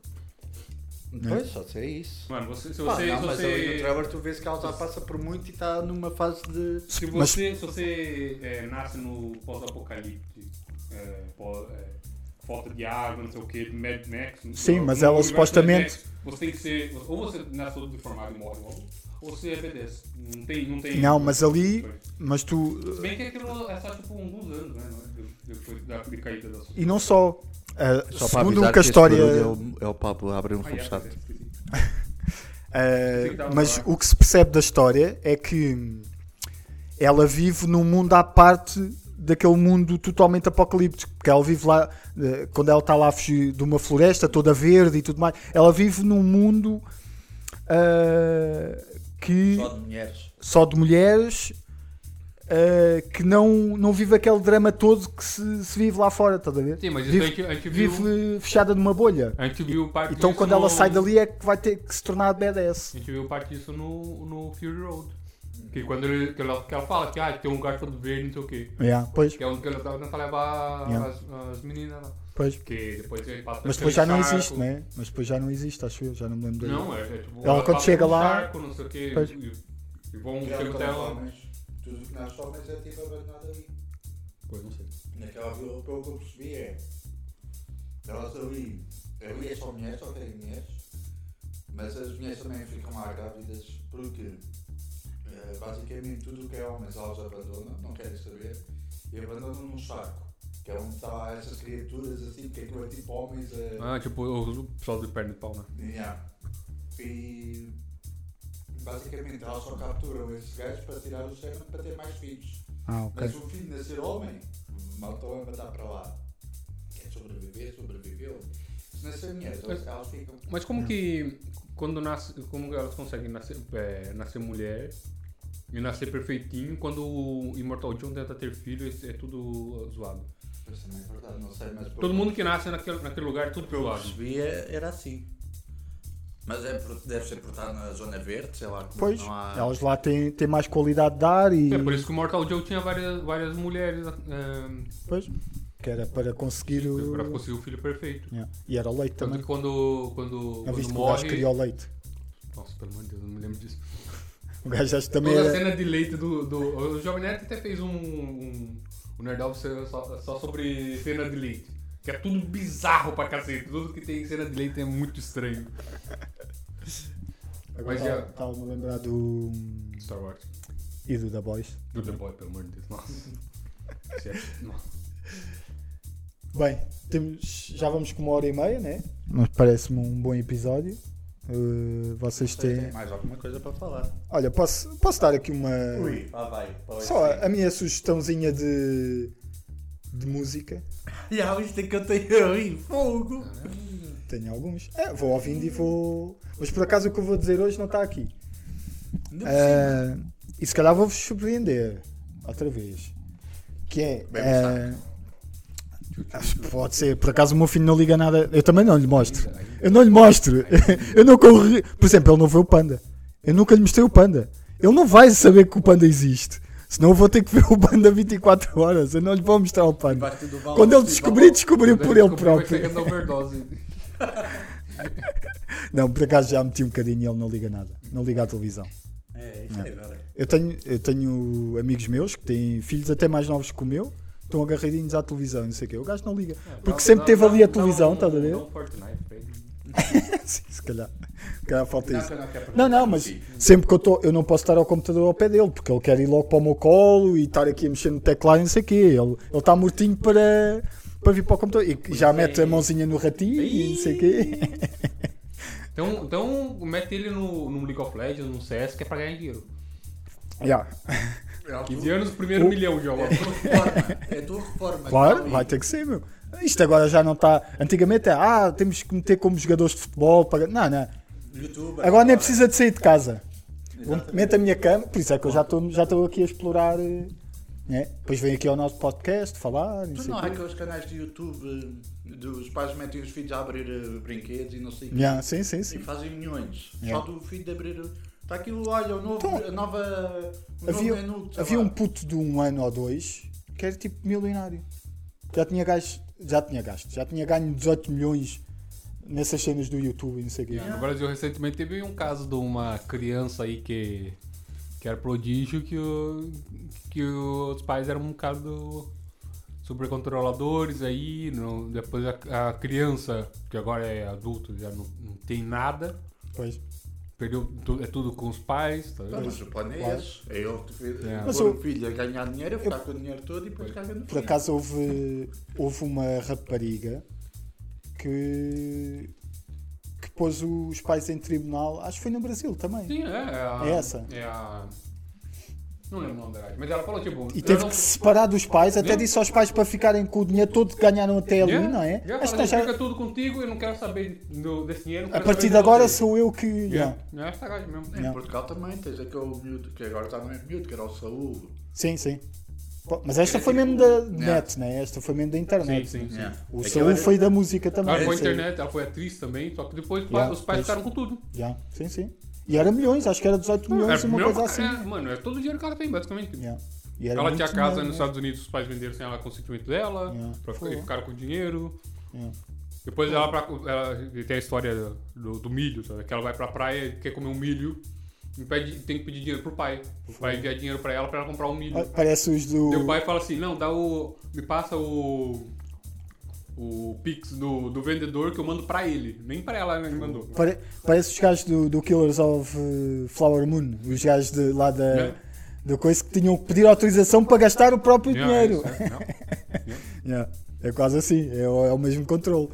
Pois, só se é isso.
Mano, você, se
Pá,
você.
não,
se
mas ali no
você...
trailer tu vês que ela já passa por muito e está numa fase de.
Se
Mas-
você, se você é, nasce no pós-apocalipse, é, pó- é, falta de água, não sei o que, Mad Max. no-
Sim,
no
mas ela
universo
supostamente-
Mad Max, você tem que ser. Ou você nasce todo deformado e morre logo, ou você é BDS. Não tem. Não, tem,
Não, mas ali. Mas tu.
Se bem que aquilo é só tipo um dos anos, né? não é? De- Depois da de caída da sua.
E não só. ah, segundo o que a história.
é o Pablo abrir um
Ah, é, esqueci.
Uh,
Sim, tá bom,
mas
tá
o que se percebe da história é que hum, ela vive num mundo à parte daquele mundo totalmente apocalíptico, porque ela vive lá, eh, quando ela está lá a fugir de uma floresta toda verde e tudo mais, ela vive num mundo ah, que
Só de mulheres.
só de mulheres ah, que não, não vive aquele drama todo que se, se vive lá fora, estás a ver?
Sim, mas isso
Vive-
a, gente, a gente viu.
Vive fechada numa bolha.
A gente viu parte
Então
disso
quando ela
no-
sai dali é que vai ter que se tornar BDS.
A gente viu parte disso no, no Fury Road. Que quando ele, que ela, que ela fala que ah, tem um lugar todo verde, não sei o quê.
Yeah, pois,
Que é onde que ela tava tentando levar
Yeah.
as, as meninas lá.
pois.
Que depois ele passa
É. Mas
pelo
depois já não
charco.
existe, né? Mas depois já não existe, acho eu, já não me lembro dele.
Não, é, é tipo.
Ela quando
passa
chega
pelo
lá-
Charco, não sei o quê.
Pois.
E, e
Um
um vão
Ela
chegam
com
até
os
lá. né?
homens. Tudo que nasce homens é tipo abandonado ali.
Pois não sei.
Naquela vila, pelo que eu percebi, é. Elas ali. Ali é só mulheres, só tem mulheres. Mas as mulheres também ficam lá grávidas porque. eh, basicamente, tudo o que é homens elas abandonam, não querem saber. E abandonam num charco. Que é onde está essas criaturas assim, que é tipo homens a.
Ah, tipo, o o pessoal de perna de pau, né?
Yeah. E basicamente elas só capturam esses gajos para tirar o cérebro para ter mais filhos.
Ah, ok.
Mas o filho nascer homem, mal estão a mandar para lá. Quer sobreviver, sobreviveu. Se nascer mulher, elas, elas ficam.
Mas
É.
como que. Quando nasce. Como que elas conseguem nascer, é, nascer mulher e nascer perfeitinho quando o Immortal John tenta ter filho é, é tudo zoado?
Mas também é verdade, não sei, mas.
Todo mundo que nasce naquele, naquele lugar é tudo
Pelo que
zoado.
percebi, é- era assim. Mas é, por- deve ser por estar na zona verde, sei lá. como
Pois, é
não há-
elas lá têm, têm mais qualidade de ar e.
É por isso que o Mortal Joe tinha várias, várias mulheres é,
Pois, que era para conseguir o.
para conseguir o filho perfeito.
Yeah. E era leite
Tanto
também. É um
que quando, quando,
Não
quando
viste que o gajo
morre.
queria o leite.
Nossa, pelo amor de Deus, eu não me lembro disso.
O gajo acho que também
Toda a
era.
cena de leite do. do o Jovem Nerd até fez um. um, um Nerdal só, só sobre cena de leite. Que é tudo bizarro pra cacete. Tudo que tem cena de leite é muito estranho.
Agora
Mas
estava-
já-
Estava-me a lembrar do. hum,
Star Wars.
E do The Boys.
Do The Boy, pelo amor de Deus. Nossa. Isso é- nossa.
Bem, temos, já vamos com uma hora e meia, né? Mas parece-me um bom episódio. Uh, vocês têm.
Tem
é.
mais alguma coisa para falar.
Olha, posso, posso dar aqui uma.
Ui, lá vai. para o
Só é.
extremo.
a minha sugestãozinha de. de música.
Já viste um que eu tenho aí fogo.
É.
Tenho alguns. É, vou ouvindo e vou. Mas por acaso o que eu vou dizer hoje não está aqui.
Ainda por
Ah, e se calhar vou-vos surpreender outra vez. Que é.
Bem, tá.
ah, acho que pode ser, por acaso o meu filho não liga nada. Eu também não lhe mostro. Eu não lhe mostro. Eu não corri. Por exemplo, ele não vê o panda. Eu nunca lhe mostrei o panda. Ele não vai saber que o panda existe. Senão eu vou ter que ver o panda 24 horas. Eu não lhe vou mostrar o panda.
Debaixo do balão,
Quando ele
do
descobrir,
balão.
descobriu por ele
é
próprio.
Pegando overdose.
Não, por acaso já meti um bocadinho e ele não liga nada. Não liga à televisão.
É, isso aí, velho.
Eu tenho, eu tenho amigos meus que têm filhos até mais novos que o meu, estão agarradinhos à televisão e não sei o quê. O gajo não liga. Porque sempre teve ali a televisão, tá estás a ver?
Não, Fortnite, pra ele.
<laughs> Sim, se calhar. Se calhar falta isso.
não quero
Não, não, mas sempre que eu estou, eu não posso estar ao computador ao pé dele, porque ele quer ir logo para o meu colo e estar aqui a mexer no teclado e não sei o quê. Ele ele está mortinho para, para vir para o computador. E já mete a mãozinha no ratinho e não sei o quê. <laughs>
Então, então mete ele no, no League of Legends, no CS, que é pra ganhar dinheiro.
Yeah.
É
15 anos, primeiro
O-
milhão de jogos.
É tua reforma.
Claro, vai ter que ser, meu. Isto agora já não está. Antigamente é, ah, temos que meter como jogadores de futebol. Para... Não, não.
YouTube.
Agora nem precisa de sair de casa. Um Mete a minha cama, por isso é que eu já estou já estou aqui a explorar. eh, Né? Depois vem aqui ao nosso podcast falar. Não
Tu
sei o
não há
quê.
aqueles é canais de YouTube eh, dos pais metem os filhos a abrir eh, brinquedos e não sei o quê.
Yeah, sim, sim,
E
sim.
fazem milhões.
Yeah.
Só do filho de abrir. Está aqui, o- olha, o novo,
Então,
a nova. O
Havia,
novo menu, sei
havia
Tá lá.
um puto de um ano ou dois que era tipo milionário. Já tinha gasto, já tinha gasto, já tinha ganho 18 milhões nessas cenas do YouTube e não sei o quê.
No Brasil, recentemente, teve um caso de uma criança aí que, que era prodígio, que, o- que os pais eram um bocado supercontroladores aí, não- depois a, a criança, que agora é adulto, já não, não tem nada,
Pois.
perdeu tu- é tudo com os pais, tá
Tá,
ligado?
mas o plano é
Claro.
esse. É ele que fez.
Yeah.
Mas
pôr
eu-
o filho a ganhar dinheiro, a ficar com o dinheiro todo e depois caga no
Por
filho.
acaso houve, houve uma rapariga que, que pôs os pais em tribunal, acho que foi no Brasil também.
Sim,
né?
é. É, a,
É essa.
É a. Não lembro o nome dela. Mas ela falou, tipo.
E
eu
teve
não-
que se separar dos pais, até
Lembra?
disse aos pais para ficarem com o dinheiro todo que ganharam até ali,
Yeah,
não é?
yeah,
Acho que
ela
nós já-
fica tudo contigo, eu não quero saber do, desse dinheiro. não
a
quero
partir
saber
de agora
você.
sou eu que.
Yeah.
yeah.
Não é essa gaja mesmo.
Em
Não.
Portugal também tens aquele miúdo que agora está no miúdo, que era o Saúl.
Sim, sim. Pô, Mas esta foi mesmo da net, né? Esta foi mesmo da
Sim,
internet.
sim, sim.
Yeah.
O
Aquele é
Saúl
era-
foi da música também.
Ela foi à
É sim.
internet, ela foi atriz também, só que depois
É Yeah, é
os pais
isso.
ficaram com tudo.
Yeah, Sim, sim. E era milhões, acho que era 18 milhões,
Ah, Era
uma
meu-
coisa assim.
é, mano, é todo o dinheiro que ela tem, basicamente.
Yeah. E era
Ela
muito
tinha casa
dinheiro,
nos
né?
Estados Unidos, os pais venderam sem ela consentimento dela,
Yeah.
pra ficar,
Foi.
ficaram com dinheiro.
né? Yeah.
Depois ela, pra, ela tem a história do, do milho, sabe? que ela vai pra praia e quer comer um milho, e pede- tem que pedir dinheiro pro pai. O pai envia dinheiro pra ela pra ela comprar um milho.
Ah, Parece os do.
Meu pai fala assim, não, dá o. Me passa o. O Pix do, do vendedor que eu mando pra ele. Nem pra ela ele mandou.
Pare- Parece os gajos do, do Killers of eh, Flower Moon, os gajos de, lá da,
Yeah.
da coisa que tinham que pedir autorização para gastar o próprio
Yeah,
dinheiro.
isso, é,
<laughs>
não.
Yeah, É quase assim, é, o- é o mesmo controle.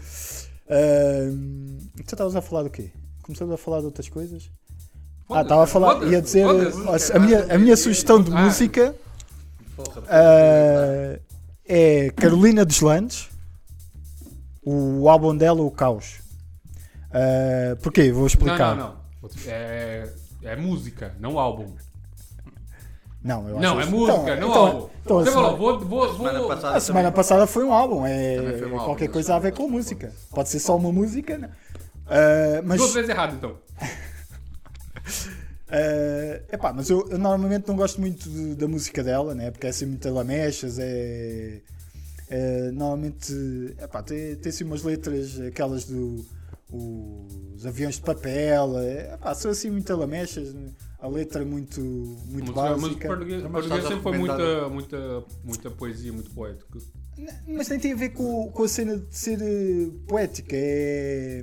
Ahm, tu estavas a falar do quê? Começamos a falar de outras coisas? ah,
Foda-se,
estava a falar,
foda-se,
ia dizer.
foda-se.
a, minha, a minha sugestão de
Ah.
música
Porra,
ah, é Carolina dos Landes, o álbum dela, O Caos. Ah, porquê? Vou
Não,
explicar.
não, não. É, é música, não álbum.
Não, eu acho
não, é
isso.
música,
Então,
não
então,
álbum.
então a
Você
semana-
falou, vou. vou, vou
semana passada
A semana passada foi um álbum, é
Também foi um álbum,
qualquer
mas
coisa a
é
ver com música. Pode ser só uma música, não. Ah, mas,
Duas vezes errado, então.
ah, epá, mas eu, eu normalmente não gosto muito de- da música dela, né? porque é assim muita lamechas, é, é, normalmente epá, tem, tem assim umas letras, aquelas do os aviões de papel, é, epá, são assim muita lamechas, né? a letra muito, muito
é Música, música
básica.
portuguesa,
Mas
portuguesa
estás a
sempre foi muita,
recomendar-
muita, muita poesia, muito poética.
N- Mas nem tem a ver com, com a cena de ser eh, poética. É.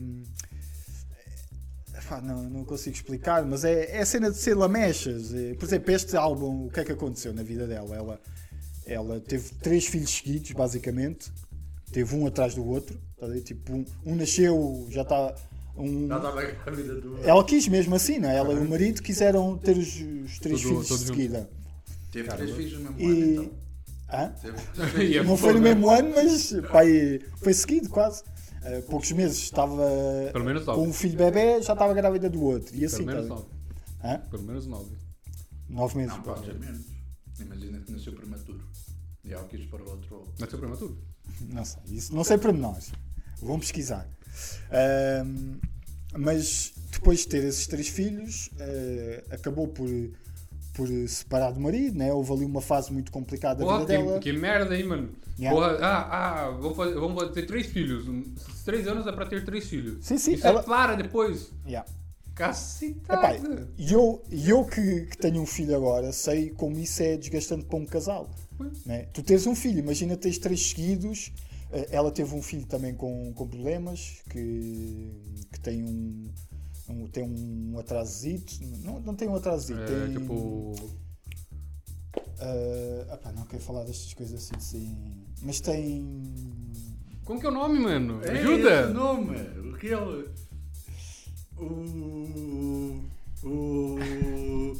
é- pá, não, não consigo explicar, mas é, é a cena de ser lamechas. É, Por exemplo, este álbum, o que é que aconteceu na vida dela? Ela, ela teve três filhos seguidos, basicamente. Teve um atrás do outro. tá a ver? Tipo, um, um nasceu, já está. Um,
Já tá. estava a vida do.
ela quis mesmo assim, não é? Ela e o marido quiseram ter os, os três
Tudo-
filhos de
tudo junto.
seguida.
Teve três filhos no mesmo
E-
ano, então.
Hã? <laughs>
Teve-
E é
não foi no
foda.
mesmo ano, mas pá, e foi seguido quase. Uh, poucos meses estava
Pelo menos
com um
nove.
filho bebê, já estava grávida do outro. E assim,
Pelo menos
tá bem?
nove.
Hã?
Pelo menos nove.
nove meses.
Não, pode ser menos. Imagina que nasceu prematuro. E ela quis para o outro.
Nasceu prematuro.
Não sei, isso não sei para nós. Vão pesquisar. Ahm, mas depois de ter esses três filhos, eh, acabou por, por separar do marido, né? houve ali uma fase muito complicada da
Porra,
vida
que,
dela.
que merda, hein, mano.
Yeah.
Porra, ah, ah, vamos fazer, vamos ter três filhos. Um- Três anos é pra ter três filhos.
Sim, sim,
Isso
ela-
é clara depois.
Yeah. Epá,
Cacetada.
e eu, e eu que, que tenho um filho agora sei como isso é desgastante para um casal. né? Tu tens um filho, imagina tens três seguidos. eh, Ela teve um filho também com, com problemas, que, que tem um, um- tem um atrasito. Não, não tem um atrasito,
É,
tem.
tipo.
ah, epá, não quero falar destas coisas assim, assim. Mas tem.
Como que é o nome, mano?
É esse
Ajuda!
nome! O que é o. O. O. o-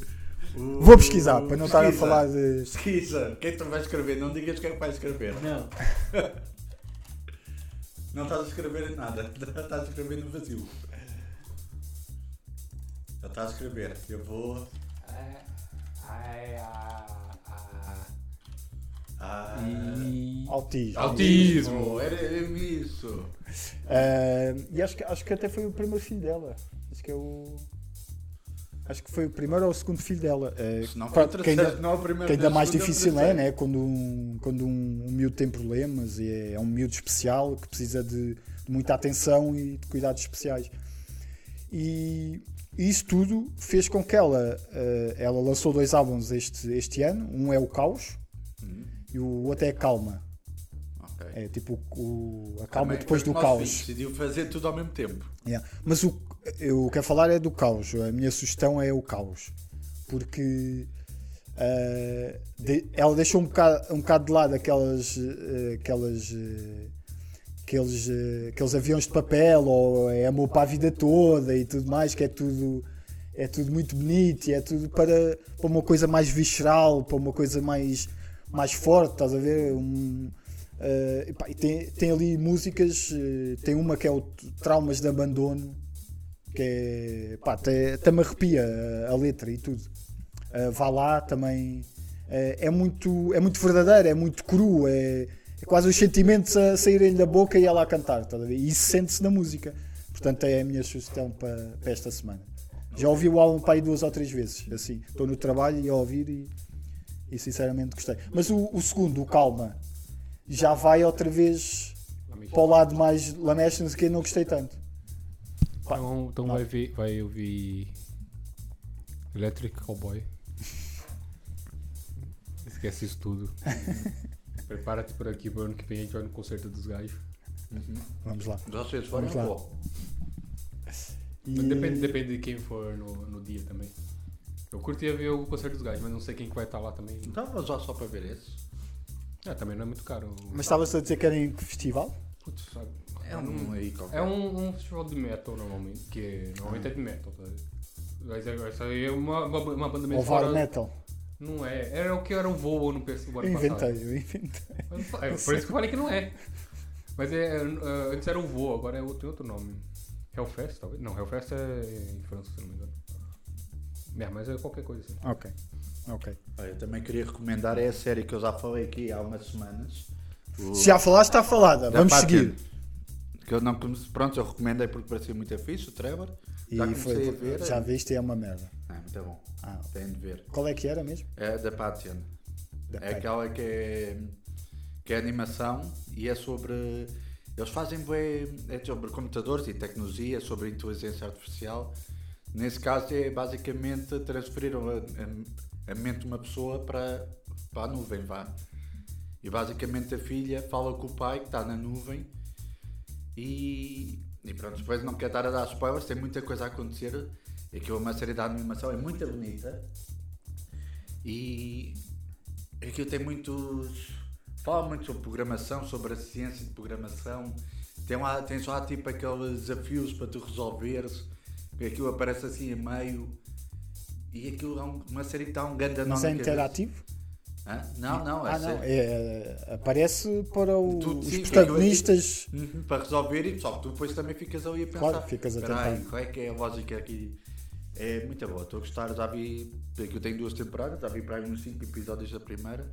Vou pesquisar, para não estar a
Pesquisa.
falar de.
Pesquisa. O que é que tu vais escrever? Não digas o que é que vais escrever.
Não.
<laughs> Não estás a escrever em nada. <laughs> Estás a escrever no vazio. Já estás a escrever. Eu vou. Ah.
Autismo.
Autismo!
Era era isso.
Ah, e acho que, acho que até foi o primeiro filho dela. Acho que é o. Acho que foi o primeiro ou o segundo filho dela. Ah,
Se não,
pronto, que ainda,
não é o primeiro.
que ainda
nem o
mais
segundo, nem o
difícil é,
terceiro.
né? Quando um, quando um, um miúdo tem problemas e é, é um miúdo especial que precisa de, de muita atenção e de cuidados especiais. E isso tudo fez com que ela, ah, ela lançou dois álbuns este, este ano. Um é o Caos
Hum,
e o outro é a Calma.
ok. é
É tipo o, a calma
Também
depois
foi
do
como nós
caos.
fiz, Decidiu fazer tudo ao mesmo tempo.
Yeah. Mas o eu quero falar é do caos. A minha sugestão é o caos. Porque ah, de- ela deixou um bocado, um bocado de lado aquelas. eh, aquelas eh, aqueles, eh, aqueles aviões de papel ou é amor para a vida toda e tudo mais, que é tudo, é tudo muito bonito e é tudo para, para uma coisa mais visceral, para uma coisa mais, mais forte, estás a ver? Um, eh, epá, e tem, tem ali músicas, eh, tem uma que é o T- Traumas de Abandono, que é, pá, até, até me arrepia a, a letra e tudo. Eh, vá lá também. eh, é, muito, é muito verdadeiro, é muito cru, é, é quase os sentimentos a saírem da boca e ela a cantar. estás a ver? E isso sente-se na música. Portanto, é a minha sugestão para, para esta semana. Já ouvi o álbum para aí duas ou três vezes. Assim, estou no trabalho e a ouvir e, e sinceramente gostei. Mas o, o segundo, o Calma, já vai outra vez para o lado mais lameche, não sei o quê, não gostei tanto. Pá,
Então, então
não.
vai, ver, vai ouvir Electric Cowboy. Esquece isso tudo. Prepara-te por aqui, pro ano que vem a gente vai no concerto dos gajos.
Vamos lá.
Vocês foram
Uhum. Vamos lá.
pô.
E,
Mas Depende, depende de quem for no, no dia também. Eu curtia ver o concerto dos gajos, mas não sei quem que vai estar lá também.
Então vou usar só para ver esse.
É, também não é muito caro.
Mas estava-se a dizer que era em que festival?
Putz, sabe?
É um aí qualquer.
É um, um festival de metal normalmente, que normalmente é de metal, tá ligado? Mas é- essa aí é uma, uma, uma banda meio
Ou Var Metal?
Não é. Era o que era o voo no PC do
Eu
ano passado.
inventei, eu inventei.
Eu não fa- é, por isso que eu falei que não é. Mas é, é, uh, antes era o voo, agora é outro, tem outro nome. Hellfest, talvez? Não, Hellfest é em França, se não me engano. É, mas é qualquer coisa assim.
Ok, ok.
Olha, eu também queria recomendar é a série que eu já falei aqui há umas semanas. O-
Se já falaste, está falada.
da
Vamos
Patin.
seguir.
Que eu não comecei. Pronto, eu recomendei porque parecia muito fixe o Trevor. já
E
comecei
foi,
a ver.
já viste e é uma merda.
É muito bom.
Ah,
Tem de ver.
qual é que era mesmo?
É da Patian.
Da
É
Patin.
aquela que é, que é animação e é sobre. Eles fazem bem. É sobre computadores e tecnologia, é sobre inteligência artificial. Nesse caso é basicamente transferiram a, a- a mente de uma pessoa para, para a nuvem, vá. E basicamente a filha fala com o pai que está na nuvem e, e pronto, depois não quer estar a dar spoilers, tem muita coisa a acontecer. Aquilo é uma série de animação, é muito bonita. E é aquilo tem muitos. Fala muito sobre programação, sobre a ciência de programação. Tem, lá, tem só tipo aqueles desafios para tu resolveres. Aquilo aparece assim a meio. E aquilo é um- uma série que está um grande
Mas
nó
é
na cabeça.
interativo?
Hã? Não, não, é
Ah,
sério.
não. é- aparece para o-
Tudo,
os
sim,
protagonistas.
é Uhum, para resolver e só que tu depois também ficas ali a pensar.
Claro, ficas a
"Carai,
tentar."
qual é que é a lógica aqui? É muito boa, estou a gostar, já vi. Aqui eu tenho duas temporadas, já vi para aí uns 5 episódios da primeira,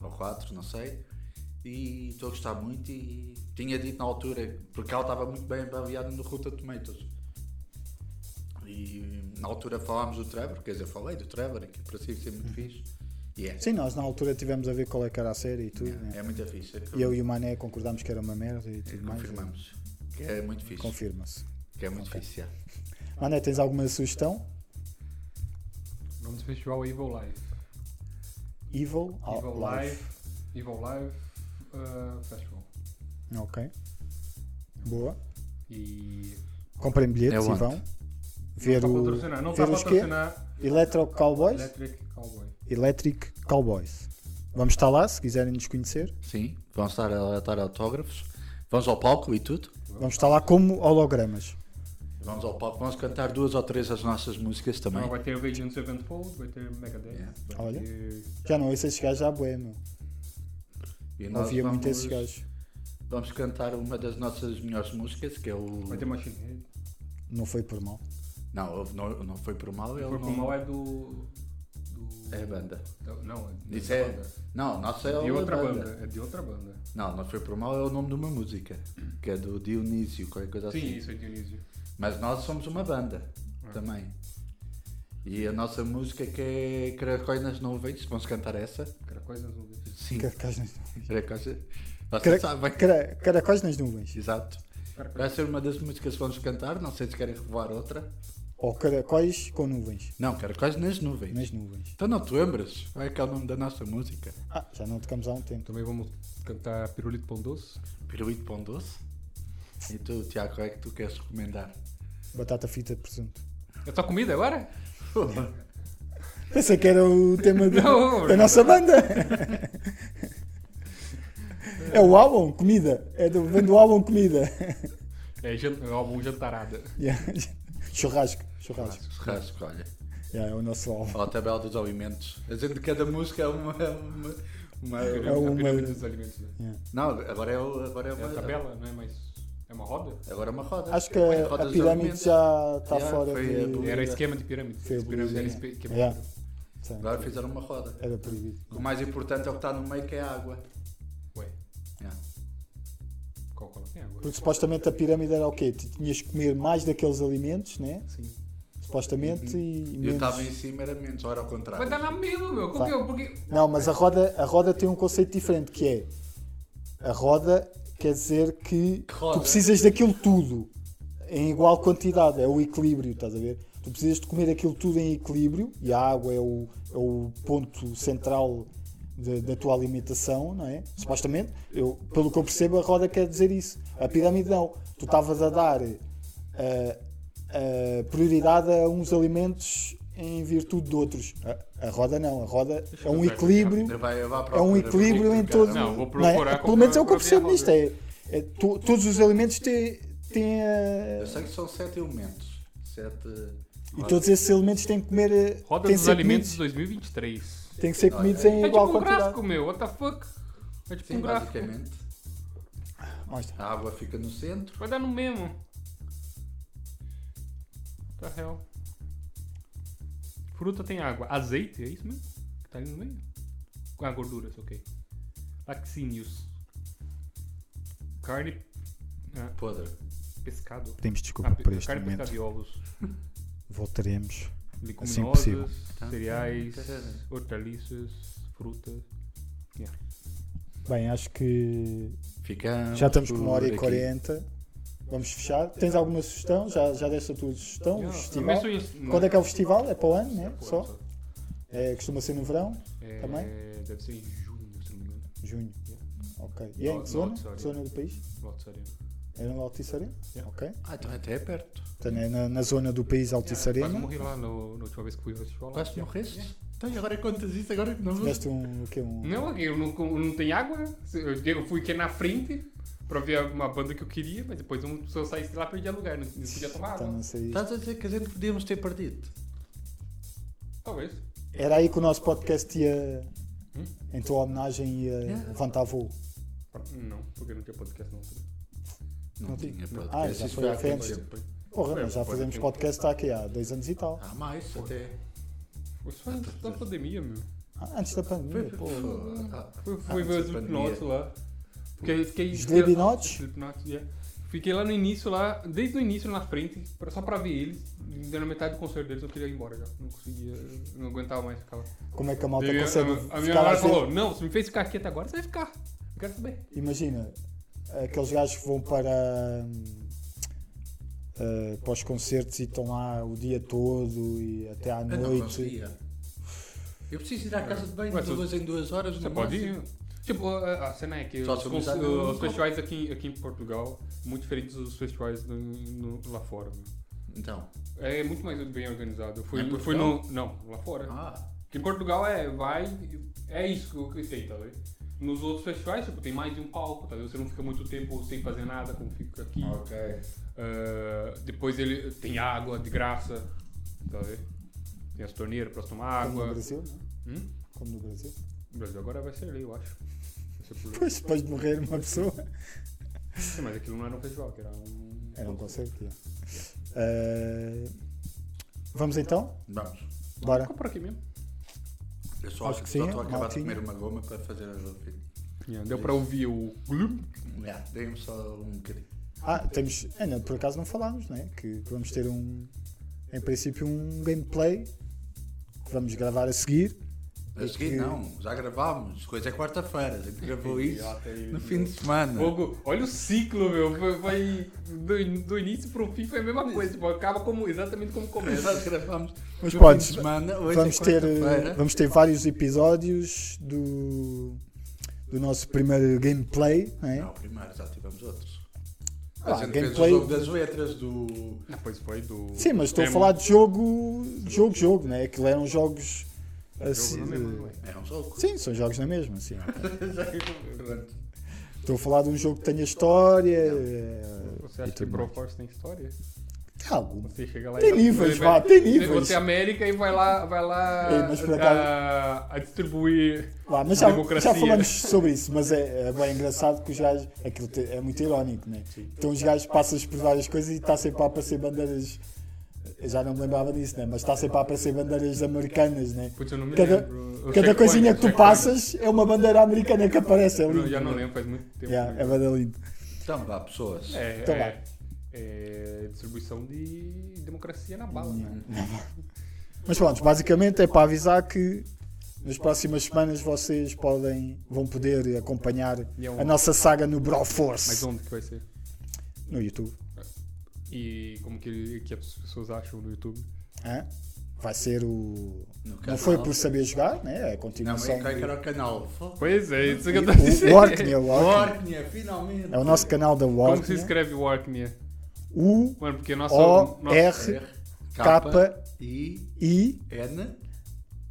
ou 4, não sei. E estou a gostar muito e tinha dito na altura, porque ela estava muito bem avaliada no Ruta Tomatoes. E na altura falámos do Trevor, quer dizer, falei do Trevor, é que para si sempre muito fixe. E é,
Uhum. Sim, nós na altura tivemos a ver qual é que era a série e tudo. né?
é muito fixe. é que
E eu e o Mané concordámos que era uma merda e tudo mais.
Confirmamos. É Que é muito fixe.
Confirma-se.
Que é muito fixe, é.
Mané, tens alguma sugestão?
O nome do festival é Evil Live.
Evil, Out
Evil Live. Evil Live uh, Festival.
Ok. Boa.
E.
Comprem bilhetes
É
e
onde?
vão. Ver
não tá
o
patrocinar, não
ver
tá
os quê?
patrocinar
Electro Cowboys.
Electric Cowboy.
Electric Cowboys. Vamos estar lá se quiserem nos conhecer.
Sim, vão estar a dar autógrafos, vamos ao palco e tudo.
Vamos estar lá como hologramas.
Vamos ao palco, vamos cantar duas ou três as nossas músicas também.
Não, vai ter o Virgin Sevenfold, vai ter Megadeth,
Yeah.
vai
Olha.
ter
Já não, esses gajos já bué, meu.
E nós
Ouvia
vamos,
muito esses gajos.
Vamos cantar uma das nossas melhores músicas, que é o.
Vai ter Machine Head.
Não foi por mal.
Não, eu- não, não foi por mal, ele
Corpo
não.
Mal é do. do-
É a banda.
da- Não, é de
Isso é.
outra banda.
Não, nossa é
De outra
banda.
banda. É de outra banda.
Não, não foi por mal, é o nome de uma música, que é do Dionísio, qualquer coisa
Sim,
assim.
isso é Dionísio.
Mas nós somos uma banda
É.
também. E a nossa música que é Caracóis nas Nuvens, vamos cantar essa?
Caracóis nas nuvens.
Sim.
Caracóis nas nuvens.
Caracóis. Vocês
Cara-
sabem.
Cara- Caracóis nas nuvens.
Exato. Vai ser uma das músicas que vamos cantar, não sei se querem revelar outra.
Ou caracóis com nuvens.
Não, Caracóis nas Nuvens.
Nas nuvens.
Então não te lembras? Qual é que é o nome da nossa música?
Ah, já não tocamos há um tempo.
Também vamos cantar Pirulito Pão Doce.
Piruí de Pão Doce? E tu, Tiago, qual é que tu queres recomendar?
Batata frita de presunto.
É só comida agora?
Pensei que era o tema do-
Não,
da nossa banda. É o álbum Comida. É do, vem do álbum Comida.
É, jan- é um álbum jantarada.
Yeah. Churrasco. Churrasco.
Rasco, <laughs> olha.
Yeah, é o nosso álbum.
Ó, a tabela dos alimentos. A gente, cada música é uma. é uma- uma-
É
uma-
a pirâmide dos alimentos. Né?
Não, agora é, o- agora é
É
uma.
a tabela, não é mais. É uma roda?
Agora é uma roda.
Acho que
É
a,
uma roda
a
dos
pirâmide
alimentos.
já está
Yeah,
fora
foi a
de.
Bolívia.
Era esquema de pirâmide.
Foi a
As pirâmides eram
Bolívia.
esquema de
Yeah. Sim,
Agora fizeram uma roda.
Era proibido.
O mais importante é o que está no meio, que é a água.
Ué,
Yeah.
qual qual é agora?
Porque supostamente a pirâmide era o quê? Tu tinhas que comer mais daqueles alimentos, né?
Sim.
Supostamente e
Uhum. Eu estava em
menos.
cima, era menos, ou era ao contrário.
Mas dá na mesma, meu.
Tá.
Qual que é? o- Porque...
Não, mas a roda, a roda tem um conceito diferente que é a roda quer dizer que
roda?
tu precisas daquilo tudo em igual quantidade, é o equilíbrio, estás a ver? Tu precisas de comer aquilo tudo em equilíbrio e a água é o, é o ponto central de- da tua alimentação, não é? Supostamente, eu, pelo que eu percebo, a roda quer dizer isso. A pirâmide não. Tu estavas a dar eh, eh, prioridade a uns alimentos em virtude de outros. A, a roda não, a roda é um equilíbrio
Vai, vai à
é um
procura.
equilíbrio em todo.
um.
Não, vou
é?
procurar
Pelo menos é o que eu
comprar
percebo
uma
disto. É, é to- todos os alimentos têm. têm eh,
Eu sei é. que são sete elementos. Sete.
e todos esses alimentos têm que comer. eh,
Roda
têm que
dos
ser
alimentos de
comidos,
2023.
têm que ser comidos em
É tipo
igual
um
quantidade.
gráfico, meu. What the fuck? É tipo
Sim,
um gráfico.
basicamente.
Mostra.
A água fica no
é.
centro.
Vai dar no mesmo. Tá real. Fruta tem água. Azeite, é isso mesmo? Que tá ali no meio? Com a gordura, isso ok. Laxínios. Carne,
Podre.
pescado.
Pedimos
Ah,
desculpa
pe-
por este
carne, pescado
momento.
e ovos.
Voltaremos. Assim que possível.
Leguminosas, cereais,
Tá.
hortaliças, frutas.
Bem, acho que
Ficamos.
já estamos com uma hora
por
e
aqui.
quarenta. Vamos fechar. Tens alguma sugestão? Já, já deste a tua sugestão? o festival? Quando é que é o festival? É para o ano, né? Só? É, costuma ser no verão? Também?
É, Deve ser em junho, se não me engano.
Junho. Ok. E é em
No-
que zona?
no Alto
Zona do país?
Lotes Arena.
É no Altice Arena? Ok.
Ah, então até é perto.
Portanto, é na, na zona do país Altice
Quase
Arena.
morri lá no- na última vez que fui ao festival. lá.
Quase morreste? Então e agora contas isso, agora que não vou.
Tiveste um, o quê? Um...
Não, aqui eu não, eu não tem água. né? Eu, eu fui aqui na frente pra ver uma banda que eu queria, mas depois eu- se eu saísse de lá perdia lugar, não, não podia tomar
Então,
água.
não sei.
Estás a dizer que a gente podíamos ter perdido?
Talvez.
Era aí que o nosso podcast ia,
Hum?
em tua homenagem, ia levantar voo.
Não, porque não tinha podcast não.
Não,
Não
tinha podcast.
Ah, já
Isso
foi à
há quanto
frente.
tempo?
Porra,
Foi,
nós já
foi,
fazemos
foi.
podcast há aqui há dois anos e tal.
Há mais até.
Foi só antes da pandemia, meu.
Ah, Antes da pandemia, pô.
Ah,
Foi, foi
antes
ver
da
os Slipknot
pandemia.
lá. Porque eu fiquei...
Slipknot?
Slipknot, yeah. Fiquei lá no início, lá, desde o início na frente, pra- só pra ver eles. Deu na metade do concerto deles, eu queria ir embora já. Não conseguia, não aguentava mais ficar lá.
Como é que a malta
E a-
consegue
a, a minha
ficar lá
mãe
a ver?
falou, não, se me fez ficar aqui até agora, você vai ficar. Não quero saber.
Imagina, aqueles gajos que vão para, hum, ah, para os concertos e estão lá o dia todo e até à
Eu não
noite.
conseguia. Eu preciso ir à casa de banho
Mas
de
tu-
duas em duas horas. assim.
Você
no
pode
máximo.
ir. Tipo, a, a cena é que
Só
os,
se eu
cons-
usar no-
os festivais aqui, aqui em Portugal, muito diferentes dos festivais do- no- lá fora. meu.
Então.
É muito mais bem organizado. Eu fui,
Em
eu fui
Portugal?
no. Não, lá fora.
Ah,
Porque em Portugal é, vai. É isso que eu sei, tá vendo? Nos outros festivais, tipo, tem mais de um palco, tá vendo? Você não fica muito tempo sem fazer nada, como fica aqui.
ok.
Ah, depois ele tem água de graça, tá vendo? Tem as torneiras pra tomar
Como no
água.
Brasil, não? é?
Hum?
Como no Brasil.
O Brasil agora vai ser lei, eu acho. Vai ser por lei.
Pois, depois de morrer uma pessoa. <laughs>
Sim, mas aquilo não era um festival, que era um.
Era um concerto, yeah. Eh, Vamos então?
Vamos.
Bora.
Fica por aqui mesmo.
Eu só
Acho que
acho que
sim,
só estou a acabar de
maltinha.
comer uma goma para fazer as outras.
deu pra ouvir o Gloom.
Yeah, Dei-me É, só um bocadinho.
Ah, temos. Ainda por acaso não falámos, né? Que vamos ter um. Em princípio, um gameplay que vamos gravar a seguir.
A seguir,
É que-
não, já gravámos. Coisa é quarta-feira. A gente <laughs> gravou isso no fim de semana. <laughs>
Fogo, olha o ciclo, meu. Foi, foi- do, in- do início pro fim foi a mesma coisa. Tipo, acaba como, exatamente como começa.
Nós gravámos
Mas
no
podes,
fim de semana. Hoje
Vamos
é
ter, eh,
quarta-feira.
vamos ter vários episódios do. Do nosso primeiro gameplay, né?
Não, primeiro, já tivemos outros.
Ah,
A gente
gameplay-
fez o jogo das letras do.
Depois foi do.
Sim, mas estou a
Temo.
falar de jogo, de jogo, jogo, né? Aquilo eram jogos.
Jogo
Assim,
não é mesmo, não é?
É um jogo.
<laughs>
sim, são jogos na mesma, sim.
Pronto.
Estou a falar de um jogo que tenha história. eh,
Você
e
acha que
tudo mais.
Broforce tem história?
Calma.
Você chega lá
Tem
e dá-
níveis,
ele
vá,
vai-
tem
ele
níveis.
Você é América e vai lá, vai lá
Ei, mas por
a, a distribuir.
Lá, mas já,
Democracia.
já falamos sobre isso, mas é, é bem engraçado que os gajos. Aquilo te- é muito irónico, né? Então os gajos passam por várias coisas e está sempre a aparecer bandeiras. Eu já não me lembrava disso, né? Mas está sempre a aparecer bandeiras americanas, né?
Putz, eu não me
Cada-
lembro. O
Cada
checkpoint,
coisinha que
o
tu
checkpoint.
passas é uma bandeira americana que aparece. É
Eu não-
lindo.
já não lembro, faz muito tempo.
Yeah, é
mesmo.
bem lindo.
Então vá, pessoas.
É,
Então
é, é distribuição de democracia na bala, né?
Uhum. Mas pronto, basicamente é para avisar que nas próximas semanas vocês podem, vão poder acompanhar
E é um-
a nossa saga no Brawl
Mas
Force
onde que vai ser?
no YouTube.
E como que, que as pessoas acham no YouTube?
Hã? Vai ser o.
No
Não
canal.
foi por saber jogar, né? É a
Não, mas
continuação.
qual é que era o canal?
Pois é, isso que eu tô <laughs>
O,
dizendo.
o Orkney, o Orkney.
Orkney, finalmente.
É o nosso canal da
Como que se
Orkney.
escreve o Arknia?
U
Mano, porque nosso.
O
nosso-
R K
I
I
N.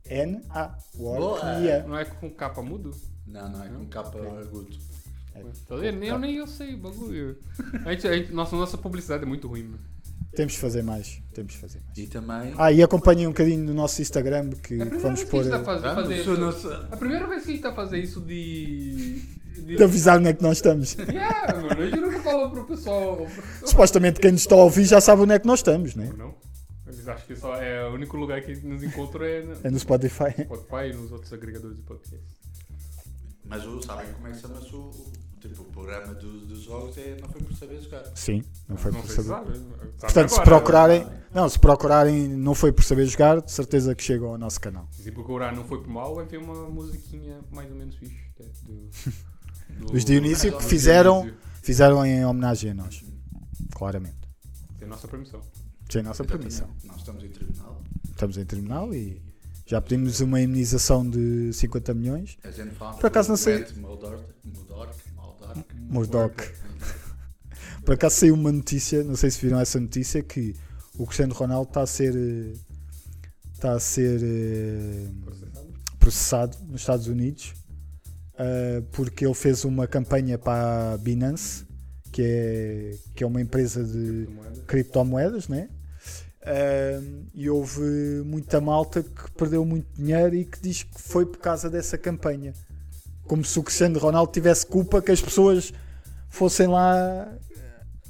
N A.
Boa.
Orkney.
Não é com capa mudo?
Não, não, é com capa agudo.
Tá vendo? Nem Eu nem eu sei o bagulho. A gente, a gente- nossa, nossa publicidade é muito ruim, mano.
Temos de fazer mais. Temos de fazer mais.
E também.
Ah, e acompanhem um bocadinho no nosso Instagram que
É a
que
primeira
vamos
vez que a
pôr.
gente tá faz-
Vamos,
fazer
se o
isso.
Ah, nosso-
A primeira vez que a gente tá fazendo isso de. de...
De avisar onde é que nós estamos.
Yeah, mano, a gente nunca falou pro pessoal. pro pessoal.
Supostamente quem nos está a ouvir já sabe onde é que nós estamos, né?
Não? Eles acham que só é o único lugar que nos encontram é no
É no Spotify.
Spotify e nos outros agregadores de podcast.
Mas o, sabem como é que chama-se o, o- tipo, o programa do- dos jogos? É, não foi por saber jogar.
Sim, não foi
Não
por
sei se
saber. Tá
sabe. sabe
Portanto, se
agora, né?
procurarem, não, se procurarem, não foi por saber jogar, de certeza que chegam ao nosso canal.
Se procurar não foi pro mal, vai ver uma musiquinha mais ou menos fixe. que é do- do-
Os Dionísio
do
que fizeram,
Dionísio.
fizeram em homenagem a nós, claramente.
Tem nossa permissão.
Sem nossa permissão.
Nós estamos em tribunal.
Estamos em tribunal e já pedimos uma imunização de 50 milhões.
A gente fala
Por acaso
com
não sei-
Matt Murdock, Murdock, Murdock.
Murdoch. Por acaso saiu uma notícia, não sei se viram essa notícia, que o Cristiano Ronaldo está a ser. eh, Está a ser. eh, processado nos Estados Unidos eh, porque ele fez uma campanha para a Binance, que é, que é uma empresa de criptomoedas, né? Eh, e houve muita malta que perdeu muito dinheiro e que diz que foi por causa dessa campanha. Como se o Cristiano Ronaldo tivesse culpa que as pessoas fossem lá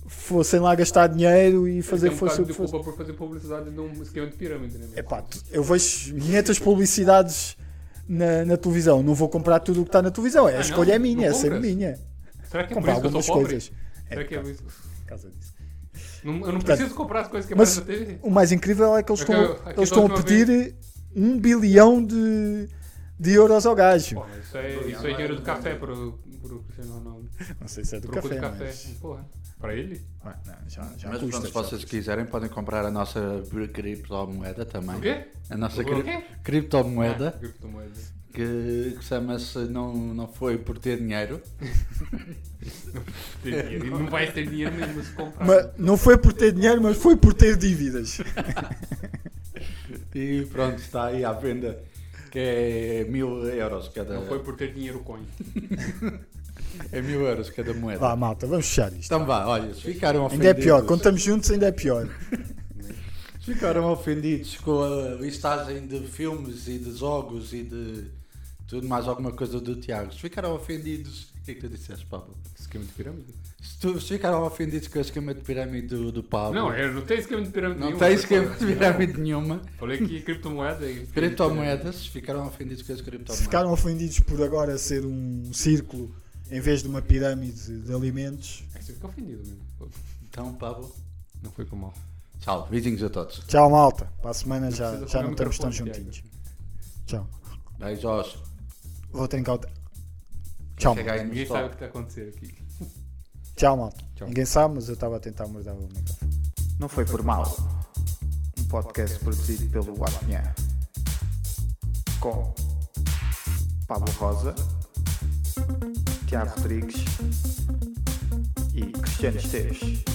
fossem lá gastar dinheiro e fazer
Tem um
fosse
bocado
o que
de
fosse.
culpa por fazer publicidade num esquema de pirâmide, né? meu?
Epá, tu- eu vejo 500 publicidades na, na televisão. Não vou comprar tudo o que está na televisão. É, a
Ah,
escolha
não?
é minha,
Não
é sempre
compras?
minha.
Será que é por
comprar
isso que eu
algumas
sou pobre?
coisas. É,
Será que é por isso?
por causa disso.
Não, eu não
Portanto,
preciso comprar as coisas que é
mas-
aparecem na TV.
O mais incrível é que eles
É que
estão,
eu- aqui da
eles estão a
última
pedir um bilhão de, de euros ao gajo.
Porra, isso é, isso é dinheiro do café pro, pro Cristiano Ronaldo.
Não sei se é do
Troco
café,
de café.
mas...
Porra. Pra ele?
Ah, não, já, já
Mas
custa,
pronto,
já
se vocês
custa.
quiserem, podem comprar a nossa criptomoeda também.
O quê?
A nossa
O
cri-
quê? Ah,
criptomoeda,
criptomoeda.
que, que chama-se não, não Foi Por Ter Dinheiro.
Tem dinheiro. E Não vai ter dinheiro mesmo se comprar.
Mas não foi por ter dinheiro, mas foi por ter dívidas.
E pronto, está aí à venda, que é mil euros cada,
Não foi por ter dinheiro coin.
é mil euros cada moeda.
Vá, malta, vamos fechar isto.
Então vá, olha, se ficaram
Ainda
ofendidos...
é pior, quando estamos juntos ainda é pior.
Se ficaram ofendidos com a listagem de filmes e de jogos e de tudo mais alguma coisa do Tiago. Se ficaram ofendidos... O que é que tu disseste, Pablo?
Esquema de pirâmide?
Se, tu, se ficaram ofendidos com o esquema de pirâmide do, do Pablo...
Não, eu Tá não tem esquema de pirâmide
Não
nenhum.
tem
eu
esquema
falei-
de pirâmide nenhuma.
não, Falei que criptomoeda é e...
Criptomoedas, ficaram ofendidos com as
Se
criptomoedas.
ficaram ofendidos por agora ser um círculo em vez de uma pirâmide de alimentos.
Aí você fica ofendido mesmo.
Então, Pablo.
Não foi por mal.
Tchau, beijinhos a todos.
Tchau, malta. Para a semana já,
precisa
já
comer
não estamos tão
microfone,
juntinhos. Tchau.
Beijos.
Vou ter encontrar. Tchau,
Chega
malta.
aí no
Ninguém
sol.
sabe o que tá acontecendo aqui.
Tchau, malta.
Tchau.
Ninguém sabe, mas eu estava a tentar mudar o microfone.
Não Foi Por Mal, um podcast produzido pelo Watnia, com Pablo Rosa, Tiago Rodrigues e Cristiano Esteves.